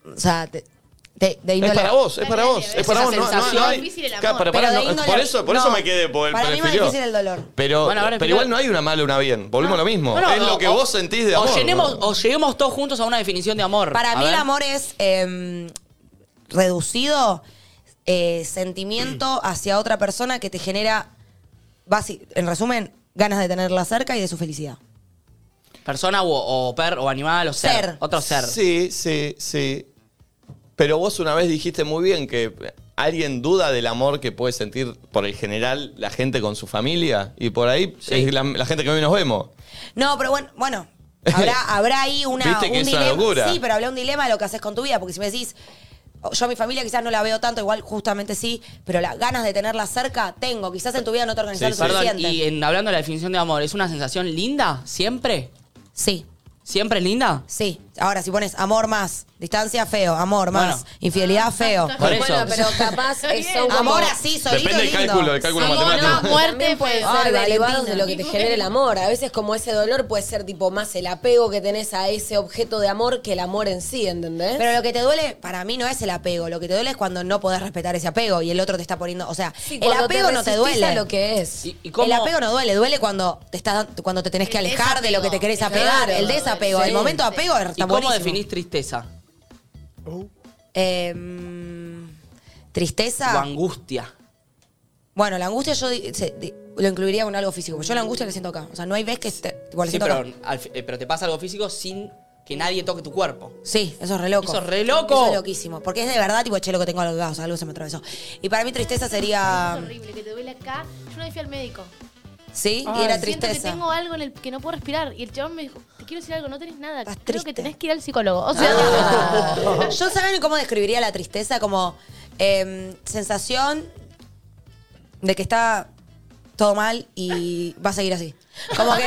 S3: O sea, te- te- de
S7: Es
S3: índole-
S7: para vos, es para vos, es
S5: Esa
S7: para vos. No, no,
S2: sensación.
S7: no hay-
S5: Difícil el amor.
S7: Claro, para-
S3: Pero
S7: para,
S3: de
S7: no,
S3: índole-
S7: por eso, por eso
S3: no.
S7: me quedé por el
S3: Para mí es más
S7: prefirió.
S3: difícil el dolor.
S7: Pero,
S2: Bueno, ahora
S7: pero
S2: explica-
S7: igual no hay una mala o una bien. Volvemos a lo mismo.
S2: Bueno,
S7: es
S2: o-
S7: lo que
S2: o-
S7: vos sentís de
S2: o
S7: amor.
S2: llenemos-
S7: ¿no?
S2: o lleguemos todos juntos a una definición de amor.
S3: Para
S2: A
S3: mí el
S2: ver.
S3: amor es em, reducido eh, sentimiento hacia otra persona que te genera, basi- en resumen, ganas de tenerla cerca y de su felicidad.
S2: Persona o, o per o animal o ser.
S3: Ser.
S2: Otro ser.
S7: Sí, sí, sí. Pero vos una vez dijiste muy bien que alguien duda del amor que puede sentir por el general la gente con su familia. Y por ahí es la, la gente que hoy nos vemos.
S3: No, pero bueno, bueno. Habrá, habrá ahí una,
S7: Viste que
S3: un
S7: es una
S3: dilema.
S7: locura.
S3: Sí, pero habrá un dilema de lo que haces con tu vida, porque si me decís, oh, yo a mi familia quizás no la veo tanto, igual justamente sí, pero las ganas de tenerla cerca tengo. Quizás en tu vida no te organizás lo
S2: Perdón,
S3: suficiente.
S2: y en, hablando de la definición de amor, ¿es una sensación linda? ¿Siempre?
S3: Sí,
S2: ¿Siempre es linda?
S3: sí. Ahora, si pones amor más, distancia feo, amor más,
S2: Bueno.
S3: infidelidad feo.
S2: Por eso.
S4: Bueno, pero capaz
S5: Está
S4: es- son
S5: bien.
S4: como-
S3: Amor así, solito
S7: Depende del
S3: lindo.
S7: cálculo, del cálculo
S5: Amor,
S7: matemático.
S5: no, muerte
S4: También puede
S5: feo.
S4: ser
S3: Ay,
S4: derivados
S3: Valentina.
S4: de lo que te genera el amor. A veces como ese dolor puede ser tipo más el apego que tenés a ese objeto de amor que el amor en sí, ¿entendés?
S3: Pero lo que te duele, para mí no es el apego. Lo que te duele es cuando no podés respetar ese apego y el otro te está poniendo. O sea,
S4: Sí,
S3: el
S4: cuando te
S3: apego no te
S4: resistís a
S3: duele.
S4: lo que es.
S2: ¿Y, y cómo-
S3: El apego no duele, duele cuando te estás cuando te tenés que
S5: El
S3: alejar de lo que te querés
S5: desapego.
S3: apegar,
S4: Claro.
S3: el desapego.
S4: Sí.
S3: El momento de apego
S2: ¿y
S3: está
S2: cómo
S3: buenísimo.
S2: definís tristeza?
S6: Uh,
S3: Eh,
S2: O
S3: tristeza.
S2: angustia.
S3: Bueno, la angustia yo di- se- di- lo incluiría con algo físico. porque Yo la angustia la siento acá. O sea, no hay vez que te, igual la
S2: Sí,
S3: siento
S2: pero,
S3: acá.
S2: al fi- eh, pero te pasa algo físico sin que nadie toque tu cuerpo.
S3: Sí, eso es re loco.
S2: Eso es re loco.
S3: Eso es loquísimo. Porque es de verdad, tipo, che, lo que tengo algo acá, o sea, algo se me atravesó. Y para mí tristeza sería.
S5: Es horrible que te duele acá. Yo una vez fui al médico.
S3: Sí, y era
S5: Siento
S3: tristeza.
S5: que tengo algo en el que no puedo respirar. Y el chabón me dijo, te quiero decir algo, no tenés nada.
S3: Estás
S5: Creo
S3: triste.
S5: que tenés que ir al psicólogo. O sea,
S3: Ah. Yo saben cómo describiría la tristeza como em, sensación de que está todo mal y va a seguir así. Como que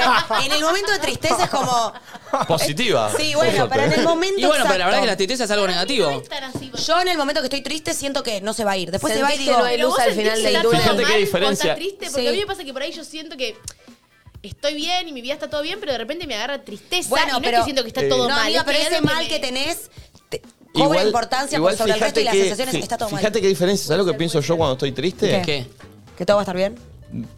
S3: en el momento de tristeza es como eh,
S7: Positiva.
S3: sí,
S7: por
S3: bueno,
S7: suerte.
S3: pero en el momento
S2: Y bueno, pero la verdad es que la
S3: exacto,
S2: tristeza es algo
S5: No
S2: negativo.
S5: es tan así, porque-
S3: yo en el momento que estoy triste siento que no se va a ir. Después se va y
S4: Sentís que
S3: digo,
S4: no hay
S5: Pero
S4: luz
S5: vos
S4: al
S5: sentís
S4: final
S5: que
S4: del
S5: está todo
S4: túnel.
S7: Fíjate qué
S5: mal, o
S7: diferencia.
S5: estás triste, porque
S3: Sí.
S5: a mí me pasa que por ahí yo siento que estoy bien y mi vida está todo bien, pero de repente me agarra tristeza
S3: bueno,
S5: y no
S3: pero
S5: es que siento que está
S7: Eh,
S5: todo
S3: no,
S5: mal.
S3: amiga,
S5: es
S3: pero
S5: hay
S3: ese
S5: algo
S3: mal
S5: me-
S3: que tenés te- cobra importancia por sobre el
S7: fíjate
S3: resto y las
S7: que-
S3: sensaciones
S7: fi-
S3: está todo mal.
S7: Fíjate qué diferencia. ¿Sabes lo que pienso yo cuando estoy triste?
S3: ¿Qué?
S2: ¿Qué?
S3: que todo va a estar bien.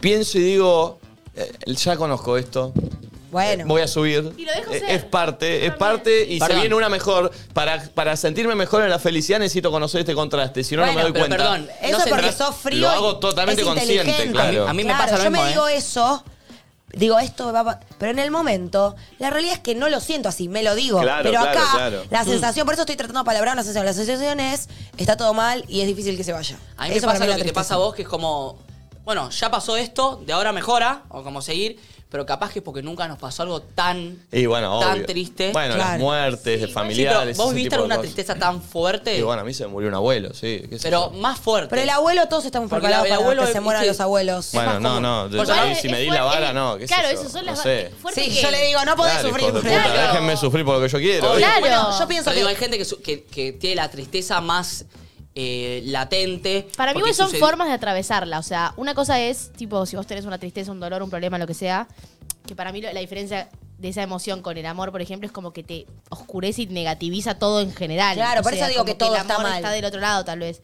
S7: Pienso y digo, eh, ya conozco esto. Eh,
S3: Bueno.
S7: Voy a subir.
S5: Y lo dejo
S7: Eh,
S5: ser.
S7: Es parte, es
S5: También.
S7: parte y
S2: Perdón.
S7: se viene una mejor. Para, para sentirme mejor en la felicidad necesito conocer este contraste, si no, no me
S2: Bueno,
S7: doy
S2: pero
S7: cuenta.
S2: perdón,
S3: Eso
S2: No se
S3: porque
S2: trata-
S3: sos frío.
S7: Lo
S3: y
S7: hago totalmente
S3: es
S7: consciente,
S3: inteligente.
S7: claro.
S2: A mí me pasa lo
S3: yo
S2: mismo,
S3: me digo
S2: ¿eh?
S3: eso, digo esto va a pa- pero en el momento la realidad es que no lo siento así, me lo digo,
S7: Claro,
S3: pero
S7: claro,
S3: acá
S7: claro. Mm.
S3: la sensación, por eso estoy tratando de palabrar una sensación, la sensación es está todo mal y es difícil que se vaya.
S2: A mí me
S3: Eso para
S2: pasa
S3: mí
S2: lo
S3: es
S2: que
S3: la
S2: te
S3: tristeza.
S2: pasa a vos, que es como, bueno, ya pasó esto, de ahora mejora, o como seguir, pero capaz que es porque nunca nos pasó algo tan,
S7: Y bueno,
S2: tan
S7: obvio.
S2: triste.
S7: Bueno, las
S3: Claro.
S7: muertes de
S2: Sí, pero
S7: familiares.
S2: ¿Vos
S7: ese
S2: viste
S7: tipo de
S2: alguna
S7: cosas.
S2: tristeza tan fuerte?
S7: Y bueno, a mí se me murió un abuelo, sí. qué sé
S2: pero
S7: yo.
S2: más fuerte.
S3: Pero el abuelo todos estamos
S2: Porque
S3: preparados
S2: la- el
S3: para
S2: abuelo
S3: que se
S2: es-
S3: mueran
S2: sí.
S3: los abuelos.
S7: bueno, no, no. de-
S5: Porque
S7: si
S5: Pues es
S7: me di
S5: fuerte,
S7: la vara,
S5: eh,
S7: no. qué sé
S5: Claro,
S7: yo,
S5: esas son
S7: no
S5: las
S7: sé.
S5: fuerte
S3: Sí,
S5: que-
S3: yo le digo, no podés
S7: Claro,
S3: sufrir
S7: hijos de
S3: mujer.
S7: puta,
S5: Claro.
S7: Déjenme sufrir por lo que yo quiero.
S2: Obvio.
S5: Claro.
S3: Bueno, yo pienso
S2: Pero digo,
S3: que
S2: hay gente que, su- que- que tiene la tristeza más eh, latente.
S5: Para mí
S2: porque
S5: igual son
S2: sucedió-
S5: formas de atravesarla. O sea, una cosa es, tipo, si vos tenés una tristeza, un dolor, un problema, lo que sea, que para mí lo- la diferencia de esa emoción con el amor, por ejemplo, es como que te oscurece y negativiza todo en general.
S4: Claro, por eso digo
S5: como
S4: que todo
S5: el
S4: está
S5: amor
S4: mal.
S5: está del otro lado, tal vez.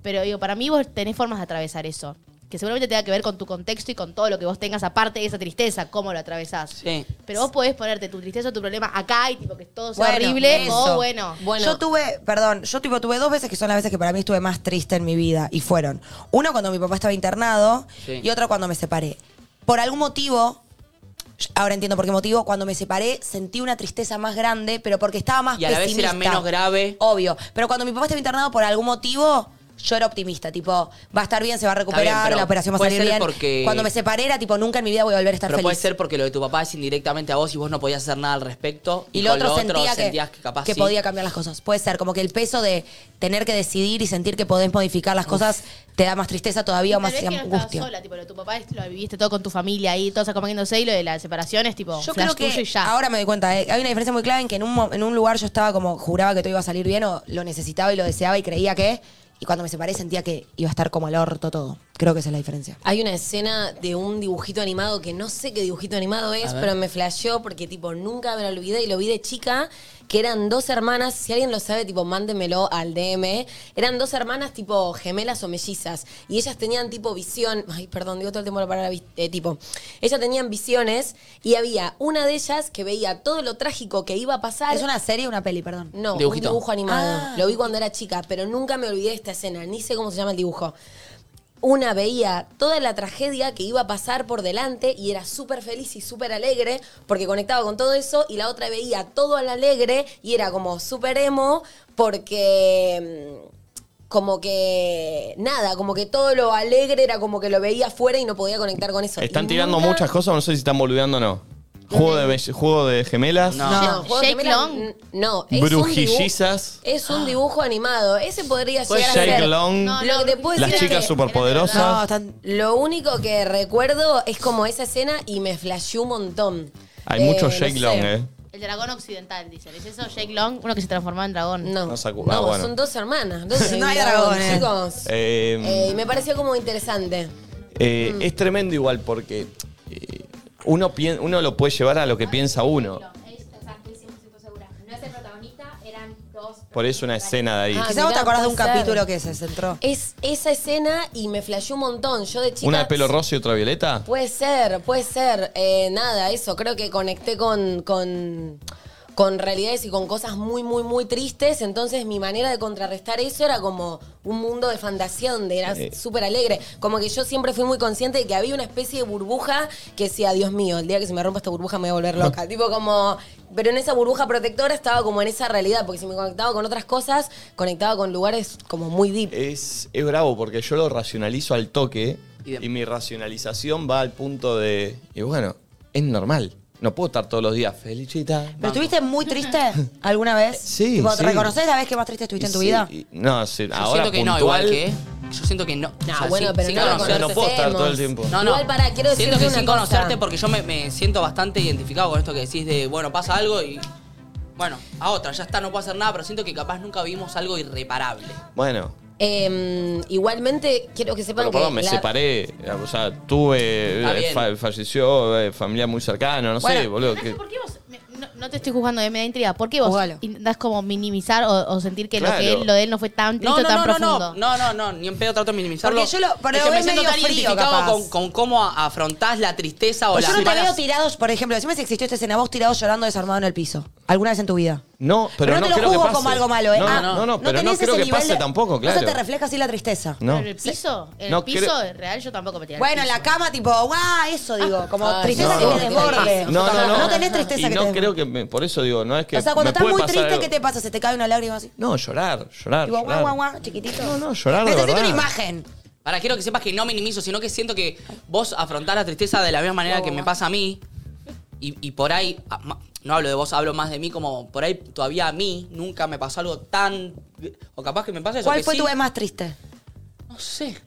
S5: Pero digo, para mí vos tenés formas de atravesar eso. Que seguramente tenga que ver con tu contexto y con todo lo que vos tengas aparte de esa tristeza, cómo lo atravesás.
S2: Sí.
S5: Pero vos podés ponerte tu tristeza o tu problema acá y tipo que todo sea
S4: Bueno,
S5: horrible
S4: eso.
S5: o bueno.
S4: Bueno.
S3: Yo tuve, perdón, yo tipo tuve dos veces que son las veces que para mí estuve más triste en mi vida y fueron. Uno cuando mi papá estaba internado
S2: Sí.
S3: y otro cuando me separé. Por algún motivo, ahora entiendo por qué motivo, cuando me separé sentí una tristeza más grande, pero porque estaba más
S2: Y a la vez era
S3: pesimista.
S2: menos grave.
S3: Obvio, pero cuando mi papá estaba internado por algún motivo yo era optimista, tipo, va a estar bien, se va a
S2: bien,
S3: recuperar,
S2: pero
S3: la operación va a
S2: puede ser
S3: salir bien.
S2: porque-
S3: Cuando me separé era tipo, nunca en mi vida voy a volver a estar
S2: Pero puede
S3: feliz.
S2: ser porque lo de tu papá es indirectamente a vos y vos no podías hacer nada al respecto.
S3: Y lo
S2: con
S3: otro, sentía
S2: sentías que,
S3: que,
S2: capaz
S3: que
S2: sí.
S3: podía cambiar las cosas. Puede ser, como que el peso de tener que decidir y sentir que podés modificar las cosas te da más tristeza todavía o
S5: Tal
S3: más
S5: vez que no estabas
S3: angustia.
S5: sola, tipo, lo de tu papá es- lo viviste todo con tu familia ahí, todos acompañándose y lo de las separaciones, tipo,
S3: Yo
S5: flash
S3: creo que
S5: tuyo y ya.
S3: ahora me doy cuenta, eh, hay una diferencia muy clara en que en un, mo- en un lugar yo estaba como, juraba que todo iba a salir bien o lo necesitaba y lo deseaba y creía que, y cuando me separé sentía que iba a estar como el orto todo. Creo que esa es la diferencia.
S4: Hay una escena de un dibujito animado que no sé qué dibujito animado es, pero me flasheó porque tipo nunca me lo olvidé y lo vi de chica, que eran dos hermanas, si alguien lo sabe, tipo mándenmelo al DM, eran dos hermanas tipo gemelas o mellizas y ellas tenían tipo visión, ay perdón, digo todo el tiempo la palabra vi- eh, tipo, ellas tenían visiones y había una de ellas que veía todo lo trágico que iba a pasar.
S3: ¿Es una serie o una peli, perdón?
S4: No,
S2: Dibujito.
S4: un dibujo animado.
S3: Ah.
S4: Lo vi cuando era chica, pero nunca me olvidé de esta escena. Ni sé cómo se llama el dibujo. Una veía toda la tragedia que iba a pasar por delante y era súper feliz y súper alegre porque conectaba con todo eso y la otra veía todo al alegre y era como súper emo porque mm, como que nada, como que todo lo alegre era como que lo veía afuera y no podía conectar con eso.
S7: Están
S4: Y
S7: tirando
S4: nunca-
S7: muchas cosas, no sé si están boludeando o no. Juego de, belle- juego de gemelas.
S2: No.
S4: No, Juego de
S5: Jake
S4: Gemelas,
S5: Long.
S4: n- No, es un dibujo-
S7: Brujillizas.
S4: es un dibujo animado. Ese podría
S2: Puede
S4: llegar a
S2: ser.
S4: ser.
S7: Jake Long.
S5: No,
S4: Lo que te puedo
S7: Las
S4: decir es
S7: chicas
S4: que-
S7: superpoderosas.
S3: No, están...
S4: Lo único que recuerdo es como esa escena y me flasheó un montón.
S7: Hay mucho Jake
S4: no sé.
S7: Long, ¿eh?
S5: El dragón occidental, dicen. ¿Es eso Jake Long? Uno que se transformaba en dragón.
S4: No,
S7: No sacu-
S4: no,
S7: ah, bueno.
S4: son dos hermanas. dos
S3: No hay dragones.
S4: chicos.
S7: Eh,
S4: Eh, me pareció como interesante.
S7: eh, Es tremendo igual porque eh, uno, pien- uno lo puede llevar a lo que piensa uno.
S9: No es el protagonista, eran dos.
S7: Por eso una escena de ahí.
S4: Ah,
S3: Quizás vos te
S4: mirá,
S3: acordás de un
S4: puede ser. Eh,
S3: capítulo que se centró.
S4: Es esa escena y me flasheó un montón. Yo de chica.
S7: ¿Una de pelo rosa y otra violeta?
S4: Puede ser, puede ser. Eh, nada, eso. Creo que conecté con, con, con realidades y con cosas muy, muy, muy tristes. Entonces mi manera de contrarrestar eso era como un mundo de fantasía donde era súper alegre. Como que yo siempre fui muy consciente de que había una especie de burbuja que decía, Dios mío, el día que se me rompa esta burbuja me voy a volver loca. tipo como... Pero en esa burbuja protectora estaba como en esa realidad, porque si me conectaba con otras cosas, conectaba con lugares como muy deep.
S2: Eh,
S7: Es, es bravo porque yo lo racionalizo al toque
S2: Y de-
S7: y mi racionalización va al punto de. Y bueno, es normal. No puedo estar todos los días felicita.
S3: ¿Pero estuviste muy triste alguna vez?
S7: Sí,
S3: Tipo,
S7: sí.
S3: ¿Reconoces la vez que más triste estuviste en tu
S7: Sí,
S3: vida?
S7: y- No, sí,
S2: Yo
S7: ahora
S2: siento que no,
S7: puntual,
S2: igual que. Yo siento que no.
S4: No,
S2: O sea,
S4: bueno,
S2: sin-
S4: pero
S2: sin
S4: no lo
S2: conocer-
S7: no puedo estar todo el
S4: conocemos.
S7: tiempo.
S2: No, no.
S4: Igual, pará, quiero
S2: Siento que
S4: decirte
S2: sin
S4: una cosa.
S2: conocerte porque yo me, me siento bastante identificado con esto que decís de, bueno, pasa algo y. Bueno, a otra, ya está, no puedo hacer nada, pero siento que capaz nunca vimos algo irreparable.
S7: Bueno,
S4: Eh, igualmente, quiero que sepan
S7: pero
S4: que.
S7: perdón, me
S4: la-
S7: separé. O sea, tuve.
S2: Está
S7: eh,
S2: bien.
S7: fa- falleció eh, familia muy cercana, no sé,
S3: Bueno,
S7: boludo.
S5: No
S7: que-
S5: sé por qué vos. me- No, no te estoy juzgando, eh, me da intriga. ¿Por qué vos
S3: Juzgalo.
S5: intentas como minimizar o, o sentir que, lo, que
S7: Claro.
S5: él- lo de él no fue tan triste
S2: No,
S5: o
S2: no,
S5: tan
S2: no, no,
S5: profundo?
S2: no, no, no, no, ni en pedo trato de minimizarlo.
S3: Porque yo lo- pero
S2: es que
S3: lo
S2: me
S3: ves
S2: siento
S3: medio
S2: tan
S3: frío,
S2: identificado
S3: capaz.
S2: con, con cómo a- afrontás la tristeza o
S3: Pues
S2: las
S3: yo no te
S2: malas-
S3: veo tirados, por ejemplo, decime si existió esta escena, vos tirados llorando desarmado en el piso. ¿Alguna vez en tu vida?
S7: No, pero,
S3: no, te lo
S7: creo que
S3: juzgo
S7: pase.
S3: como algo malo, ¿eh?
S7: No,
S3: Ah,
S7: no, no, pero no
S3: tenés
S7: creo
S3: ese
S7: que
S3: nivel
S7: pase
S3: de-
S7: tampoco, claro.
S3: No se te refleja así la tristeza.
S7: No.
S5: ¿En el piso? ¿En
S7: No,
S5: el piso?
S7: creo-
S5: real yo tampoco me tiré al
S3: Bueno, en
S5: piso.
S3: la cama, tipo, ¡guau! Eso digo, como
S4: Ah,
S3: tristeza
S4: no,
S3: que
S4: no.
S3: te desborde.
S7: No, no, no.
S3: No tenés tristeza
S7: y
S3: que
S7: no
S3: te
S7: creo que. me- por eso digo, no es que.
S3: O sea, cuando
S7: me
S3: estás
S7: puede
S3: muy
S7: pasar
S3: triste,
S7: algo.
S3: ¿qué te pasa? ¿Se te cae una lágrima así?
S7: No, llorar, llorar.
S3: Digo, guau,
S7: llorar.
S3: guau, guau, chiquitito.
S7: No, no, llorar de
S3: Necesito
S7: verdad.
S3: una imagen.
S2: Para, quiero que sepas que no minimizo, sino que siento que vos afrontás la tristeza de la misma manera que me pasa a mí. Y, y por ahí, ah, ma- no hablo de vos, hablo más de mí, como por ahí todavía a mí nunca me pasó algo tan. O capaz que me pasa eso.
S3: ¿Cuál em-?
S2: que
S3: fue
S2: sí-
S3: tu vez más triste?
S2: No sé.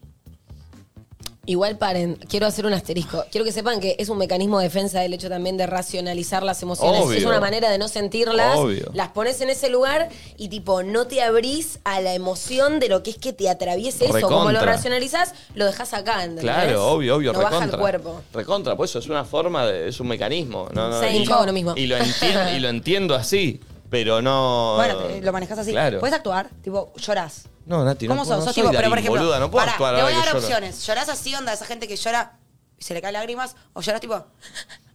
S4: Igual paren, quiero hacer un asterisco. Quiero que sepan que es un mecanismo de defensa del hecho también de racionalizar las emociones.
S7: Obvio.
S4: Es una manera de no sentirlas.
S7: Obvio.
S4: Las pones en ese lugar y tipo no te abrís a la emoción de lo que es que te atraviese eso. Como lo
S7: Recontra.
S4: racionalizás, lo dejas acá. ¿entendés?
S7: Claro, obvio, obvio,
S4: No
S7: recontra.
S4: baja el cuerpo.
S7: Recontra, pues eso es una forma, de, es un mecanismo. No, no,
S4: Sí,
S7: y,
S4: yo hago lo mismo.
S7: Y lo, entien- y lo entiendo así, pero no.
S3: Bueno, te- lo manejas así.
S7: Claro.
S3: Puedes actuar, tipo, llorás.
S7: No, Nati, no
S3: ¿Cómo
S7: puedo-
S3: sos?
S7: no
S3: Sos
S7: soy
S3: tipo, pero
S7: Darín,
S3: por ejemplo.
S7: boluda, no puedo
S3: pará,
S7: actuar
S3: te voy a dar
S7: ahora que lloro.
S3: opciones. ¿Llorás así, onda, esa gente que llora y se le caen lágrimas? ¿O llorás tipo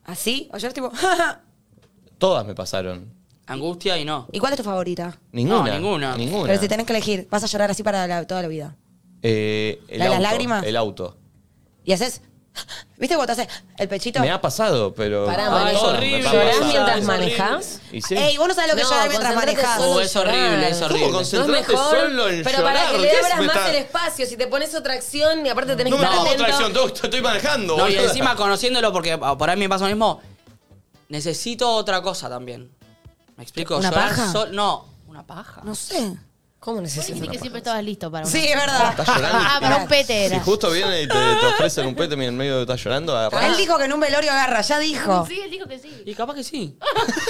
S3: así? ¿O llorás tipo.?
S7: Todas me pasaron.
S2: Angustia y no.
S3: ¿Y cuál es tu favorita?
S7: Ninguna.
S2: No, ninguna.
S7: Ninguna.
S3: Pero si tenés que elegir, vas a llorar así para la- toda la vida.
S7: Eh, el
S3: ¿La de las
S7: auto,
S3: lágrimas?
S7: El auto.
S3: Y haces. ¿Viste cuando te haces el pechito?
S7: Me ha pasado, pero.
S4: Pará,
S7: Ah,
S4: manejo.
S7: todas me
S2: horrible.
S7: han
S4: ¿Llorás
S7: pasado.
S4: mientras
S7: Es
S4: manejás?
S7: horrible. Y sí.
S3: Ey, vos no sabes lo que
S4: No,
S3: llorar mientras
S4: concentrate
S3: manejás.
S4: solo
S2: Oh,
S4: en
S2: es horrible,
S4: llorar.
S2: es
S7: ¿Cómo
S2: horrible.
S4: No es
S7: concentrarte
S4: mejor,
S7: solo en
S4: pero
S7: llorar?
S4: para que
S7: ¿Qué
S4: le
S7: es
S4: abras más
S7: metal?
S4: el espacio, si te pones otra acción y aparte tenés
S7: No
S4: que
S7: me
S4: estar
S7: pongo
S4: atento.
S7: otra acción, te- te estoy manejando,
S2: No, y
S7: boluda.
S2: encima conociéndolo, porque ah, por ahí me pasa lo mismo, necesito otra cosa también. ¿Me explico?
S3: ¿Una
S2: Llorar
S3: paja?
S2: sol- no, una paja.
S3: No sé.
S4: ¿Cómo
S5: Vos
S4: necesitas?
S5: dijiste que siempre estabas listo para una-
S3: Sí, es verdad.
S7: Estás llorando.
S5: Ah, para un pete
S7: Si
S5: era.
S7: justo viene y te, te ofrecen un pete en el medio de estás llorando, agarrás.
S3: Él dijo que en un velorio agarra, ya dijo.
S5: Sí, él dijo que sí.
S2: Y capaz que sí.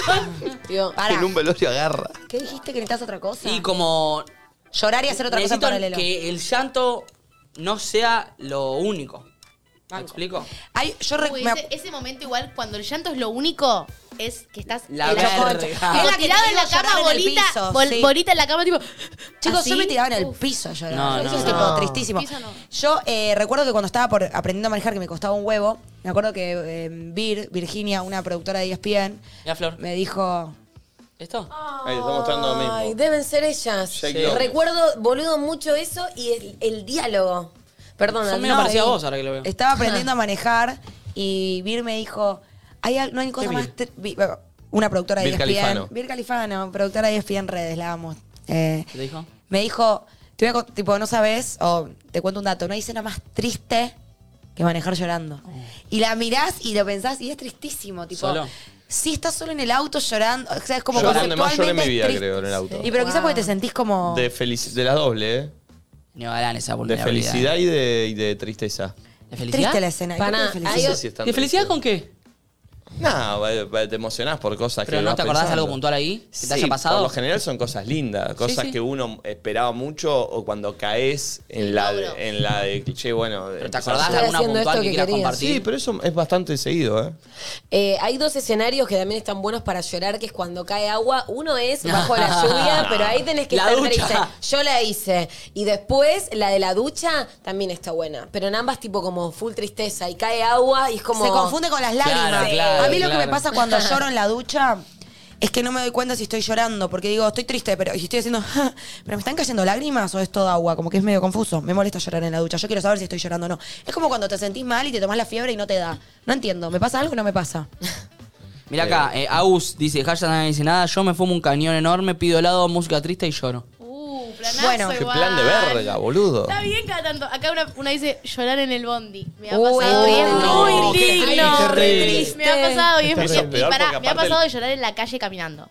S3: Ah.
S4: Digo,
S3: Pará.
S7: En un velorio agarra.
S3: ¿Qué dijiste que necesitas otra cosa?
S2: Y como
S3: Llorar y hacer otra cosa en
S2: necesito
S3: paralelo.
S2: que el llanto no sea lo único. ¿Me explico?
S3: Ay, yo re-
S5: Uy,
S3: me-
S5: ese, ese momento igual, cuando el llanto es lo único, es que estás
S2: La
S5: en
S2: verga.
S5: concha.
S2: Es
S7: Ah,
S5: Tipo,
S3: la que
S5: tirado
S3: te
S5: en
S3: digo
S5: la cama,
S3: llorar en el
S5: bolita,
S3: piso,
S5: bol-
S3: sí.
S5: bolita en la cama, tipo... "Ah,
S3: Chicos, yo
S5: así.
S3: me tiraba en el
S5: Uf.
S3: piso llorando.
S2: No,
S3: Eso
S2: no, no.
S3: es tipo
S5: No,
S3: tristísimo.
S5: piso no.
S3: Yo eh, recuerdo que cuando estaba por aprendiendo a manejar, que me costaba un huevo, me acuerdo que eh, Vir, Virginia, una productora de E ESPN,
S2: Mira, Flor.
S3: me dijo,
S2: ¿Esto?
S7: Ahí te está mostrando lo mismo.
S4: Ay, deben ser ellas.
S7: Shake
S4: Sí.
S7: down.
S4: Recuerdo, boludo, mucho eso y el, el diálogo. Perdón,
S2: Son
S4: Andy.
S2: medio parecidas a
S3: eh,
S4: ahí.
S2: vos ahora que lo veo.
S3: estaba aprendiendo a manejar y Vir me dijo, "Hay al- no hay cosa más... tri- Vi- bueno, Una productora de E
S7: Vir
S3: ESPN.
S7: Califano.
S3: Vir Califano, productora de E ESPN Redes, la amo. Eh,
S2: ¿Qué te dijo?
S3: me dijo, te voy a con- tipo, no sabes, o te cuento un dato, no hay escena más triste que manejar llorando. Y la mirás y lo pensás y es tristísimo, tipo.
S2: Solo.
S3: Sí, estás solo en el auto llorando. O sea, es como
S7: Yo es donde más lloré en mi vida,
S3: conceptualmente es
S7: creo, en el auto.
S3: triste. Y pero quizás porque te sentís como.
S7: De, felici- de la doble, ¿eh?
S2: No harán esa
S7: De
S2: vulnerabilidad.
S7: felicidad y de, y de tristeza.
S2: ¿De
S3: triste la
S2: felicidad?
S3: escena. ¿Y
S4: Paná,
S3: por qué feliz?
S4: hay
S7: No
S4: Yo-
S7: sé si es tan
S2: ¿De felicidad
S7: triste.
S2: con qué?
S7: No, va- va- te emocionás por cosas
S2: ¿Pero
S7: que
S2: no
S7: vas
S2: te acordás de
S7: pensando.
S2: algo puntual ahí? ¿Que te
S7: Sí,
S2: haya pasado?
S7: Por lo general son cosas lindas, cosas
S2: sí.
S7: que uno esperaba mucho o cuando caes en la
S5: logro.
S7: de, en la de che, bueno,
S2: ¿Pero te
S7: empezás
S2: acordás de
S7: a-
S4: Estoy
S2: alguna
S4: haciendo
S2: puntual
S4: esto
S2: que
S4: que
S2: quieras
S4: quería.
S2: compartir?
S7: Sí, pero eso es bastante seguido, ¿eh?
S4: Eh, hay dos escenarios que también están buenos para llorar, que es cuando cae agua. Uno es bajo la lluvia, pero ahí tenés que
S2: La
S4: estar
S2: ducha.
S4: triste. Yo la hice. Y después, la de la ducha también está buena. Pero en ambas, tipo, como full tristeza. Y cae agua y es como...
S3: Se confunde con las lágrimas.
S2: Claro, claro,
S3: a mí lo que
S2: claro.
S3: me pasa cuando lloro en la ducha es que no me doy cuenta si estoy llorando, porque digo, estoy triste, pero y estoy haciendo, pero me están cayendo lágrimas o es todo agua, como que es medio confuso. Me molesta llorar en la ducha, yo quiero saber si estoy llorando o no. Es como cuando te sentís mal y te tomás la fiebre y no te da. No entiendo, ¿me pasa algo o no me pasa?
S2: Mira acá, eh, Agus dice, hashtag nadie dice nada, yo me fumo un cañón enorme, pido helado, música triste y lloro.
S5: Uh, planazo
S3: Bueno.
S7: Qué
S5: igual.
S7: plan de verga, boludo.
S5: Está bien cada tanto. Acá una, una dice llorar en el bondi. Me ha
S4: Uy,
S5: pasado
S4: no,
S5: bien.
S2: no,
S5: muy
S2: qué
S5: digno.
S2: terrible.
S4: Triste.
S5: Me ha pasado bien.
S7: Eso es
S5: Y
S7: peor
S5: pará,
S7: porque
S5: me ha
S7: aparte-
S5: pasado de llorar en la calle caminando.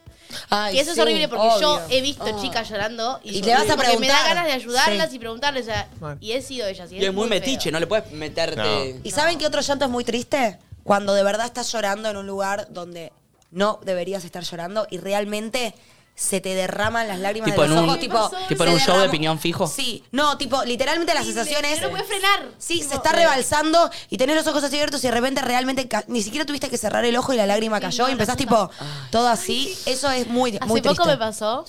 S4: Ay,
S5: Y eso
S4: sí,
S5: es horrible porque yo
S4: obvio.
S5: he visto chicas llorando y,
S3: Y
S5: yo
S3: le vas a
S5: como que me da
S3: preguntar.
S5: ganas de ayudarlas
S3: Sí.
S5: y preguntarles. o sea, y he sido ellas. Y,
S2: Y es muy
S5: feo.
S2: metiche, no le puedes meterte...
S3: ¿Y saben qué otro llanto es muy triste? Cuando de verdad estás llorando en un lugar donde no deberías estar llorando y realmente se te derraman las lágrimas
S2: Tipo
S3: de los
S2: en un-
S3: ojos, tipo,
S2: tipo en
S3: se
S2: un show de
S3: derramó-
S2: Piñón Fijo.
S3: Sí, no, tipo, literalmente la
S5: Horrible,
S3: sensación es
S5: No lo puedes frenar.
S3: Sí,
S5: Tipo,
S3: se está rebalsando y tenés los ojos así abiertos y de repente realmente ca- ni siquiera tuviste que cerrar el ojo y la lágrima cayó y empezás tipo todo así. Eso es muy,
S5: Hace
S3: muy
S5: poco
S3: triste.
S5: me pasó.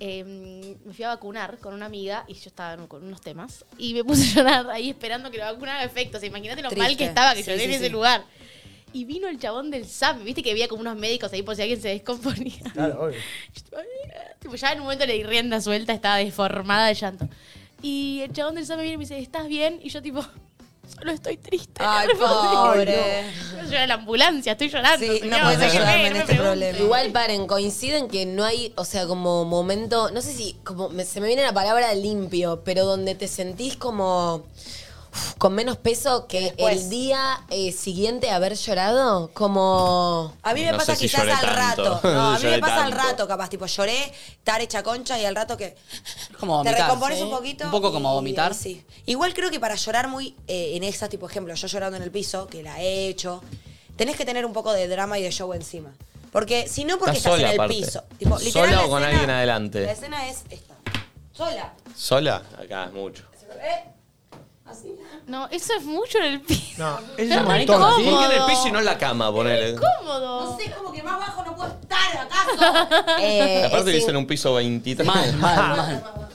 S5: eh, me fui a vacunar con una amiga y yo estaba en- con unos temas. Y me puse a llorar ahí esperando que la vacuna haga efecto. O sea, imagínate lo mal que
S3: Triste.
S5: estaba que
S3: Sí,
S5: lloré
S3: sí,
S5: en ese
S3: sí.
S5: lugar. Y vino el chabón del SAM. Viste que había como unos médicos ahí por si alguien se descomponía.
S6: Claro, obvio.
S5: Tipo, ya en un momento le di rienda suelta, estaba deformada de llanto. Y el chabón del SAM me viene y me dice, ¿estás bien? Y yo tipo, solo estoy triste.
S3: Ay,
S5: Le respondí.
S3: pobre.
S5: Yo lloro en la ambulancia, estoy llorando.
S3: Sí, no
S5: señor,
S3: podés
S5: déjeme,
S3: ayudarme
S5: no
S3: en
S5: me
S3: este
S5: pregunte.
S3: problema.
S4: Igual paren, coinciden que no hay, o sea, como momento, no sé si, como me- se me viene la palabra limpio, pero donde te sentís como uf, con menos peso que el día eh, siguiente haber llorado, como...
S3: A mí me
S7: No
S3: pasa
S7: sé si
S3: quizás
S7: lloré
S3: al
S7: tanto.
S3: rato. No, a mí me
S7: Lloré
S3: pasa al
S7: tanto.
S3: rato, capaz, tipo lloré, estar hecha concha y al rato que
S2: Es como
S3: te
S2: vomitar.
S3: recompones
S2: ¿sí?
S3: un poquito.
S2: Un poco como
S3: y-
S2: vomitar.
S3: Sí. Igual creo que para llorar muy eh, en esas, tipo ejemplo, yo llorando en el piso, que la he hecho, tenés que tener un poco de drama y de show encima. Porque si no, porque
S10: Estás
S3: estás,
S10: sola,
S3: en el
S10: aparte.
S3: piso. Tipo,
S10: ¿Sola
S3: literal, la
S10: o con
S3: escena-
S10: alguien adelante?
S3: La escena es esta. Sola.
S1: ¿Sola?
S10: Acá es mucho.
S3: ¿Eh? Así.
S5: No, eso es mucho en el piso.
S6: No,
S5: Es
S6: es un
S5: re
S6: montón.
S5: incómodo.
S10: Y en el piso y no en la cama, ponele.
S5: Cómodo.
S3: No sé, como que más bajo no puedo estar, ¿acaso?
S4: Eh,
S10: Aparte
S4: es
S10: dicen un piso 23.
S2: Mal, mal, mal.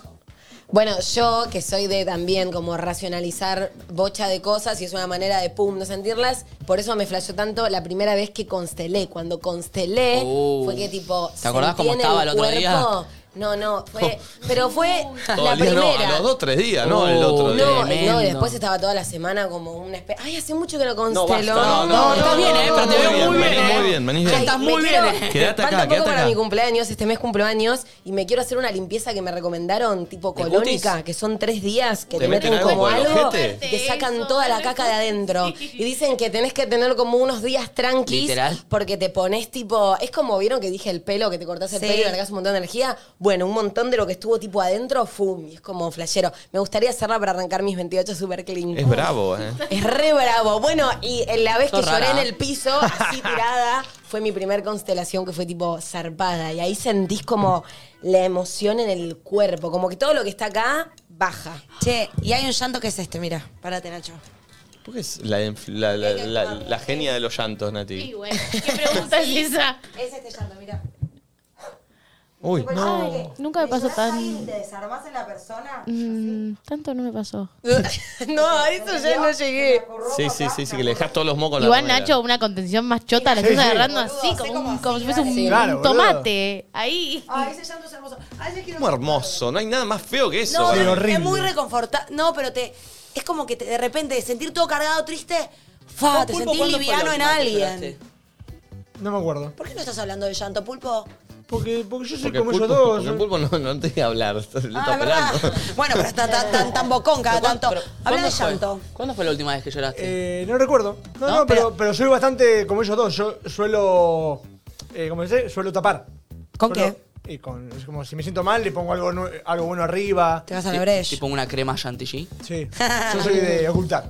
S4: Bueno, yo que soy de también como racionalizar bocha de cosas y es una manera de pum, no sentirlas, por eso me flashó tanto la primera vez que constelé. Cuando constelé
S2: Uh.
S4: fue que tipo.
S2: ¿Te acordás
S4: sentí
S2: cómo
S4: en
S2: estaba el otro día?
S4: cuerpo- No, no, fue. Pero fue
S10: Todo
S4: la
S10: el día, no,
S4: primera.
S10: a los dos, tres días, no el otro día.
S4: No, y no,
S2: Tremendo.
S4: y después estaba toda la semana como una especie. Ay, hace mucho que no constelo.
S10: basta, no,
S2: No, estás bien, ¿eh? Pero te
S10: Muy
S2: veo
S10: bien,
S2: muy bien.
S10: venís
S2: ¿eh?
S10: muy bien, venís
S2: Ya
S10: bien.
S2: Estás muy
S4: me
S2: bien.
S4: quiero-
S2: ¿eh?
S10: Quédate acá,
S4: Falta poco
S10: quédate
S4: para
S10: acá.
S4: mi cumpleaños, este mes cumplo años y me quiero hacer una limpieza que me recomendaron, tipo
S2: ¿De
S4: colónica, que son tres días que
S10: ¿Te
S4: te,
S10: meten
S4: meten
S10: algo
S4: como
S10: por el
S4: algo
S10: ojete?
S4: y te sacan
S5: Eso,
S4: toda la
S5: dale.
S4: caca de adentro.
S5: Sí.
S4: Y dicen que tenés que tener como unos días tranquis
S2: Literal.
S4: porque te pones tipo, es como vieron que dije el pelo, que te cortás el
S3: Sí.
S4: pelo y largás un montón de energía. Bueno, un montón de lo que estuvo tipo adentro, fum, y es como flashero. Me gustaría hacerla para arrancar mis 28 super clean.
S7: Es bravo, ¿eh?
S4: Es re bravo. Bueno, y en la vez que
S2: Sos
S4: lloré
S2: rara.
S4: en el piso, así tirada, fue mi primer constelación que fue tipo zarpada. Y ahí sentís como la emoción en el cuerpo, como que todo lo que está acá baja.
S3: Che, y hay un llanto que es este, mira. Párate, Nacho.
S10: ¿Por qué es la, enf- la- la- la- la genia de los llantos, Nati?
S5: Y bueno, ¿qué pregunta es esa?
S3: Es este llanto, mira.
S10: Uy,
S5: Ay, nunca me pasó tan...
S3: te desarmás en la persona?
S5: Mm, tanto no me pasó.
S4: no, a eso ya no llegué.
S10: sí, sí, sí, sí, que le dejas todos los mocos en la
S5: Igual
S10: remera.
S5: Nacho, una contención más chota, la
S6: Sí,
S5: estás
S6: sí.
S5: agarrando
S3: Boludo,
S5: así,
S3: así
S5: como,
S3: como
S5: un-
S3: así,
S5: como si fuese
S3: dale.
S5: un,
S6: Claro,
S5: un
S6: boludo.
S5: tomate. Ahí.
S3: Ay, ese llanto es hermoso. Ay, yo quiero...
S10: Muy hermoso, no hay nada más feo que eso.
S3: No,
S10: ¿verdad?
S6: pero
S3: es
S6: horrible.
S3: muy reconfortante. No, pero te es como que te- de repente de sentir todo cargado, triste, fa, Ah, te
S2: Pulpo,
S3: sentís
S2: ¿cuándo fue la
S3: liviano en
S2: última que lloraste?
S3: alguien.
S6: No me acuerdo.
S3: ¿Por qué no estás hablando de llanto, Pulpo?
S6: Porque, porque yo soy
S10: Porque
S6: como
S10: pulpo,
S6: ellos dos.
S10: porque pulpo no, no te voy a hablar, le está
S3: Ah, es verdad.
S7: Eh,
S10: pelando.
S3: Bueno, pero está tan, tan, tan bocón cada tanto.
S2: Pero,
S3: Habla
S2: ¿cuándo
S3: de
S2: fue?
S3: llanto.
S2: ¿Cuándo fue la última vez que lloraste?
S6: Eh, no recuerdo. No,
S2: No,
S6: no, pero,
S2: pero-
S6: pero soy bastante como ellos dos. Yo suelo. Eh, como dice, suelo tapar.
S3: ¿Con
S6: Suelo- Y con, es como si me siento mal, le pongo algo, nue- algo bueno arriba.
S3: Te vas a
S2: Ti-
S3: la brecha.
S2: Tipo una crema chantilly.
S6: Sí. Yo soy de ocultar.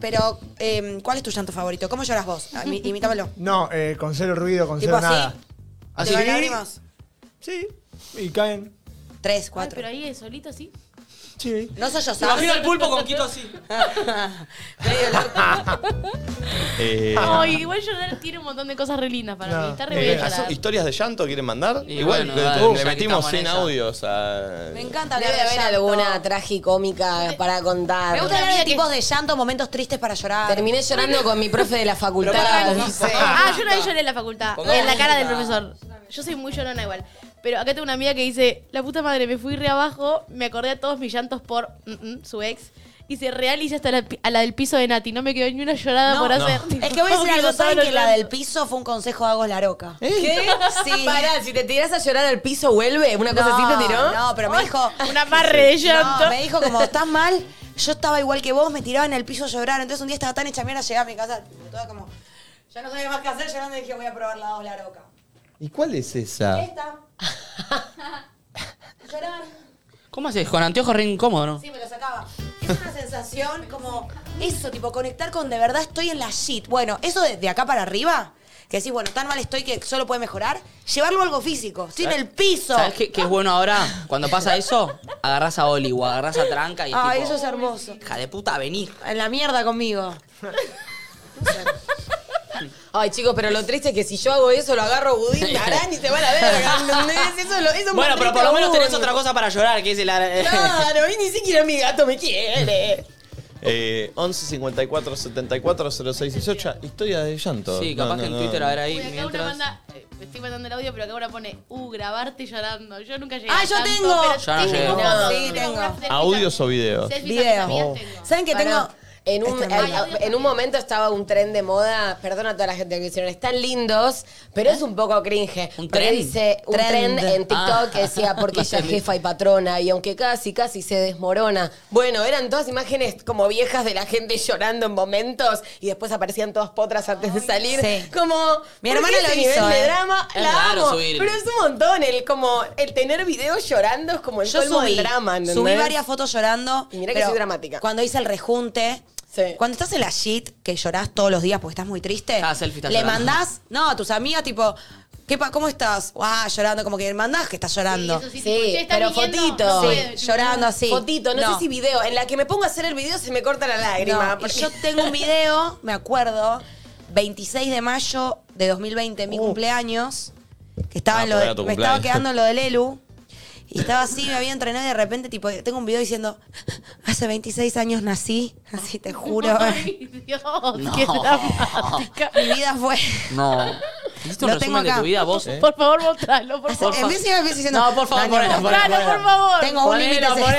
S3: Pero, eh, ¿cuál es tu llanto favorito? ¿Cómo lloras vos? Ah, mi- Imítamelo.
S6: No, eh, con cero ruido, con
S3: ¿Tipo
S6: cero
S3: así?
S6: nada.
S2: ¿Ah,
S3: ¿Te
S6: ¿Así?
S3: van lágrimas?
S6: Sí. Y caen.
S3: Tres,
S5: Ay,
S3: cuatro.
S5: pero ahí es solito, sí.
S6: Sí.
S3: No soy yo,
S2: Imagino
S3: ¿sabes?
S2: al pulpo con Quito así.
S10: Eh,
S5: Ay, igual llorar tiene un montón de cosas re lindas para
S6: No.
S5: mí. Está re
S6: Eh,
S5: bien
S10: ¿hace-
S5: llorar.
S10: ¿Historias de llanto quieren mandar?
S2: Y
S10: Igual
S2: bueno,
S10: le-
S2: dale,
S10: le,
S2: ya que
S10: metimos
S2: estamos en
S10: 100
S2: esa.
S10: audios a...
S3: Me encanta
S4: Debe
S3: hablar de
S4: haber
S3: llanto.
S4: alguna tragicómica para contar.
S3: Me gusta hablar de
S5: que-
S3: tipos de llanto, momentos tristes para llorar.
S4: Terminé llorando con mi profe de la facultad.
S2: Pero
S4: dice.
S5: Ah, yo no lloré en la facultad.
S2: Pongamos
S5: en la cara del
S2: música.
S5: profesor. Yo soy muy llorona igual. Pero acá tengo una amiga que dice, la puta madre, me fui re abajo, me acordé a todos mis llantos por mm, mm, su ex. Y se real hice hasta la, pi- a la del piso de Nati. No me quedó ni una llorada
S3: No,
S5: por hacer.
S3: Es que voy a decir algo, ¿saben que la del
S5: piso?
S3: piso fue un consejo de Agos La Roca?
S4: ¿Qué?
S3: Sí.
S4: Pará, si te tirás a llorar al piso, vuelve. Una cosa así te tiró.
S3: No, pero me dijo...
S5: Un amarre de llanto.
S3: No, me dijo como, ¿estás mal? Yo estaba igual que vos, me tiraba en el piso a llorar. Entonces un día estaba tan hecha mierda, llegué a mi casa, tipo, toda como... Ya no sabía más qué hacer, llorando y dije, voy a probar la Agos La Roca.
S10: ¿Y cuál es
S2: Ah.
S10: esa?
S3: Esta. Llorar.
S2: ¿Cómo haces? Con anteojos re incómodo, ¿no?
S3: Sí, me lo sacaba. Es una sensación como eso, tipo conectar con de verdad estoy en la shit. Bueno, eso de, de acá para arriba, que decís, bueno, tan mal estoy que solo puede mejorar, llevarlo a algo físico, estoy en el piso.
S2: ¿Sabes qué, qué es bueno ahora? Cuando pasa eso, agarras a Oli o agarras a Tranca y es
S3: Ay,
S2: tipo,
S3: Ah, eso es hermoso.
S2: hija de puta, vení.
S3: En la mierda conmigo.
S4: Ay, chicos, pero lo triste es que si yo hago eso, lo agarro budín, harán y se van a verga. ¿entendés? Eso, lo- eso es más
S2: Bueno, pero por
S4: triste
S2: lo menos
S4: aún.
S2: tenés otra cosa para llorar, que es el...
S4: Claro, y ni siquiera mi gato me quiere.
S10: Eh, 11 54 74 06 18 Historia de llanto.
S2: Sí,
S10: No,
S2: capaz
S10: no,
S2: que en
S10: no.
S2: Twitter a ver ahí
S5: Uy, acá una
S2: mientras...
S5: manda, eh, estoy mandando el audio, pero acá una pone, uh, grabarte llorando. Yo nunca llegué.
S3: Ah,
S5: a
S3: yo
S5: tanto,
S3: tengo.
S2: Yo no
S5: pero tengo
S2: llegué.
S5: fotos.
S3: Sí, tengo.
S5: unas selfies a-
S10: ¿Audios o videos?
S5: selfies a mis
S3: Video.
S5: amigas tengo.
S3: ¿Saben que
S4: Pará.
S3: tengo?
S4: En un,
S3: Es
S4: en,
S3: tremendo.
S4: en un momento estaba un tren de moda, perdona a toda la gente que lo hicieron, están lindos, pero es un poco cringe.
S2: ¿Un
S4: Porque
S2: tren?
S4: dice un
S3: ¿Eh? Trend.
S4: tren en TikTok
S2: Ah.
S4: que decía porque ella es jefa y patrona, y aunque casi, casi se desmorona. Bueno, eran todas imágenes como viejas de la gente llorando en momentos y después aparecían todas potras antes de salir.
S3: Sí.
S4: Como,
S3: Mi
S4: ¿por qué
S3: hermana lo
S4: ese
S3: hizo,
S4: nivel de
S3: eh.
S4: drama,
S2: Es
S4: la
S2: raro
S4: amo.
S2: subir.
S4: Pero es un montón, el como el tener videos llorando es como el
S3: Yo
S4: colmo
S3: subí,
S4: del drama, ¿entendés?
S3: subí varias fotos llorando.
S4: Y mirá que
S3: pero
S4: soy dramática.
S3: Cuando hice el rejunte,
S4: Sí.
S3: cuando estás en la shit, que llorás todos los días porque estás muy triste,
S2: Ah, selfie estás
S3: le
S2: llorando.
S3: mandás, no, a tus amigas, tipo, ¿qué pa- ¿cómo estás? Ah, llorando, como que le mandás que estás llorando.
S5: Sí, eso sí,
S4: Sí,
S5: tipo, che, estás
S4: pero
S5: viniendo,
S4: fotito.
S5: no
S3: Sí,
S5: puede.
S3: llorando así.
S4: Fotito, no, sé si video. En la que me pongo a hacer el video se me corta la lágrima.
S3: No,
S4: porque-
S3: Yo tengo un video, me acuerdo, 26 de mayo de 2020, mi cumpleaños, que estaba
S7: Uh. Ah,
S3: en lo de-
S7: porque era tu
S3: me estaba
S7: cumpleaños.
S3: quedando en lo del Elu. Y estaba así, me había entrenado y de repente tipo, tengo un video diciendo, hace 26 años nací, así te juro.
S5: Ay, Dios, qué
S2: No.
S5: dramática.
S3: mi vida fue.
S2: No. ¿Hiciste un
S3: Lo tengo
S2: resumen de
S3: acá.
S2: tu vida vos?
S5: Por favor, mostralo, por favor.
S2: Por favor.
S3: Empiezo y me empiezo diciendo.
S2: No, por favor,
S3: "Año".
S2: ponelo, ponelo,
S5: Mostralo, por favor.
S3: Tengo un límite. sexual.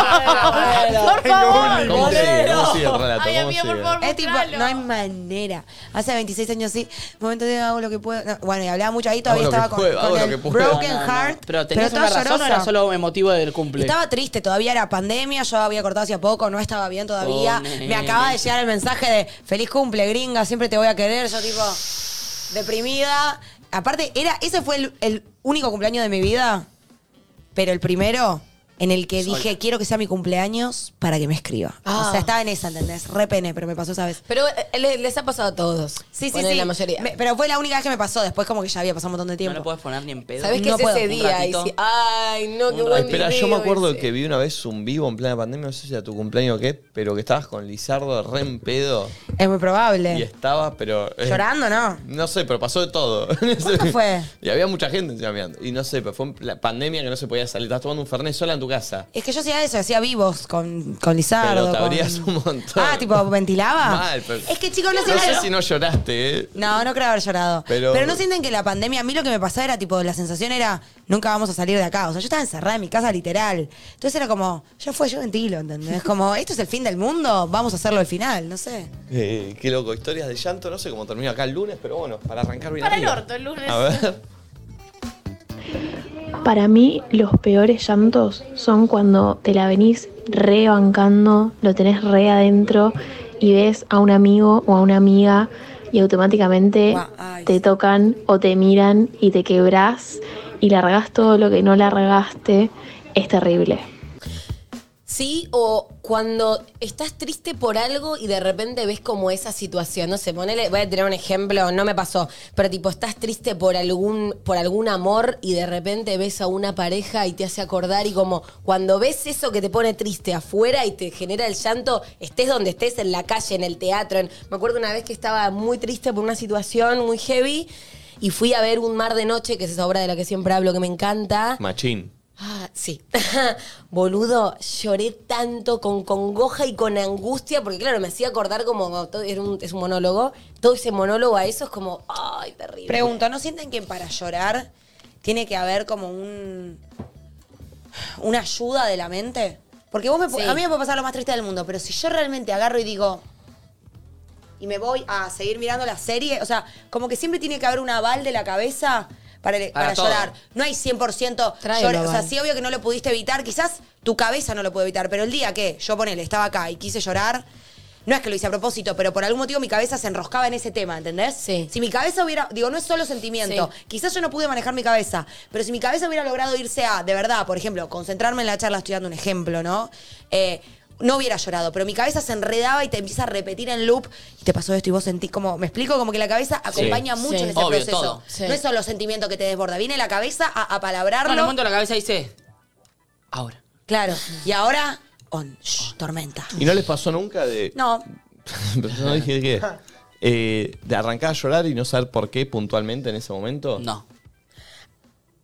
S5: Por favor.
S7: ¿Cómo sigue? ¿Cómo sigue el relato?
S5: Ay,
S7: ¿Cómo
S5: amigo, por
S7: sigue?
S5: favor,
S3: Es tipo,
S5: mostralo.
S3: no hay manera. Hace 26 años sí, momento de hago lo que puedo. No, bueno, y hablaba mucho ahí, todavía
S7: Hago lo que
S3: estaba con,
S7: puedo, hago
S3: con
S7: lo
S3: el
S7: que puedo.
S3: broken
S2: No, no,
S3: heart.
S2: Pero tenías
S3: estaba
S2: una razón o
S3: llorosa.
S2: era solo emotivo del cumple.
S3: Estaba triste, todavía era pandemia, yo había cortado hace poco, no estaba bien todavía.
S2: Oh, nene.
S3: Me acaba de llegar el mensaje de feliz cumple, gringa, siempre te voy a querer. Yo tipo, deprimida. Aparte, era, ese fue el, el único cumpleaños de mi vida, pero el primero en el que dije, quiero que sea mi cumpleaños para que me escriba.
S4: Ah.
S3: O sea, estaba en esa, ¿entendés? Re pene, pero me pasó esa vez.
S4: Pero eh, le- les ha pasado a todos.
S3: Sí, sí,
S4: Ponen
S3: sí.
S4: la mayoría.
S3: Me- pero fue la única vez que me pasó, después como que ya había pasado un montón de
S2: No
S3: tiempo.
S2: lo puedes poner ni en pedo.
S4: ¿Sabés qué
S3: No
S4: es
S3: puedo.
S4: ese
S3: Un
S4: día? Y
S2: ratito.
S4: si- ay, no, qué
S2: Un
S4: buen
S2: ratito.
S7: Ah, Espera, yo me
S4: video
S7: acuerdo
S4: ese.
S7: que vi una vez un vivo en plena pandemia, no sé si a tu cumpleaños o qué, pero que estabas con Lizardo re en pedo
S3: Es muy
S7: y
S3: probable.
S7: estabas, pero. eh,
S3: Llorando, ¿no?
S7: No sé, pero pasó de todo.
S3: ¿Cuándo fue?
S7: Y había mucha gente encima mirando. Y no sé, pero fue la pandemia que no se podía salir. Estabas tomando un Fernet sola en tu casa.
S3: Es que yo hacía eso, hacía vivos con, con Lizardo.
S7: Pero te
S3: con-
S7: abrías un montón.
S3: Ah, tipo, ventilaba.
S7: Mal, pero-
S3: Es que chicos, no
S7: No sé
S3: sienten.
S7: si no lloraste, ¿eh?
S3: No, no creo haber llorado.
S7: Pero-
S3: Pero... no sienten que la pandemia, a mí lo que me pasaba era tipo, la sensación era, nunca vamos a salir de acá. O sea, yo estaba encerrada en mi casa literal. Entonces era como, ya fue, yo ventilo, ¿entendés? Como, esto es el fin del mundo, vamos a hacerlo al final, no sé.
S7: Eh, Qué loco, historias de llanto. No sé cómo termina acá el lunes, pero bueno, para arrancar bien.
S5: Para el
S7: arriba.
S5: orto el lunes.
S7: A ver.
S11: Para mí, los peores llantos son cuando te la venís rebancando, lo tenés re adentro y ves a un amigo o a una amiga y automáticamente
S3: Guau, ay,
S11: te
S3: sí.
S11: tocan o te miran y te quebrás y largás todo lo que no largaste. Es terrible.
S4: Sí, o cuando estás triste por algo y de repente ves como esa situación, no sé, ponele, voy a tirar un ejemplo, no me pasó, pero tipo estás triste por algún por algún amor y de repente ves a una pareja y te hace acordar y como cuando ves eso que te pone triste afuera y te genera el llanto, estés donde estés en la calle, en el teatro, en- me acuerdo una vez que estaba muy triste por una situación muy heavy y fui a ver Un mar de noche, que es esa obra de la que siempre hablo que me encanta.
S7: Machín.
S4: Ah, sí. Boludo, lloré tanto con congoja y con angustia, porque claro, me hacía acordar como, todo- era un- es un monólogo, todo ese monólogo a eso es como, ay, terrible.
S3: Pregunto, ¿no sienten que para llorar tiene que haber como un una ayuda de la mente? Porque vos me, pu-
S4: Sí.
S3: a mí me puede pasar lo más triste del mundo, pero si yo realmente agarro y digo y me voy a seguir mirando la serie, o sea, como que siempre tiene que haber un aval de la cabeza para, el-
S2: Para
S3: para
S2: todo.
S3: llorar. No hay 100%
S4: Trae
S3: llor-
S4: el
S3: O sea,
S4: aval.
S3: sí, obvio que no lo pudiste evitar, quizás tu cabeza no lo puede evitar, pero el día que yo ponele, estaba acá y quise llorar, no es que lo hice a propósito, pero por algún motivo mi cabeza se enroscaba en ese tema, ¿entendés?
S4: Sí.
S3: Si mi cabeza hubiera, digo, no es solo sentimiento,
S4: Sí.
S3: quizás yo no pude manejar mi cabeza, pero si mi cabeza hubiera logrado irse a, de verdad, por ejemplo, concentrarme en la charla, estoy dando un ejemplo, ¿no? Eh, no hubiera llorado, pero mi cabeza se enredaba y te empieza a repetir en loop, y te pasó esto y vos sentís como, me explico, como que la cabeza acompaña mucho
S4: Sí.
S3: en ese
S2: Obvio,
S3: proceso.
S2: todo.
S4: Sí.
S3: No es solo sentimiento que te desborda, viene la cabeza a, a
S2: No,
S3: palabrarlo.
S2: en el momento la cabeza dice. Ahora.
S3: Claro, y ahora, on, shh, tormenta.
S7: ¿Y no les pasó nunca de.?
S3: No,
S7: Pero no dije qué. Eh, de arrancar a llorar y no saber por qué puntualmente en ese momento.
S2: No.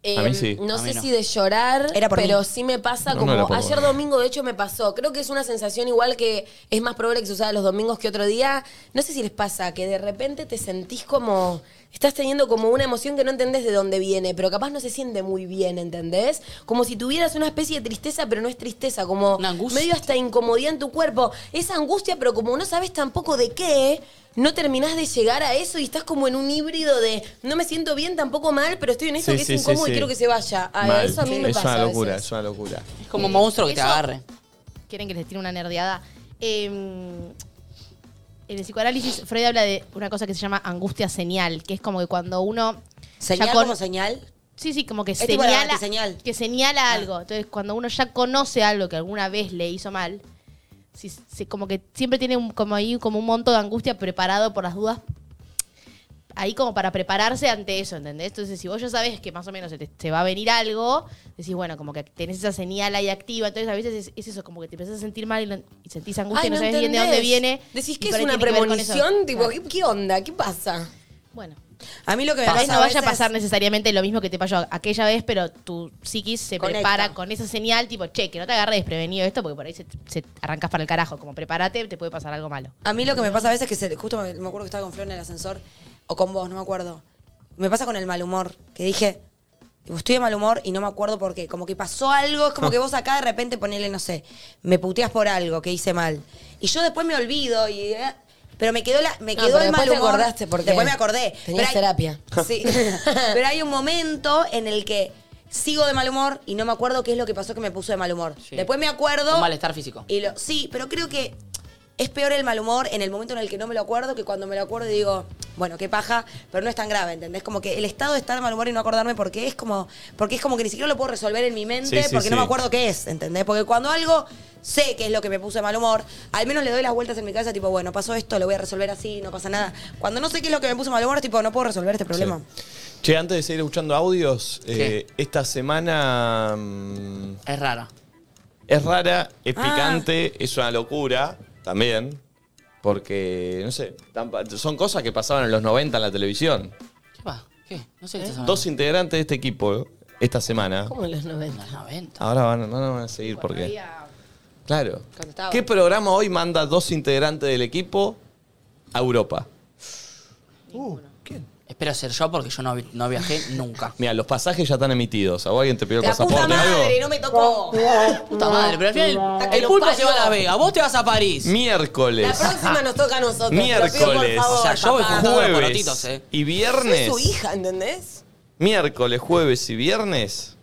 S4: Eh,
S7: a mí sí.
S4: No
S2: A mí
S4: sé
S2: no.
S4: si de llorar,
S3: Era por
S4: pero
S3: mí.
S4: sí me pasa
S7: No,
S4: como.
S7: no era por
S4: ayer
S7: vos.
S4: domingo, de hecho, me pasó. Creo que es una sensación igual que es más probable que se usara los domingos que otro día. No sé si les pasa que de repente te sentís como. estás teniendo como una emoción que no entendés de dónde viene, pero capaz no se siente muy bien, ¿entendés? Como si tuvieras una especie de tristeza, pero no es tristeza, como medio hasta incomodidad en tu cuerpo. Esa angustia, pero como no sabes tampoco de qué, no terminás de llegar a eso y estás como en un híbrido de no me siento bien, tampoco mal, pero estoy en eso
S7: Sí,
S4: que
S7: sí,
S4: es
S7: sí,
S4: incómodo
S7: sí.
S4: y quiero que se vaya. A
S7: Mal.
S4: eso a mí me
S7: es
S4: pasa. a
S7: una
S4: veces.
S7: locura, es una locura.
S2: Es como un monstruo que te
S5: Eso-
S2: agarre.
S5: quieren que les tire una nerdeada. Eh, en el psicoanálisis, Freud habla de una cosa que se llama angustia señal, que es como que cuando uno.
S3: ¿Señal
S5: ya con-
S3: como señal?
S5: Sí, sí, como que
S3: Es tipo la
S5: señala.
S3: antiseñal.
S5: Que
S4: Ah.
S5: señala algo. Entonces, cuando uno ya conoce algo que alguna vez le hizo mal, si- si- como que siempre tiene un- como ahí como un monto de angustia preparado por las dudas. Ahí como para prepararse ante eso, ¿entendés? Entonces, si vos ya sabes que más o menos se te, te va a venir algo, decís, bueno, como que tenés esa señal ahí activa, entonces a veces es, es eso, como que te empezás a sentir mal y, lo- y sentís angustia
S4: Ay,
S5: y no, sabes bien de dónde
S4: entendés.
S5: viene. y
S4: Decís que
S5: por
S4: es
S5: ahí
S4: una
S5: tiene que ver con eso.
S4: premonición, tipo, ¿qué, qué onda? ¿Qué pasa?
S5: Bueno,
S3: A mí lo que me
S5: Tal vez
S3: pasa
S5: no vaya a
S3: veces-
S5: pasar necesariamente lo mismo que te pasó aquella vez, pero tu psiquis se
S3: Conecta.
S5: prepara con esa señal, tipo, che, que no te agarre desprevenido esto, porque por ahí se, se arrancas para el carajo. Como prepárate, te puede pasar algo malo.
S3: A mí lo que me pasa a veces es que se- justo me, me acuerdo que estaba con Flor en el ascensor o con vos, no me acuerdo. Me pasa con el mal humor, que dije, tipo, estoy de mal humor y no me acuerdo por qué. Como que pasó algo, es como que vos acá de repente ponele, no sé, me puteas por algo que hice mal. Y yo después me olvido y... eh, pero me quedó, la, me
S4: No,
S3: quedó
S4: pero
S3: el mal
S4: después te
S3: humor.
S4: acordaste, porque
S3: Después me acordé.
S4: tenías
S3: Pero hay-
S4: terapia.
S3: Sí. pero hay un momento en el que sigo de mal humor y no me acuerdo qué es lo que pasó que me puso de mal humor.
S2: Sí.
S3: Después me acuerdo...
S2: Un malestar físico.
S3: Y lo- sí, pero creo que es peor el mal humor en el momento en el que no me lo acuerdo que cuando me lo acuerdo y digo, bueno, qué paja, pero no es tan grave, ¿entendés? Como que el estado de estar de mal humor y no acordarme por qué es como, porque es como que ni siquiera lo puedo resolver en mi mente
S7: Sí, sí,
S3: porque no me
S7: sí.
S3: acuerdo qué es, ¿entendés? Porque cuando algo sé que es lo que me puso de mal humor, al menos le doy las vueltas en mi casa, tipo, bueno, pasó esto, lo voy a resolver así, no pasa nada. Cuando no sé qué es lo que me puso de mal humor, es tipo, no puedo resolver este problema.
S1: Che, antes de seguir escuchando audios, eh, esta semana mm,
S2: Es rara.
S1: es rara, es
S3: Ah.
S1: picante, es una locura también. Porque, no sé, tampa- son cosas que pasaban en los 90 en la televisión.
S2: ¿Qué va? ¿Qué? No sé qué
S3: Ah.
S2: estás hablando.
S1: Dos integrantes de este equipo esta semana.
S4: Como en los 90.
S2: Las 90.
S1: Ahora van, no, no van a seguir porque. Claro.
S3: Cantaba.
S1: ¿Qué programa hoy manda dos integrantes del equipo a Europa?
S2: Espero ser yo porque yo no, vi- no viajé nunca.
S1: Mira, los pasajes ya están emitidos. ¿A vos alguien te pidió el
S3: La puta
S1: pasaporte?
S3: madre,
S1: algo?
S3: no me tocó.
S2: Puta madre, pero al final el pulpo se va a Las Vegas, vos te vas a París.
S3: La
S1: Miércoles.
S3: próxima nos toca a nosotros. te lo pido, por
S1: Miércoles.
S3: favor,
S2: O sea, yo voy
S3: papá.
S2: jugando a los
S1: Jueves
S2: porotitos, eh.
S1: y
S4: Es
S1: viernes.
S4: su hija, ¿entendés?
S1: Miércoles, jueves y viernes.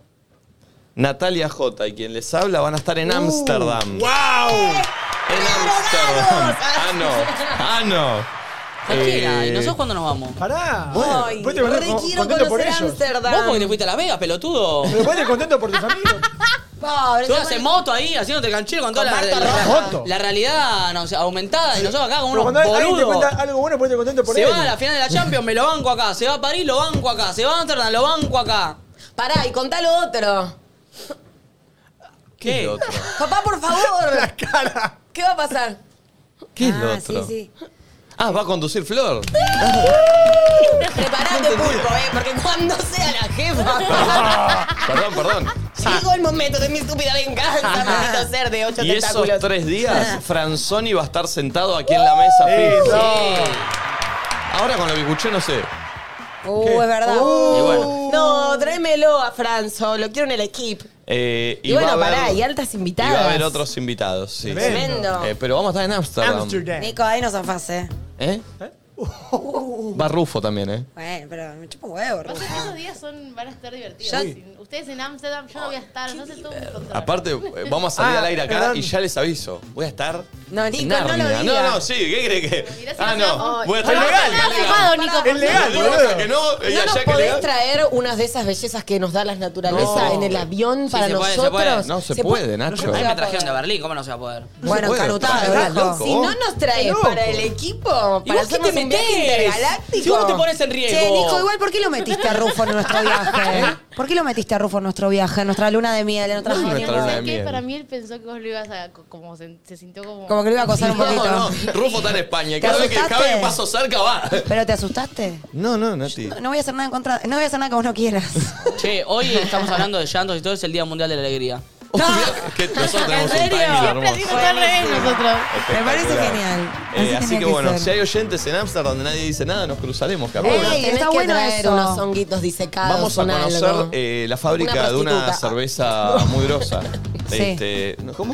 S1: Natalia J y quien les habla van a estar
S3: Uh.
S1: en
S11: Uh,
S1: Ámsterdam. ¡Wow! En Ámsterdam. Ah, no. Ah, no.
S2: Tranquila, ¿y
S1: Eh,
S2: nosotros cuándo nos vamos?
S6: Pará.
S3: Ay,
S6: Vos te vas a
S3: re
S6: con-
S3: quiero
S6: contento por
S3: conocer
S6: ellos.
S3: Ámsterdam.
S2: Vos porque te fuiste a Las Vegas, pelotudo.
S6: Pero vos te contento por tus amigos.
S3: Pobre,
S2: Tú
S3: se
S2: vas en
S3: pone-
S2: moto ahí, haciéndote canchero con toda la,
S3: Comparto
S2: la- la-
S6: rojo.
S2: la realidad no, o sea, aumentada. Y nosotros acá como
S6: Pero
S2: unos
S6: cuando alguien te cuenta
S2: boludos.
S6: algo bueno, ponete contento por
S2: Se
S6: él.
S2: va a la final de la Champions, me lo banco acá. Se va a París, lo banco acá. Se va a Amsterdam, lo banco acá.
S4: Pará, y contá lo otro.
S1: ¿Qué, es lo otro?
S4: Papá, por favor. La cara. ¿Qué va a pasar?
S1: ¿Qué es lo
S3: Ah, sí,
S1: otro?
S3: sí.
S1: Ah, va a conducir Flor.
S4: Preparate, pulpo, eh, porque cuando sea la jefa,
S1: Perdón, perdón.
S6: Ah.
S4: llegó el momento de mi estúpida venganza, maldito ser de ocho
S1: Y esos
S4: tentáculos.
S1: tres días, Franzoni va a estar sentado aquí en la mesa. fijo. Ahora con lo que escuché, no sé.
S3: Uh, es verdad.
S6: Oh.
S1: Y bueno,
S4: No, tráemelo a Franzo, lo quiero en el equipo.
S1: eh,
S4: Y, bueno,
S1: va a haber-
S4: pará, y altas
S1: y
S4: invitadas.
S1: va a haber otros invitados. sí, sí.
S4: Tremendo.
S1: Eh, pero vamos a estar en Amsterdam.
S6: Amsterdam.
S3: Nico, ahí no zafás, eh.
S1: ¿Eh? Va Rufo también, ¿eh?
S3: Bueno, pero me chupa un huevo,
S5: Pasa
S3: Rufa.
S5: que esos días son, van a estar divertidos.
S3: Ya-
S5: Sin- Ustedes en Amsterdam, yo no voy a estar, no sé todo mi control.
S1: Aparte, eh, vamos a salir
S6: Ah,
S1: al aire acá
S6: perdón.
S1: y ya les aviso. Voy a estar.
S3: No,
S1: en
S3: Nico, no lo
S1: Narnia. no,
S3: digas.
S1: no, sí, ¿qué crees que?
S5: mirá si
S1: Ah,
S5: nos
S1: no.
S5: vamos.
S1: Voy a estar legal.
S5: Nada
S1: legal.
S5: fumado, Nico.
S6: Es legal,
S1: Le digo
S6: boludo.
S1: acá que no, y
S4: ¿No nos
S1: allá que
S4: podés
S1: legal.
S4: traer unas de esas bellezas que nos da la naturaleza
S1: No.
S4: en el avión para
S2: se puede, se
S4: nosotros?
S2: puede.
S1: No se puede,
S4: No
S1: Nacho.
S4: se
S2: Ahí me
S4: puede.
S2: trajeron de Berlín, ¿cómo no se va a poder?
S3: Bueno,
S1: puede,
S3: encarutado,
S1: loco.
S3: viejo.
S4: Si no nos traes
S6: Loco.
S4: para el equipo,
S2: ¿Y
S4: para
S2: vos qué
S4: hacernos
S2: te
S4: un viaje
S2: metés?
S4: intergaláctico.
S2: Si vos te pones en riesgo.
S3: Che, Nico, igual, ¿por qué lo metiste a Rufo en nuestro viaje? ¿Por qué lo metiste a Rufo en nuestro viaje, en nuestra luna de miel, en nuestra
S1: No,
S5: Porque
S1: nuestra
S5: no
S1: luna
S5: sé
S1: de
S5: qué,
S1: miel.
S5: para mí él pensó que vos lo ibas a. co- como se, se sintió como.
S3: Como que lo iba a acosar un poquito.
S1: No, no, Rufo está en España.
S3: ¿Te
S1: Cada vez, que, cada vez que
S3: asustaste?
S1: paso cerca va.
S3: ¿Pero te asustaste?
S1: No, no, Nati.
S3: No, no voy a hacer nada en contra, no voy a hacer nada que vos no quieras.
S2: Che, hoy estamos hablando de llantos y todo, es el Día Mundial de la Alegría.
S7: que nosotros tenemos un timing hermoso.
S3: Me parece
S7: Espectacular.
S3: genial.
S7: Eh, así
S3: tenía
S7: que, bueno,
S3: ser.
S7: si hay oyentes en Ámsterdam donde nadie dice nada, nos cruzaremos, capaz.
S4: Bueno, tenés
S3: está
S4: que
S3: bueno
S4: traer
S3: eso.
S4: unos honguitos disecados.
S7: Vamos a
S4: un algo.
S7: conocer eh, la fábrica
S4: Una
S7: de una
S4: prostituta.
S7: cerveza muy grosa.
S3: Sí.
S7: Este, ¿no? ¿Cómo?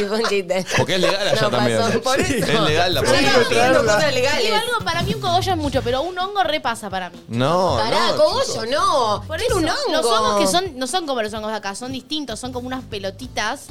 S4: y fue un chiste.
S7: Porque es legal allá
S4: No,
S7: también.
S4: pasó por
S7: Sí.
S4: eso.
S7: Es legal la
S4: Yo estaba
S7: prostituta.
S4: pidiendo cosas
S5: Digo
S4: legales.
S5: algo, para mí un cogollo es mucho, pero un hongo repasa para mí.
S7: No,
S4: Pará,
S7: no,
S4: cogollo,
S7: chicos.
S4: no.
S5: Por
S4: Quiero
S5: eso,
S4: un hongo.
S5: los hongos que son, no son como los hongos de acá, son distintos, son como unas pelotitas.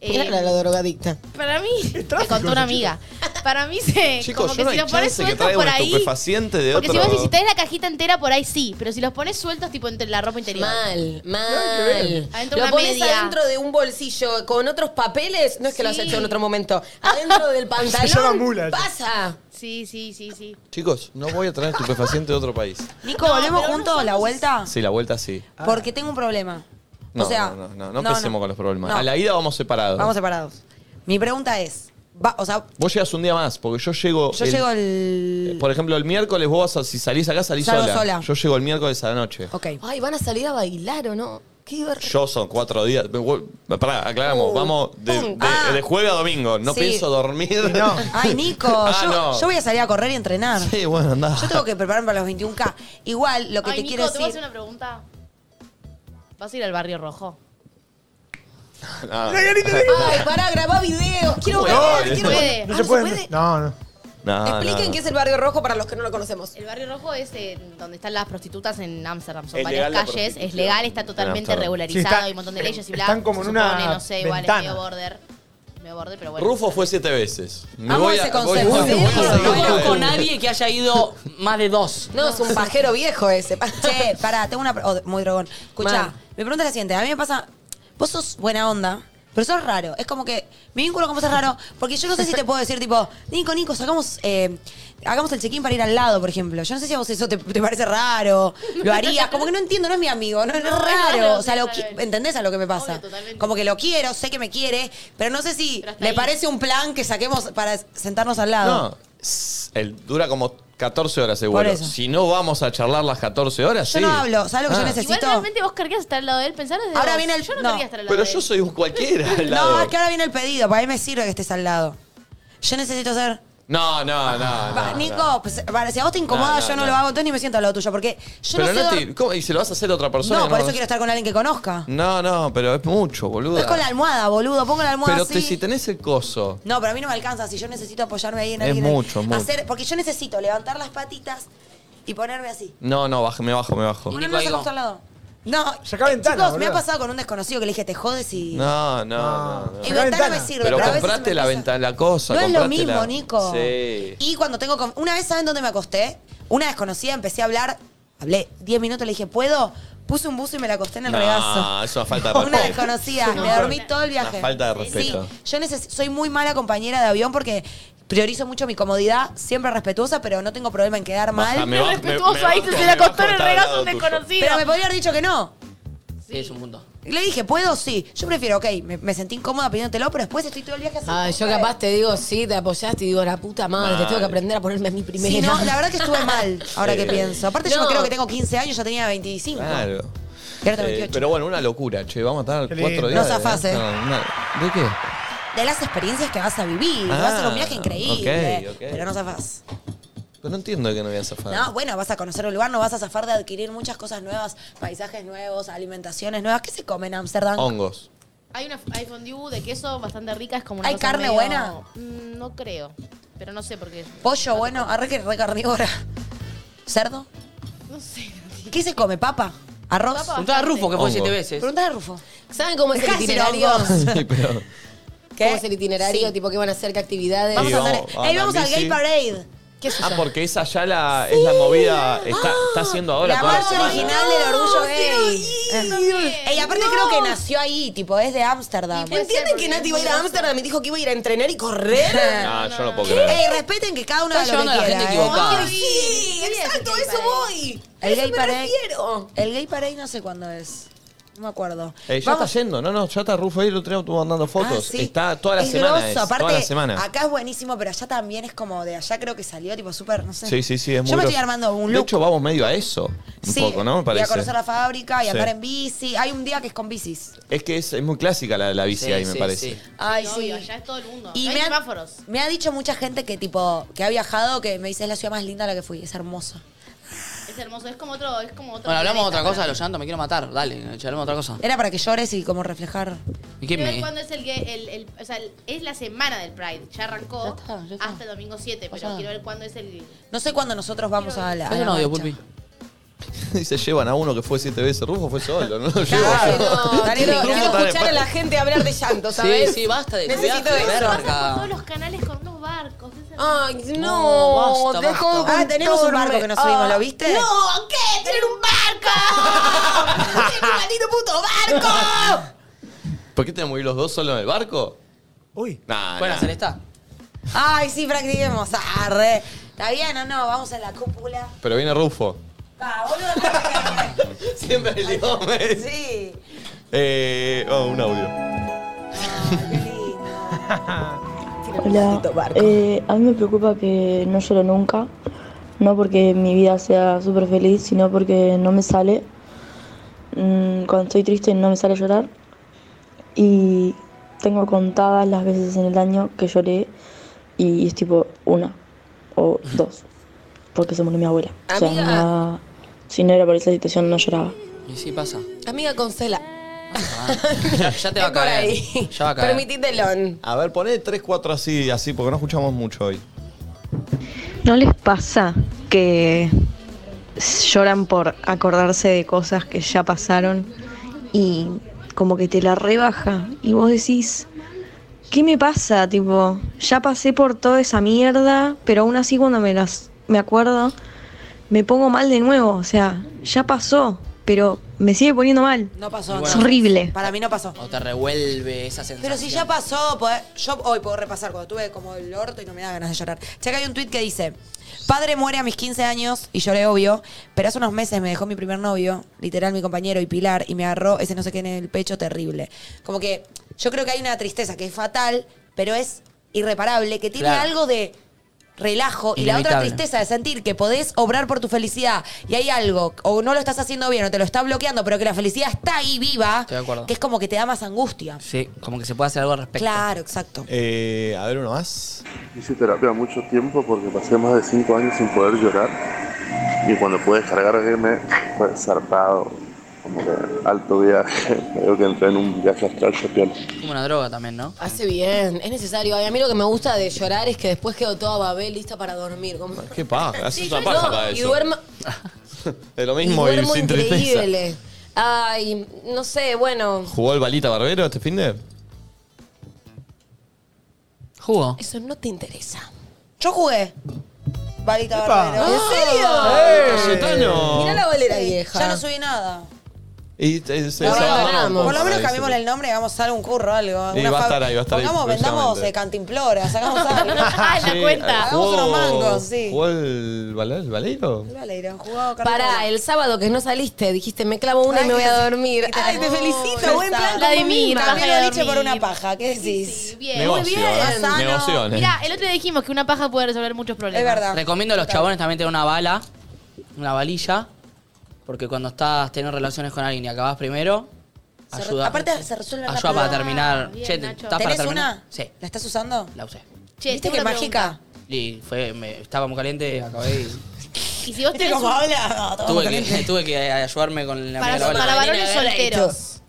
S5: eh,
S4: Era la drogadicta.
S5: para mí, me
S6: tráfico
S5: contó una
S6: ese
S5: amiga. Para mí se.
S7: Chicos,
S5: Eh, como
S7: yo
S5: que
S7: no
S5: si
S7: hay
S5: los pones
S7: chance que
S5: sueltos
S7: traiga un
S5: por ahí.
S7: estupefaciente de
S5: Porque
S7: otro...
S5: si vos necesitáis la cajita entera, por ahí sí. Pero si los pones sueltos, tipo entre la ropa interior.
S4: Mal,
S6: ver.
S4: mal.
S5: Adentro
S4: lo
S5: una
S4: pones
S5: media.
S4: adentro de un bolsillo con otros papeles. No es que lo has
S5: Sí.
S4: hecho en otro momento. Adentro del pantalón.
S6: llama mula eso.
S4: Pasa.
S5: Sí, sí, sí, sí.
S7: Chicos, no voy a traer estupefaciente de otro país.
S3: Nico, ¿volvemos juntos a la vuelta?
S7: Sí, la vuelta sí.
S3: Porque tengo un problema.
S7: No,
S3: o sea,
S7: no, no, no, no empecemos con los problemas.
S3: No.
S7: A la ida vamos separados.
S3: Vamos separados. Mi pregunta es, va- o sea,
S7: Vos llegas un día más, porque yo llego.
S3: yo
S7: el- Eh,
S3: llego el...
S7: Por ejemplo, el miércoles vos vas a- si salís acá, salís
S3: Salgo
S7: sola.
S3: sola.
S7: Yo llego el miércoles a la noche.
S3: Ok.
S4: Ay, van a salir a bailar o no. Qué ver-
S7: Yo son cuatro días. Me vuel- Pará, aclaramos.
S4: Uh,
S7: Vamos de, de-
S3: Ah.
S7: de jueves a domingo. No
S3: Sí.
S7: pienso dormir. No.
S3: Ay, Nico,
S7: Ah,
S3: yo,
S7: no.
S3: yo voy a salir a correr y entrenar.
S7: Sí, bueno, andá.
S3: Yo tengo que prepararme para los 21K. Igual, lo que
S5: Ay,
S3: te
S5: Nico,
S3: quiero
S5: te voy a hacer
S3: decir...
S5: una pregunta. ¿Vas a ir al barrio rojo?
S7: No,
S4: Ay, pará, grabá videos. Quiero
S7: ¿Cómo
S4: ver.
S7: no?
S4: quiero
S7: No
S4: ver.
S5: puede.
S4: Ah,
S6: No se puede. No, no.
S7: no, no,
S4: Expliquen
S7: Ah, no.
S4: qué es el barrio rojo para los que no lo conocemos.
S5: El barrio rojo es en donde están las prostitutas en Ámsterdam. Son
S7: Es
S5: varias
S7: legal la
S5: calles, es
S7: prostitución.
S5: legal, está totalmente
S7: Ámsterdam.
S5: regularizado,
S6: Sí, está-
S5: hay un montón de leyes y bla.
S6: están como
S5: se
S6: en una
S5: supone, no sé, igual es
S6: ventana.
S5: medio border. Medio border, pero bueno.
S7: Rufo fue siete veces. Me
S3: Amo
S7: voy a,
S3: ese
S7: voy-
S3: concepto.
S7: voy a
S3: Sí,
S7: seguir
S2: No
S7: con
S2: conozco a
S7: él.
S2: nadie que haya ido más de dos.
S4: No, es un pajero viejo ese.
S3: Che, pará, tengo una... pre- oh, muy dragón. Escuchá,
S4: Mal.
S3: mi pregunta es la siguiente. A mí me pasa... Vos sos buena onda, pero sos raro. Es como que... Mi vínculo con vos es raro, porque yo no sé si te puedo decir, tipo... Nico, Nico, sacamos... eh, hagamos el check-in para ir al lado, por ejemplo. Yo no sé si a vos eso te, te parece raro. Lo harías. Como que no entiendo, no es mi amigo. No, no es
S5: No, es
S3: raro.
S5: raro,
S3: O sea, lo,
S5: totalmente.
S3: qui- ¿entendés a lo que me pasa?
S5: Obvio, totalmente.
S3: como que lo quiero, sé que me quiere, pero no sé si
S5: Pero hasta
S3: le
S5: ahí.
S3: parece un plan que saquemos para sentarnos al lado.
S7: No. s- El, dura como 14 horas
S3: Por
S7: seguro.
S3: eso.
S7: Si no vamos a charlar las 14 horas,
S3: Yo
S7: sí.
S3: no hablo, ¿sabes lo que yo
S7: Ah.
S3: necesito?
S5: Igual realmente vos querrías estar al lado de él, pensar desde
S3: Ahora
S5: vos.
S3: viene el-
S5: Yo no,
S3: no.
S5: querría estar al lado
S7: Pero
S5: de
S7: yo
S5: él.
S7: soy un cualquiera al lado.
S3: No, es que ahora viene el pedido, para mí me sirve que estés al lado. Yo necesito ser.
S7: No, no, no.
S3: Va,
S7: no,
S3: Nico,
S7: no.
S3: pues, para, si a vos te incomoda,
S7: No, no,
S3: yo no,
S7: no.
S3: lo hago, entonces ni me siento al lado tuyo, porque yo
S7: Pero
S3: no
S7: no
S3: sé.
S7: te- ¿cómo? ¿Y se lo vas a hacer a otra
S3: no,
S7: persona? que
S3: por eso quiero estar con alguien que conozca.
S7: No, no, pero es mucho, boludo.
S3: Es con la almohada, boludo, pongo la almohada
S7: Pero
S3: así.
S7: te- si tenés el coso.
S3: No, pero a mí no me alcanza, si yo necesito apoyarme ahí en
S7: Es
S3: alguien.
S7: mucho, mucho.
S3: Hacer, porque yo necesito levantar las patitas y ponerme así.
S7: No, no, bajo, me bajo, me bajo.
S3: Uno
S2: Nico,
S3: no
S2: ahí
S3: se acostumbra al lado. No, eh,
S6: Sacá ventana,
S3: chicos, me
S6: boluda.
S3: ha pasado con un desconocido que le dije, te jodes y...
S7: No, no, no. no.
S3: Y
S6: Sacá
S3: ventana me
S6: ventana.
S3: sirve.
S7: Pero
S3: a veces
S7: compraste
S3: me
S7: la
S3: pasa-
S7: ventana, la cosa.
S3: No es lo
S7: compraste
S3: mismo,
S7: la-
S3: Nico.
S7: Sí.
S3: Y cuando tengo... con- Una vez, ¿saben dónde me acosté? Una desconocida, empecé a hablar, hablé 10 minutos, le dije, ¿puedo? Puse un buzo y me la acosté en el
S7: No,
S3: regazo.
S7: es una falta de
S3: Una
S7: respeto.
S3: desconocida,
S5: No.
S3: me dormí todo el viaje.
S7: Una falta de respeto.
S3: Sí, yo neces- soy muy mala compañera de avión porque priorizo mucho mi comodidad, siempre respetuosa, pero no tengo problema en quedar mal.
S7: Bájame,
S5: Qué
S7: ba- Ah, me- me
S5: respetuoso ahí,
S7: bajo,
S5: se
S7: me
S5: la
S7: bajo,
S5: acostó en el
S7: está al
S5: regazo
S7: lado
S5: un
S7: tuyo.
S5: desconocido.
S3: Pero me podría haber dicho que no.
S2: Sí, es un punto.
S3: Le dije, ¿puedo? Sí. Yo prefiero, ok, me, me sentí incómoda pidiéndotelo, pero después estoy todo el viaje así.
S4: Ay, yo capaz te digo, sí, te apoyaste y digo, la puta madre,
S7: Mal.
S4: tengo que aprender a ponerme a mí primero.
S3: Sí, no, la verdad que estuve mal, ahora que
S7: Sí.
S3: pienso. Aparte yo
S4: No.
S3: creo que tengo 15 años, yo tenía 25.
S7: Claro.
S3: Y ahora tengo
S7: Eh,
S3: 28.
S7: pero bueno, una locura, che. Vamos a estar
S6: Qué
S7: cuatro
S6: lindo.
S3: No
S7: días. de-
S3: zafás, eh.
S7: una- ¿De qué?
S3: De las experiencias que vas a vivir,
S7: Ah,
S3: vas a hacer un viaje increíble,
S7: ok, Ah. ok.
S3: pero no zafás.
S7: Pero no entiendo que no voy a zafar.
S3: No, bueno, vas a conocer un lugar, no vas a zafar de adquirir muchas cosas nuevas, paisajes nuevos, alimentaciones nuevas. ¿Qué se come en Ámsterdam?
S7: Hongos.
S5: Hay una hay fondue de queso bastante rica, es como una
S3: ¿Hay
S5: cosa
S3: carne
S5: medio-
S3: buena?
S5: Mm, No creo, pero no sé por qué.
S3: Pollo, bueno, arre que re carnívora. ¿Cerdo?
S5: No sé.
S3: ¿Qué se come? ¿Papa? ¿Arroz?
S5: Papa.
S2: Preguntaba a Rufo que fue
S7: Hongo.
S2: siete veces.
S3: Preguntale a Rufo.
S4: ¿Saben cómo es el
S3: Dejá de decir
S4: itinerario?
S3: hongos.
S7: Sí, pero.
S4: ¿Cómo es el itinerario? Tipo, ¿qué van a hacer? ¿Qué actividades?
S3: Vamos
S7: Sí,
S3: a andar.
S7: vamos,
S3: Ey,
S7: andan
S3: vamos al
S7: bici.
S3: Gay Parade.
S4: ¿Qué sé
S7: Ah,
S4: yo?
S7: porque esa ya la, es la movida. Está, está haciendo ahora.
S3: Ah, La
S7: toda
S3: marcha
S7: semana.
S3: original del orgullo gay.
S5: ir.
S3: Y aparte creo que nació ahí, tipo, es de Ámsterdam.
S5: Y-
S4: ¿Entienden que Nati va a ir a Ámsterdam y dijo que iba a ir a entrenar y correr?
S7: Ah, yo no puedo creer.
S3: Ey, respeten que cada uno
S2: Está
S3: haga
S2: llevando
S3: lo que
S2: a la
S3: quiera.
S2: gente
S3: ¿eh?
S2: equivocada.
S4: Sí, exacto, a eso voy. A
S3: El
S4: eso
S3: gay
S4: me
S3: parade.
S4: refiero.
S3: El gay parade no sé cuándo es. No me acuerdo.
S7: Eh, ya está yendo, no, no, ya está Rufo ahí, el otro día estuvo mandando fotos.
S3: Ah, sí.
S7: Está toda la
S3: Es
S7: semana.
S3: grosso,
S7: es,
S3: aparte,
S7: toda la semana.
S3: Acá es buenísimo, pero allá también es como de allá creo que salió tipo súper, no sé.
S7: Sí, sí, sí, es muy
S3: Yo me estoy
S7: grosso.
S3: armando un
S7: De
S3: look.
S7: hecho, vamos medio a eso. Un
S3: sí,
S7: poco, ¿no? Me
S3: y a
S7: parece.
S3: conocer la fábrica y
S7: Sí.
S3: andar en bici. Hay un día que es con bicis.
S7: Es que es, es muy clásica la, la bici
S2: Sí,
S7: ahí, me
S2: sí,
S7: parece.
S2: sí.
S3: Ay, sí.
S5: Obvio, allá es todo el mundo.
S3: Y
S5: No
S3: me
S5: hay
S3: han-
S5: semáforos.
S3: Me ha dicho mucha gente que tipo que ha viajado que me dice es la ciudad más linda a la que fui, es hermosa.
S5: Es hermoso, es como otro, es como otro.
S2: Bueno, hablamos de otra
S5: planeta
S2: cosa, los llantos, me quiero matar. Dale, hablamos de otra cosa.
S3: Era para que llores y como reflejar.
S2: ¿Y
S5: para
S2: quién
S5: mí. Quiero ver
S2: me-
S5: cuándo es el que. El, el- o sea, el- es la semana del Pride. Ya arrancó
S3: Ya está, ya está.
S5: hasta el domingo 7, pero
S3: sea-
S5: quiero ver cuándo es el.
S3: No sé cuándo nosotros vamos a la. a
S2: Hay
S3: la
S2: un audio,
S3: marcha.
S2: Pulpi.
S7: Y se llevan a uno que fue siete veces Rufo, fue solo, no lo llevo.
S4: Claro, no,
S3: Dale,
S4: quiero,
S3: Rufo,
S4: quiero
S7: dale,
S4: escuchar a
S7: pa-
S4: la gente hablar de llanto,
S2: Sí,
S4: ¿sabes?
S2: sí, basta de
S4: Necesito
S2: cuidarte,
S4: eso.
S5: Por
S2: verga.
S5: todos los canales con unos barcos. es hermoso.
S2: No,
S4: Ay, no,
S2: basta,
S4: dejo
S2: basta.
S4: con
S3: Ah, tenemos un barco
S4: todo-
S3: que nos subimos, ¿lo viste?
S4: No, ¿qué? ¡Tener un barco! ¡Tener un maldito puto barco!
S7: ¿Por qué tenemos que ir los dos solo en el barco?
S6: Uy.
S7: Nah,
S2: ¿Pueden
S7: nah.
S2: hacer esta?
S3: Ay, sí, practiquemos. Arre. ¿Está bien o no? Vamos a la cúpula.
S7: Pero viene Rufo.
S3: Va, boludo.
S7: Siempre el lío, me-
S3: Sí.
S7: Eh, oh, un audio.
S3: Ay, qué lindo.
S11: Hola, eh, a mí me preocupa que no lloro nunca, no porque mi vida sea súper feliz, sino porque no me sale. Mm, cuando estoy triste no me sale llorar y tengo contadas las veces en el año que lloré y es tipo una o dos, porque se murió mi abuela. O sea,
S4: Amiga.
S11: nada- si no era por esa situación no lloraba.
S2: Y sí, pasa.
S4: Amiga, concela.
S2: Ya, ya te va a
S4: Es por
S2: caer.
S4: ahí.
S2: Ya va a caer.
S4: Permititelón.
S7: A ver, poné 3-4 así, así, porque no escuchamos mucho hoy.
S12: ¿No les pasa que lloran por acordarse de cosas que ya pasaron y como que te la rebaja y vos decís, ¿qué me pasa? Tipo, ya pasé por toda esa mierda, pero aún así cuando me las me acuerdo me pongo mal de nuevo, o sea, ya pasó, pero me sigue poniendo mal.
S3: No pasó.
S2: Bueno.
S3: no.
S12: Es horrible.
S3: Para mí no pasó.
S2: O te revuelve esa sensación.
S3: Pero si ya pasó, pues, yo hoy puedo repasar cuando tuve como el orto y no me da ganas de llorar. Che, acá hay un tuit que dice, padre muere a mis 15 años y lloré obvio, pero hace unos meses me dejó mi primer novio, literal mi compañero y Pilar, y me agarró ese no sé qué en el pecho terrible. Como que yo creo que hay una tristeza que es fatal, pero es irreparable, que tiene
S2: Claro.
S3: algo de relajo y la otra
S2: Inevitable.
S3: tristeza de sentir que podés obrar por tu felicidad y hay algo o no lo estás haciendo bien o te lo está bloqueando pero que la felicidad está ahí viva
S2: Estoy de acuerdo.
S3: que es como que te da más angustia
S2: Sí, como que se puede hacer algo al respecto.
S3: Claro, exacto.
S7: Eh, a ver, uno más.
S13: Hice terapia mucho tiempo porque pasé más de 5 años sin poder llorar y cuando pude descargarme fue zarpado, como que alto viaje, creo que entré en un viaje astral chapiano.
S2: Como una droga también, ¿no?
S4: Hace bien, es necesario. Ay, a mí lo que me gusta de llorar es que después quedo toda babel lista para dormir. como-
S7: Qué paja, haces una
S4: No,
S7: paja para
S4: y
S7: eso.
S4: duermo,
S7: Es lo
S4: y
S7: mismo y,
S4: duermo
S7: sin tristeza.
S4: increíble. Ay, no sé, bueno.
S7: ¿Jugó el balita barbero este fin de?
S2: Jugo.
S4: Eso no te interesa.
S3: Yo jugué. Balita barbero.
S4: ¿En serio?
S7: Ah, eh, Cayetano.
S4: Mirá la bolera
S3: Sí,
S4: vieja.
S3: Ya no subí nada.
S7: Y eh, se
S4: Lo
S7: se
S4: abandonamos.
S7: abandonaron.
S3: Por lo menos
S7: Ahí,
S3: cambiémosle
S7: sí.
S3: el nombre y hagamos algún curro, algo.
S7: Sí,
S3: Una
S7: va a
S3: fab-
S7: estar ahí, va a estar ahí,
S3: Pongamos, vendamos
S7: precisamente.
S3: eh, cantimploras, hagamos algo.
S5: Ah, la
S7: Sí,
S5: cuenta.
S3: Hagamos unos
S7: jugó-
S3: mangos, sí.
S7: ¿Jugó el, bal- el balero?
S3: Valeria, jugó
S4: Pará, el sábado que no saliste, dijiste, me clavo una y me voy a dormir. Ay, te felicito, buen plan.
S5: La de mí,
S4: conmigo.
S5: baja
S3: Cambié la
S5: de
S3: leche por
S5: dormir.
S3: una paja, ¿qué decís?
S5: Sí, bien.
S7: Negocio, ¿eh?
S3: sano.
S7: Negociones.
S5: Mirá, el otro día dijimos que una paja puede resolver muchos problemas.
S3: Es verdad.
S2: Recomiendo a los chabones también tener una bala, una valilla, porque cuando estás teniendo relaciones con alguien y acabas primero,
S3: Se re-
S2: ayuda.
S3: aparte se resuelve
S2: Ayuda
S3: rápido.
S2: para terminar.
S5: Ah, bien,
S2: che, ¿te-
S5: Nacho.
S2: ¿estás para
S3: ¿Tenés
S2: terminar?
S3: una?
S2: Sí,
S3: ¿La estás usando?
S2: la usé.
S5: Che,
S3: ¿Viste
S5: tengo
S3: que es
S5: una
S3: mágica?
S2: Y fue, me, estaba muy caliente, acabé y
S5: pregunta. Y si vos
S3: ¿Viste
S5: tenés
S3: cómo
S5: un-
S3: habla? No,
S2: tuve,
S3: todo
S2: que, tuve que ayudarme con la
S5: para,
S2: la bala.
S5: para varones
S4: haber
S5: solteros.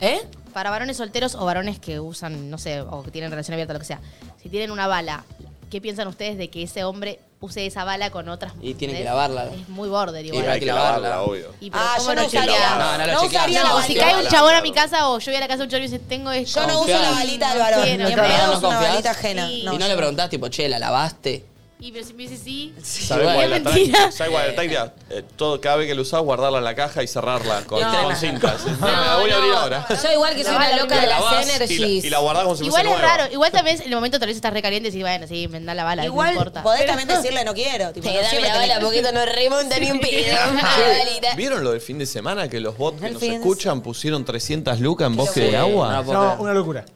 S4: ¿Eh?
S5: Para varones solteros o varones que usan, no sé, o que tienen relación abierta, lo que sea. Si tienen una bala, ¿qué piensan ustedes de que ese hombre use esa bala con otras
S2: Y tiene que
S5: ¿entendés?
S2: lavarla.
S5: Es muy border
S2: Y
S5: igual.
S2: hay que lavarla.
S7: obvio.
S5: Y, pero
S3: Ah,
S5: ¿cómo
S3: yo no
S5: lo chequeás?
S3: usaría.
S2: No, no lo chequeás.
S3: usaría
S5: No,
S3: la
S5: o si cae
S3: balita.
S5: un chabón a mi casa o yo voy a la casa de un chabón y dice, tengo esto.
S3: Yo no uso
S2: Confiar.
S3: la balita del varón.
S5: Sí,
S3: Ni
S5: no,
S3: en
S5: claro,
S2: no
S3: pedo uso una
S2: confiás.
S3: balita ajena.
S5: Y-
S2: Y no le preguntás, tipo, che, ¿la lavaste?
S5: Y pero si me dice sí,
S1: ¿Sabes
S5: es
S1: guardar la
S5: mentira.
S1: tag- ¿sabes guardar la tag? Eh, todo, cada vez que lo usás, guardarla en la caja y cerrarla con,
S4: No.
S1: con cintas. la voy a abrir ahora.
S4: Yo igual que soy una loca de
S1: La
S4: las
S1: lavás y la,
S4: energies.
S1: y la guardás como si
S5: Igual es
S1: fuese nueva.
S5: raro, igual también en el momento tal vez estás recaliente y decís, bueno, sí, me da la bala, no
S3: Igual
S5: importa.
S3: podés también decirle no quiero. Tipo,
S4: Te
S3: no
S4: da
S3: siempre
S4: la
S3: tenés-
S4: bala, porque esto no remonta ni un pedo.
S1: Che, ¿Vieron lo del fin de semana que los bots que
S3: eh. El
S1: nos
S3: fin de
S1: escuchan pusieron 300 lucas en bosque
S6: Sí,
S1: de agua?
S6: no, No, una locura.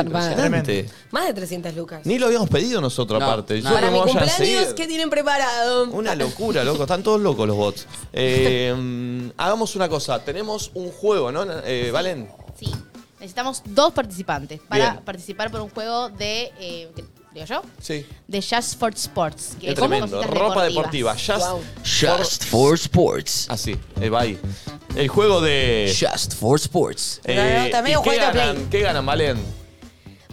S1: Impresionante.
S4: Más de 300 lucas.
S1: Ni lo habíamos pedido nosotros aparte. Yo
S4: Para
S1: no
S4: mi
S1: me vaya a
S4: cumpleaños,
S1: seguir.
S4: ¿qué tienen preparado?
S1: Una locura, loco. Están todos locos los bots. Eh, mm, hagamos una cosa. Tenemos un juego, ¿no? Eh, Valen.
S5: Sí. Necesitamos dos participantes para
S1: Bien.
S5: participar por un juego de, eh, que- digo yo,
S1: Sí.
S5: de Just for Sports. Que
S1: Es
S5: son
S1: tremendo.
S5: cositas
S1: Ropa deportiva.
S5: deportivas.
S1: Just,
S2: Just for Sports.
S1: Así, eh, va ahí. El juego de.
S2: Just for Sports.
S1: Eh,
S5: no, también
S1: ¿y
S5: un
S1: ¿qué,
S5: juego de
S1: ganan, ¿Qué ganan, Valen?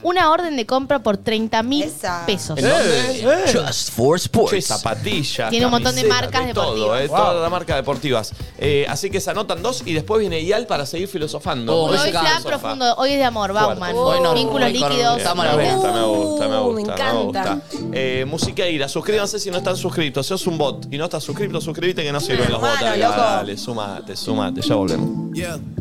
S5: Una orden de compra por 30 mil pesos.
S1: ¿En dónde?
S2: Just for Sports.
S1: Che, zapatillas.
S5: Tiene un montón de
S1: camisetas,
S5: marcas
S1: Todo,
S5: deportivas.
S1: eh,
S5: Wow.
S1: Toda la marca deportivas. Eh, así que se anotan dos y después viene Ial para seguir filosofando.
S5: Hoy
S1: Hoy
S5: es plan
S1: filosofa.
S5: profundo, hoy es de amor, Bauman.
S1: Fuerte.
S5: Vínculos líquidos.
S1: me gusta, me gusta, me
S5: Uh,
S1: gusta.
S5: me
S1: Me
S5: encanta.
S1: gusta. Eh, musiqueira, suscríbanse si no están suscritos. Si sos un bot y no estás suscrito, suscríbete que no sirven los bots.
S3: Hermano,
S1: Dale,
S3: loco.
S1: dale, sumate, sumate, ya volvemos.
S2: Yeah.